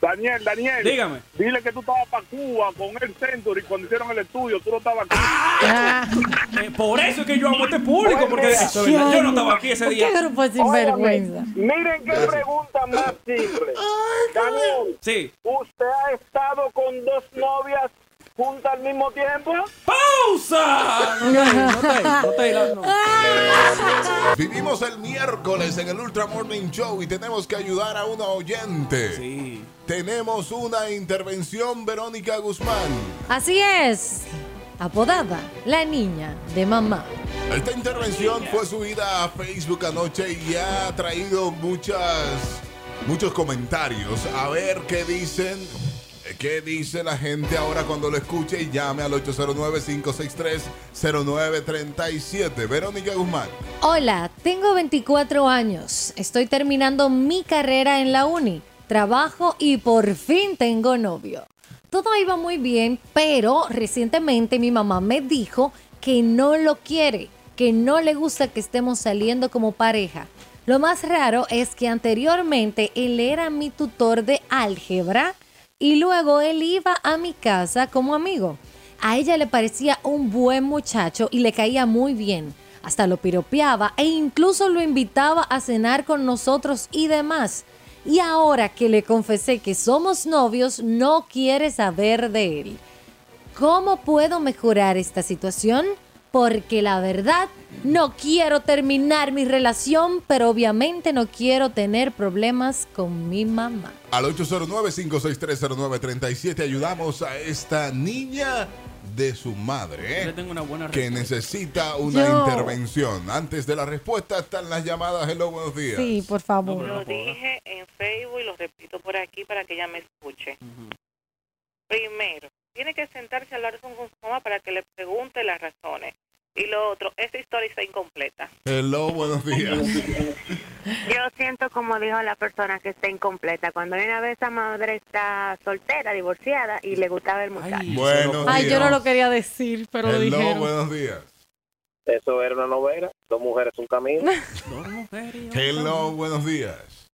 N: Daniel, Daniel.
C: Dígame.
N: Dile que tú estabas para Cuba con el Century cuando hicieron el estudio, tú no estabas aquí.
C: Ah.
B: Ah.
C: Eh, por eso es que yo amo este público, porque eso es verdad, yo no estaba aquí ese día.
B: sinvergüenza?
N: Miren qué pregunta más simple. Daniel,
C: Sí.
N: ¿usted ha estado con dos novias juntas al mismo tiempo?
C: ¡Pausa! No, no, no, no, no, no, no.
A: Vivimos el miércoles en el Ultra Morning Show y tenemos que ayudar a una oyente.
C: Sí.
A: Tenemos una intervención, Verónica Guzmán.
B: Así es. Apodada la niña de mamá.
A: Esta intervención fue subida a Facebook anoche y ha traído muchas, muchos comentarios. A ver qué dicen, qué dice la gente ahora cuando lo escuche y llame al 809-563-0937. Verónica Guzmán.
B: Hola, tengo 24 años. Estoy terminando mi carrera en la uni. Trabajo y por fin tengo novio. Todo iba muy bien, pero recientemente mi mamá me dijo que no lo quiere, que no le gusta que estemos saliendo como pareja. Lo más raro es que anteriormente él era mi tutor de álgebra y luego él iba a mi casa como amigo. A ella le parecía un buen muchacho y le caía muy bien. Hasta lo piropeaba e incluso lo invitaba a cenar con nosotros y demás. Y ahora que le confesé que somos novios, no quiere saber de él. ¿Cómo puedo mejorar esta situación? Porque la verdad, no quiero terminar mi relación, pero obviamente no quiero tener problemas con mi mamá.
A: Al 809-5630937 ayudamos a esta niña de su madre.
C: Yo tengo una buena
A: que
C: respuesta.
A: necesita una
B: Yo.
A: intervención. Antes de la respuesta están las llamadas. Hello, buenos días.
B: Sí, por favor.
I: Lo dije en Facebook y lo repito por aquí para que ella me escuche. Primero, tiene que sentarse a hablar con su mamá para que le pregunte las razones. Y lo otro, esta historia está incompleta.
A: Hello, buenos días.
P: Yo siento, como dijo la persona, que está incompleta. Cuando una vez esa madre está soltera, divorciada y le gustaba el muchacho.
A: Buenos
B: Ay,
A: días.
B: yo no lo quería decir, pero lo
A: Hello,
B: dijeron.
A: buenos días.
F: Eso era una novela, dos mujeres, un camino.
A: Hello, buenos días.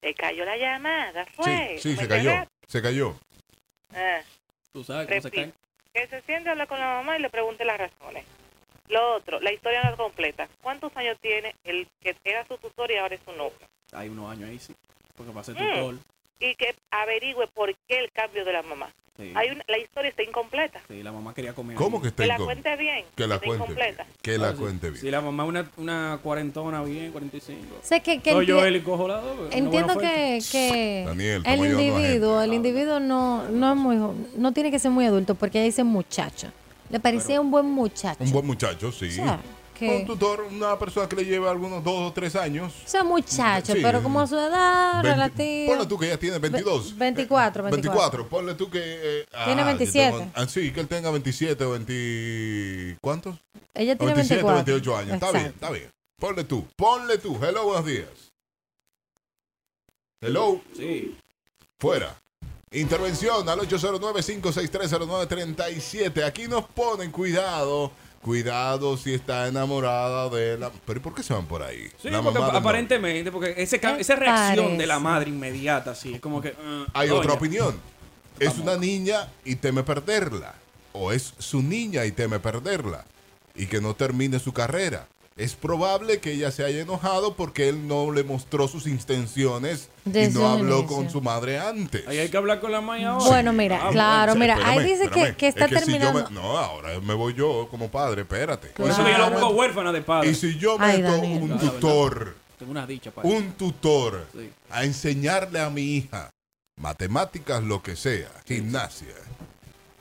I: Se cayó la llamada, fue.
A: Sí,
I: ¿Me
A: se cayó.
I: enteraste?
A: Se cayó.
I: Ah.
C: Tú sabes cómo se caen.
I: Repito, Que se siente a hablar con la mamá y le pregunte las razones. Lo otro, la historia no es completa. ¿Cuántos años tiene el que era su tutor y ahora es su novio?
C: Hay unos años ahí, sí. Porque pasé tu
I: Mm.
C: gol.
I: Y que averigüe por qué el cambio de la mamá.
C: Sí.
I: Hay una- la historia está incompleta.
C: Sí, la mamá quería comer.
A: ¿Cómo que está
I: Que la
A: incom-
I: cuente bien.
A: Que la
I: está
A: cuente.
I: incompleta.
A: bien, Que la
C: Ah, sí.
A: cuente bien.
C: Si la mamá es una, una cuarentona bien, 45.
B: Sé que- que
C: Soy yo
B: enti-
C: él y cojo la dos, una buena
B: Entiendo
C: oferta.
B: que, que
A: Daniel,
B: el
A: estamos ayudando a la
B: individuo, el individuo no, no es muy jo- no tiene que ser muy adulto porque ella dice muchacho. Le parecía un buen muchacho.
A: Un buen muchacho, sí.
B: O sea, que-
A: Un tutor, una persona que le lleva algunos dos o tres años.
B: O sea, muchacho,
A: Sí.
B: pero como a su edad
A: Veinti-
B: relativa.
A: Ponle tú que ella tiene 22.
B: Ve- 24, 24.
A: 24, ponle tú que... eh,
B: Tiene
A: yo
B: 27.
A: tengo- ah, sí, que él tenga 27 o 20... ¿Cuántos?
B: Ella tiene
A: 27 o
B: 24.
A: 28 años. Está bien,
B: Exacto.
A: está bien. Ponle tú, ponle tú. Hello, buenos días. Hello.
C: Sí.
A: Fuera. Intervención al 809-56309-37. Aquí nos ponen cuidado. Cuidado si está enamorada de la. ¿Pero ¿y por qué se van por ahí?
C: Sí,
A: La
C: porque
A: mamá del
C: aparentemente, porque ese, ca-
A: ¿Qué
C: esa reacción
A: parece?
C: de la madre inmediata, sí, es como que. ah,
A: novio. Hay otra opinión. Es una niña y teme perderla. O es su niña y teme perderla. Y que no termine su carrera. Es probable que ella se haya enojado porque él no le mostró sus intenciones y
B: Desde un
A: no habló
B: inicio.
A: con su madre antes.
C: Ahí hay que hablar con la maya ahora.
B: Bueno, mira, claro,
A: Sí,
B: mira,
A: espérame,
B: ahí dice
A: espérame.
B: que, que está
A: Es que si yo
B: terminando.
A: me- no, ahora me voy yo como padre, espérate.
C: Por eso que yo la busco huérfana de padre.
A: Y si yo
C: Ay,
A: meto
C: Daniel.
A: un
C: La verdad.
A: tutor,
C: Tengo una dicha, padre.
A: un tutor
C: Sí.
A: a enseñarle a mi hija matemáticas, lo que sea, gimnasia,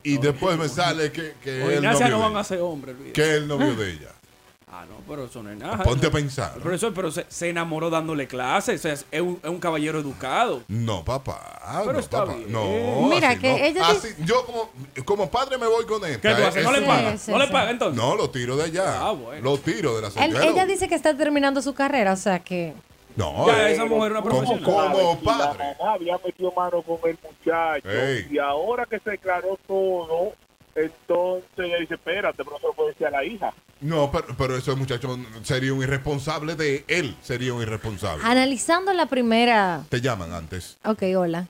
A: y después me sale que, que
C: O
A: él no
C: Ignacia
A: vive
C: no van
A: de-
C: a ser hombres, olvídate.
A: que es el novio de ella.
C: Ah, no, pero eso no es nada.
A: Ponte a
C: Eso-
A: pensar.
C: Pero eso, pero se, se enamoró dándole clases. O sea, es, es un, es un caballero educado.
A: No, papá. Ah,
C: Pero
A: no,
C: está
A: papá,
C: bien.
A: No, Ah,
C: Mira,
A: así
C: que
A: no.
C: ella
A: Así- yo como, como padre me voy con esta.
C: ¿Qué tú
A: eh,
C: haces? ¿No le
A: es-
C: pagas? Sí, ¿No sí, le sí. pagas, entonces? Ah,
A: No, lo tiro de allá. Lo tiro de la
B: Él-
A: azotea.
B: ella dice que está terminando su carrera, o sea que.
A: No,
C: Ya,
A: eh,
C: esa mujer es una
A: como-
C: profesional.
A: como
N: Y la
A: padre.
N: mamá había metido mano con el muchacho
A: Ey.
N: y ahora que se declaró todo, entonces le dice, espérate, pero no se lo puede decir a la hija.
A: No, pero, pero ese muchacho sería un irresponsable de él. Sería un irresponsable.
B: Ah. Analizando la primera.
A: Te llaman antes.
B: Ok, hola.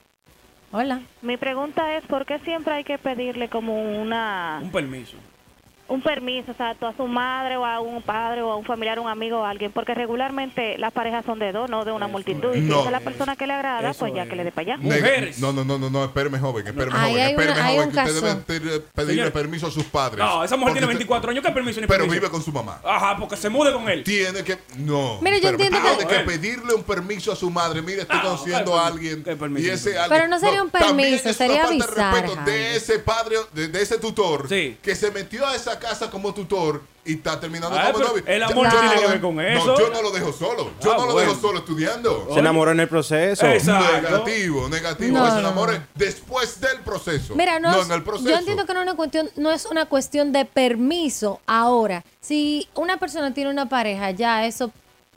B: Hola.
K: Mi pregunta es, ¿por qué siempre hay que pedirle como una
C: Un permiso.
K: un permiso, o sea, tú a su madre o a un padre o a un familiar, un amigo o a alguien? Porque regularmente las parejas son de dos, no de una multitud. Y si
A: No.
K: es a la persona que le agrada, pues ya que le dé para allá.
A: Mujeres. No, no, no, no, no, espéreme joven, espéreme
K: Ahí
A: joven,
K: hay
A: espéreme
K: una- hay
A: joven,
K: un
A: que usted
K: caso.
A: debe pedirle- pedirle
C: Señor.
A: permiso a sus padres.
C: No, esa mujer
A: Porque
C: tiene
A: usted-
C: 24 años. ¿Qué permiso ni
A: Pero
C: permiso?
A: vive con su mamá.
C: Ajá, porque se mude con él.
A: Tiene que. No.
B: Mire, yo
A: espérame,
B: entiendo
A: tiene
B: que-
A: que pedirle un permiso a su madre. Mire,
C: Ah,
A: estoy conociendo a alguien. y ese alguien-
B: Pero no sería un
A: también
B: permiso,
A: es una
B: sería
A: falta de
B: avisar,
A: respeto
B: Jaime.
A: De ese padre, de, de ese tutor, que se metió a esa casa como tutor y está terminando
C: Ay,
A: como
C: pero
A: novio.
C: el
A: Ya,
C: amor
A: yo
C: no tiene
A: lo
C: que
A: de-
C: ver con
A: no,
C: eso.
A: yo no lo dejo solo. Yo
C: Ah,
A: no lo
C: bueno.
A: dejo solo estudiando.
Q: Se enamoró en el proceso.
A: Negativo, negativo.
B: No,
A: que se
B: no,
A: enamore después del proceso.
B: Mira, no, es-
A: en el proceso.
B: yo entiendo que no es, una cuestión, no es una cuestión de permiso ahora. Si una persona tiene una pareja, ya eso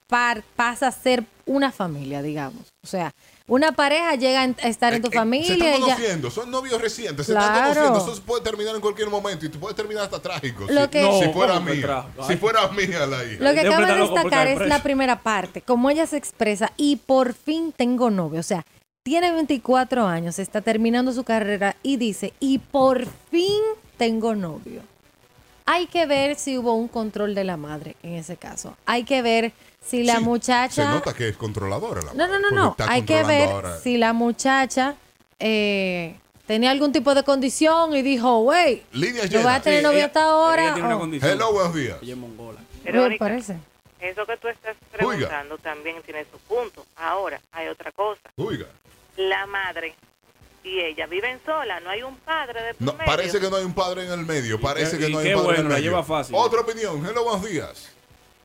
B: par- pasa a ser una familia, digamos. O sea, una pareja llega en- a estar en tu
A: Se
B: familia
A: están
B: y ya...
A: conociendo, son novios recientes, se
B: Claro.
A: están conociendo, eso puede terminar en cualquier momento y tú puedes terminar hasta trágico.
B: Lo
A: si,
B: que- No,
A: si fuera
B: ¿cómo que
A: mía,
C: trágico?
A: si fuera mía la hija.
B: Lo que acabo de destacar es la primera parte, cómo ella se expresa y por fin tengo novio, o sea, tiene 24 años, está terminando su carrera y dice, y por fin tengo novio. Hay que ver si hubo un control de la madre en ese caso. Hay que ver si la
A: Se
B: muchacha...
A: nota que es controladora la
B: No, no, no,
A: porque
B: no.
A: está
B: Hay que
A: controlando
B: ver
A: ahora.
B: si la muchacha eh, tenía algún tipo de condición y dijo, wey,
A: Líneas
B: no voy a
A: llenas.
B: tener
A: Sí,
B: novio
A: ella-
B: hasta ahora. o-
A: Hello, buenos días.
B: Me parece.
I: Eso que tú estás preguntando también tiene su punto. Ahora, hay otra cosa.
A: Oiga.
I: La madre y ella viven sola, no hay un padre de por
A: No,
I: medio.
A: parece que no hay un padre en el medio, parece
C: y
A: que no hay
C: qué
A: un padre en el
C: bueno, la
A: medio.
C: lleva fácil.
A: Otra opinión, hello, buenos días.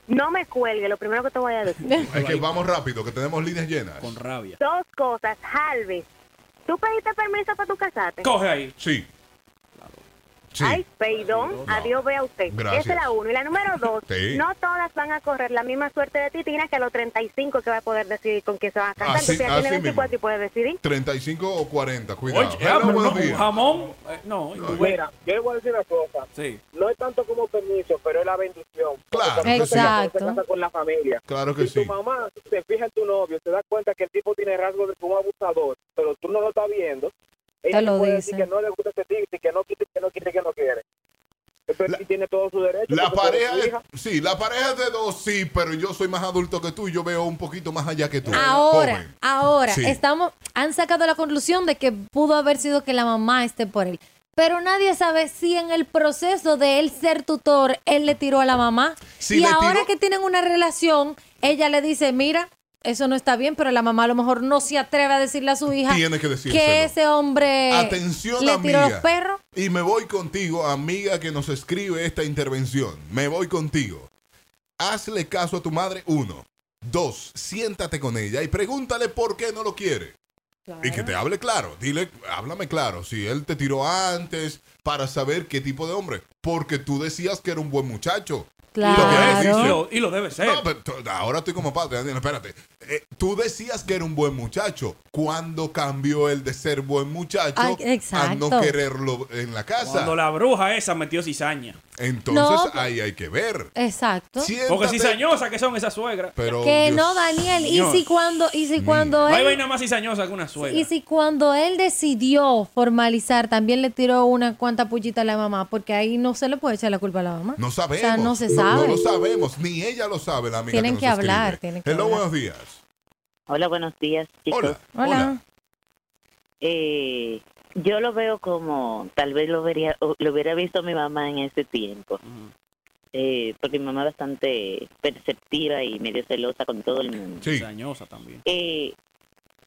P: No me cuelgue, lo primero que te voy a decir.
A: Es que vamos rápido, que tenemos líneas llenas. Con
C: rabia.
P: Dos cosas, Halvis. ¿Tú pediste permiso para tu casarte?
C: Coge ahí.
A: Sí. Sí.
P: Ay, peidón, adiós vea usted.
A: Gracias.
P: Esa es la uno. Y la número dos,
A: Sí.
P: no todas van a correr la misma suerte de Titina que a los 35 que va a poder decidir con quién se va a casar.
A: Así-
P: que si ya
A: así
P: tiene 24 y puede decidir.
A: 35 o 40, cuidado.
C: Oye, ah,
A: hello,
C: pero
A: buenos
C: no,
A: días.
C: jamón. eh, no, no,
N: Mira, yo voy a decir una cosa.
C: Sí.
N: No es tanto como permiso, pero es la bendición. Porque
A: Claro.
N: cuando se casa,
B: Exacto.
N: se casa con la familia.
A: Claro que
N: si
A: sí.
N: tu mamá se fija en tu novio, se da cuenta que el tipo tiene rasgos de un abusador, pero tú no lo estás viendo, ella
B: lo
N: puede
B: dice.
N: decir que no le gusta ese tipo y que no quiere, que no quiere, que no quiere. Pero sí tiene todo su derecho.
A: La
N: porque tú eres
A: pareja,
N: su
A: de-
N: hija.
A: sí, la pareja de dos, sí, pero yo soy más adulto que tú y yo veo un poquito más allá que tú.
B: Ahora,
A: joven.
B: ahora,
A: Sí.
B: estamos, han sacado la conclusión de que pudo haber sido que la mamá esté por él. Pero nadie sabe si en el proceso de él ser tutor, él le tiró a la mamá.
A: Si
B: y
A: le
B: ahora
A: tiró-
B: que tienen una relación, ella le dice, mira, eso no está bien, pero la mamá a lo mejor no se atreve a decirle a su hija
A: Tiene que decírselo.
B: que ese hombre
A: Atención,
B: le tiró
A: amiga.
B: los perros.
A: Y me voy contigo, amiga que nos escribe esta intervención. Me voy contigo. Hazle caso a tu madre, uno. Dos, siéntate con ella y pregúntale por qué no lo quiere. Y que te hable claro. Dile, háblame claro. Si él te tiró antes para saber qué tipo de hombre. Porque tú decías que era un buen muchacho.
C: Y lo,
A: Lo que él
C: debe,
A: dice.
C: y lo- y lo debe ser.
A: No, pero t- ahora estoy como padre, Daniel, espérate. eh, tú decías que era un buen muchacho. ¿Cuándo cambió el de ser buen muchacho
B: Ay,
A: a
B: exacto.
A: no quererlo en la casa?
C: Cuando la bruja esa metió cizaña.
A: Entonces
B: No.
A: ahí hay que ver.
B: Exacto.
C: Porque cizañosas que son esas suegras.
A: Pero,
B: Que no, Daniel. Y si cuando, y si cuando
C: No hay
B: él,
C: vaina más cizañosa que una suegra.
B: y si cuando él decidió formalizar, también le tiró una cuanta pullita a la mamá, porque ahí no se le puede echar la culpa a la mamá.
A: No sabemos.
B: O sea, no se sabe.
A: No, lo sabemos. Ni ella lo sabe, la amiga.
B: Tienen
A: nos
B: que hablar,
A: escribe.
B: tienen que
A: Hello,
B: hablar.
A: buenos días.
P: Hola, buenos días, chicos.
A: Hola.
B: Hola.
P: Eh, yo lo veo como, tal vez lo, vería, o lo hubiera visto mi mamá en ese tiempo. Eh, porque mi mamá es bastante perceptiva y medio celosa con todo el mundo.
C: Cizañosa también.
P: Eh,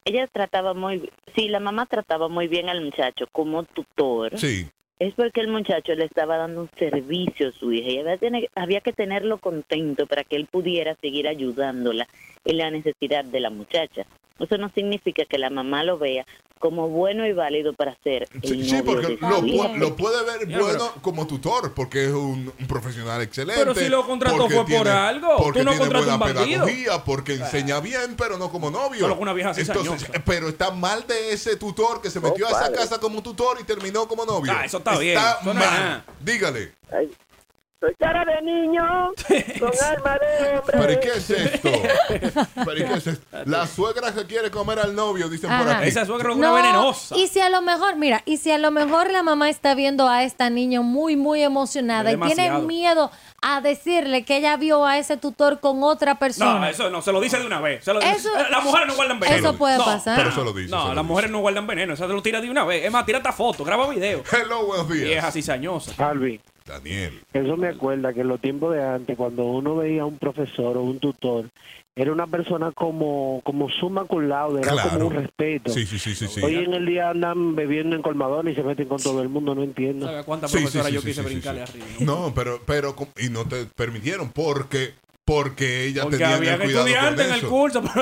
P: ella trataba muy, sí, la mamá trataba muy bien al muchacho como tutor.
A: Sí.
P: Es porque el muchacho le estaba dando un servicio a su hija y había, tener- había que tenerlo contento para que él pudiera seguir ayudándola en la necesidad de la muchacha. Eso no significa que la mamá lo vea como bueno y válido para ser el
A: Sí, sí,
P: novio
A: porque
P: de su
A: lo,
P: hija.
A: pu- lo puede ver
C: Ya,
A: bueno como tutor, porque es un, un profesional excelente.
C: Pero si lo contrató
A: porque
C: fue por algo. Tú
A: Porque
C: no
A: tiene
C: contratas
A: buena
C: un bandido.
A: pedagogía, porque enseña bien, pero no como novio.
C: Solo que una vieja
A: Entonces, eh,
C: cizañosa.
A: pero está mal de ese tutor que se metió a esa
C: padre.
A: casa como tutor y terminó como novio.
C: Ah, eso está bien. Eso no es
A: mal.
C: nada.
A: Dígale.
F: Soy cara de niño, con alma de hombre.
A: ¿Pero y qué es esto? ¿Pero y qué es esto? La suegra que quiere comer al novio, dicen por
B: Ajá.
A: aquí.
C: Esa suegra
B: No, Y si a lo mejor, mira, y si a lo mejor la mamá está viendo a esta niña muy, muy emocionada y
C: Pero
B: tiene
C: demasiado.
B: miedo a decirle que ella vio a ese tutor con otra persona.
C: No, eso no, se lo dice de una vez. se lo-
B: Eso-
C: Eh, las mujeres no guardan veneno.
B: eso puede
C: No,
B: pasar. Pero se
A: lo dice,
C: No,
A: se lo
C: las mujeres no guardan veneno. Eso se lo tira de una vez. Es más, tira esta foto, graba video.
A: Hello, buenos días.
C: Vieja cizañosa.
N: Alvin,
A: Daniel.
N: eso me acuerda que en los tiempos de antes, cuando uno veía a un profesor o un tutor, era una persona como, como suma con laude, era como un respeto.
A: Sí, sí, sí, sí. sí.
N: Hoy en el día andan bebiendo en colmadones y se meten con todo el mundo, no entiendo.
C: ¿Sabe cuántas
A: Sí, sí,
C: profesoras
A: sí,
C: yo
A: sí,
C: quise
A: sí, sí,
C: brincarle
A: sí.
C: arriba?
A: No, pero, pero, com- y no te permitieron porque, porque ella
C: Porque
A: tenía
C: había
A: el cuidado con
C: estudiantes en el
A: eso.
C: curso.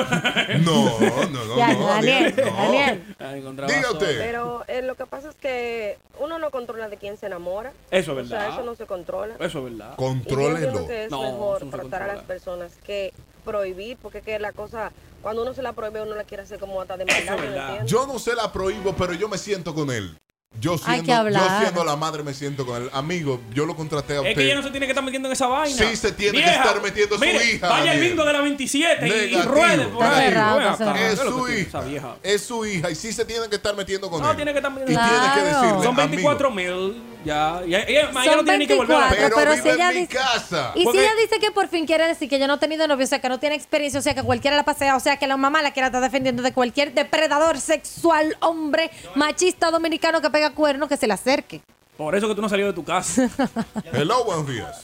A: No, no, no,
B: Ya,
A: no,
B: Daniel,
A: Daniel, no.
B: Daniel.
C: Ay, encontraba
A: Diga
C: todo.
A: usted.
Q: Pero eh, lo que pasa es que uno no controla de quién se enamora.
C: Eso es
Q: O sea,
C: verdad.
Q: eso no se controla.
C: Eso es verdad.
Q: Y yo entiendo que es
C: No,
Q: mejor
C: eso no se
Q: tratar a las
C: controla.
Q: personas que prohibir, porque que la cosa, cuando uno se la prohíbe, uno la quiere hacer como hasta de maldad, yo no entiendo.
A: Yo no se la prohíbo, pero yo me siento con él. Yo siendo,
Q: Hay que hablar.
A: yo siendo la madre me siento con él. Amigo, yo lo contraté a usted.
C: Es que ella no se tiene que estar metiendo en esa vaina.
A: Sí, se tiene que estar metiendo su
C: mire,
A: hija,
C: Vaya el
A: Daniel.
C: bingo de la 27 y- y,
A: Negativo,
C: ruede. por ahí.
A: negativo.
C: Ven acá,
A: Es
C: ¿qué lo que
A: su
C: tiene
A: hija.
C: esa vieja?
A: Es su hija y sí se tienen que estar metiendo con
C: No,
A: él.
C: tiene que estar
A: Y tiene que decirle,
C: Son
A: amigo,
C: 24 mil. Ya. Y ella, ella no
B: Son
C: tiene ni que volver a la
B: 24,
C: casa.
B: pero si ella dice-
A: casa.
B: Y si
C: Porque-
B: ella dice que por fin quiere decir que ella no ha tenido novio, o sea, que no tiene experiencia, o sea, que cualquiera la pasea, o sea, que la mamá la quiera estar defendiendo de cualquier depredador sexual, hombre, machista dominicano que pega cuernos, que se le acerque.
C: Por eso que tú no has salido de tu casa.
A: Hello, buenos días.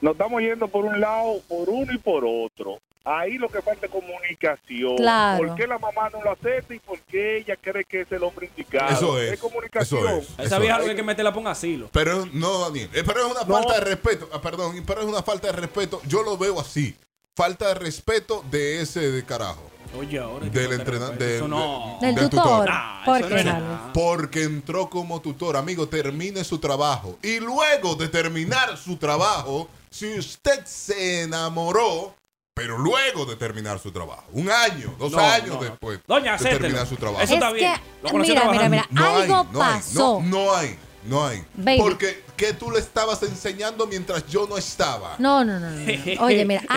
L: Nos estamos yendo por un lado, por uno y por otro. Ahí lo que falta es comunicación.
B: Claro.
L: ¿Por qué la mamá no lo acepta y por qué ella cree que es el hombre indicado?
A: Eso es.
L: comunicación.
A: Eso es.
C: Esa vieja lo que hay que meterla ponga asilo.
A: Pero no, Daniel. eh, pero es una falta de respeto. Ah, perdón, pero es una falta de respeto. Yo lo veo así. Falta de respeto de ese de carajo.
C: Oye, ahora.
A: Del entrenador.
C: pues, Eso no.
B: Del tutor. ¿Por qué, Alex?
A: Porque entró como tutor. Amigo, termine su trabajo. Y luego de terminar su trabajo, si usted se enamoró, pero luego de terminar su trabajo, un año, dos
C: No,
A: años
C: no, no.
A: después
C: Doña,
A: de
C: acéptelo.
A: terminar su trabajo.
C: Eso está Es bien.
B: que- Lo conocí mira, mira, mira,
A: hay,
B: algo
A: hay,
B: pasó.
A: no, no hay, no hay.
B: Baby.
A: Porque que tú le estabas enseñando mientras yo no estaba.
B: No, no, no, no, no. Oye,
C: Este
B: mira,
A: Este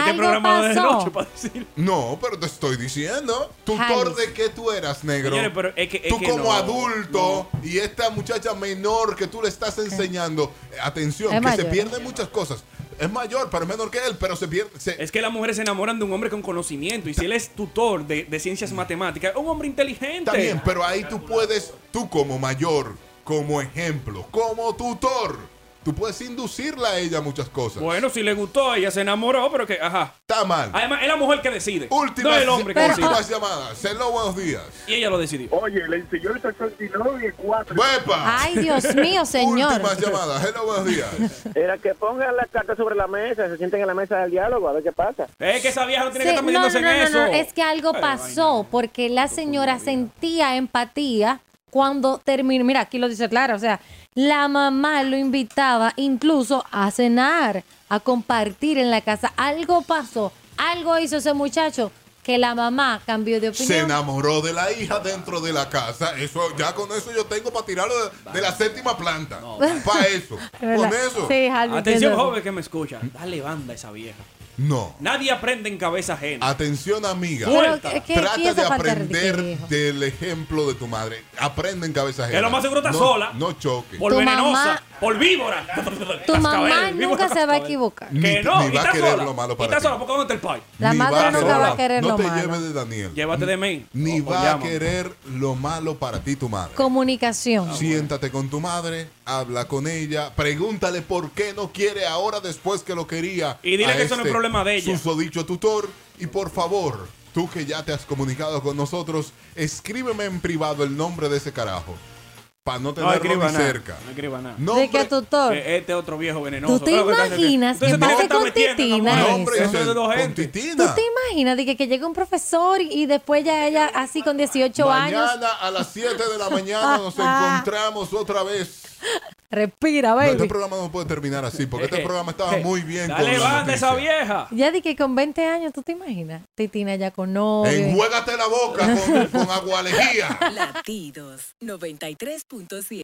B: algo pasó.
A: No, pero te estoy diciendo. Tutor
B: Jales.
A: de que tú eras negro.
C: Señores, pero es que- es
A: tú
C: que
A: como
C: no,
A: adulto y esta muchacha menor que tú le estás enseñando. eh, Atención,
C: Es
A: que se
C: mayor.
A: pierden muchas cosas. Es mayor, pero es menor que él, pero se pierde. se-
C: Es que las mujeres se enamoran de un hombre con conocimiento. Y si él es tutor de, de ciencias matemáticas, un hombre inteligente.
A: Está bien, pero ahí tú puedes, tú como mayor, como ejemplo, como tutor, tú puedes inducirla a ella a muchas cosas.
C: Bueno, si le gustó, ella se enamoró, pero que, ajá.
A: Está mal.
C: Además, es la mujer que decide.
A: Últimas,
C: no el hombre que decide.
A: últimas llamadas. Hello, buenos días.
C: Y ella lo decidió.
L: Oye, le enseñó el 69 y 4.
A: ¡Wepa!
B: Ah. Ay, Dios mío, señor.
A: Últimas llamadas. Hello, buenos días.
F: Era que pongan las cartas sobre la mesa, se sienten en la mesa del diálogo, a ver qué pasa.
C: Es que esa vieja no tiene que
B: Sí,
C: estar metiéndose en eso.
B: es que algo pasó porque la señora sentía empatía cuando terminó. Mira, aquí lo dice claro, o sea, la mamá lo invitaba incluso a cenar, a compartir en la casa. Algo pasó, algo hizo ese muchacho que la mamá cambió de opinión.
A: Se enamoró de la hija dentro de la casa. Eso, ya con eso yo tengo para tirarlo de, de la séptima planta. para eso. con eso.
C: Atención, joven que me escucha. Dale banda a esa vieja.
A: No.
C: Nadie aprende en cabeza ajena.
A: Atención, amiga.
C: Pero, ¿qué- qué
A: Trata de
C: piensa falta de
A: aprender
C: respeto?
A: del ejemplo de tu madre. Aprende en cabeza ajena.
C: Que lo más seguro está
A: No-
C: sola.
A: No choque.
C: Por
B: Tu
C: venenosa,
B: mamá-
C: por víbora.
B: Tu
C: Cascabel,
B: mamá
C: víbora
B: nunca se va a
C: cascabel.
B: equivocar.
C: Que
A: Ni-
C: no,
A: ni
C: y
A: va a
C: está
A: querer
C: sola.
A: lo malo
C: Y
A: para
C: está
A: ti.
C: sola, porque ¿dónde está el pai?
B: La
A: Ni
B: madre nunca
A: sola.
B: va a querer
A: No
B: lo
A: te
B: malo.
A: lleves Ah. de Daniel.
C: Llévate de mí.
A: Ni
C: O- o
A: va a
C: llámame.
A: querer lo malo para ti tu madre.
B: Comunicación.
A: Siéntate con tu madre, habla con ella, pregúntale por qué no quiere ahora después que lo quería.
C: Y dile
A: a este
C: que eso no es problema de ella.
A: Susodicho tutor. Y por favor, tú que ya te has comunicado con nosotros, escríbeme en privado el nombre de ese carajo. Para no
C: No
A: tenerlo
C: escriba
A: ni
C: nada.
A: cerca.
C: No escriba nada.
A: Nombre-
B: ¿De qué tutor?
C: Que este otro viejo venenoso.
B: ¿Tú te
C: Claro que está-
B: imaginas
C: Usted
B: que
C: se tiene
B: pase
C: estar
B: con
C: metiendo en
B: Titina
C: la mujer.
B: eso?
C: Eso es de dos gente.
B: ¿Tú te imaginas de que, que llegue un profesor y después ya ella así con 18
A: Mañana
B: años?
A: a las 7 de la mañana nos encontramos otra vez.
B: Respira,
A: No, este
B: baby.
A: programa no puede terminar así, porque este
C: Eh,
A: programa estaba
C: eh,
A: muy bien.
C: Dale
A: con la
C: banda a esa
A: noticia.
C: vieja.
B: Ya di que con 20 años, ¿tú te imaginas? Titina ya con novio.
A: Enjuégate la boca con, con agualejía.
J: Latidos 93.7.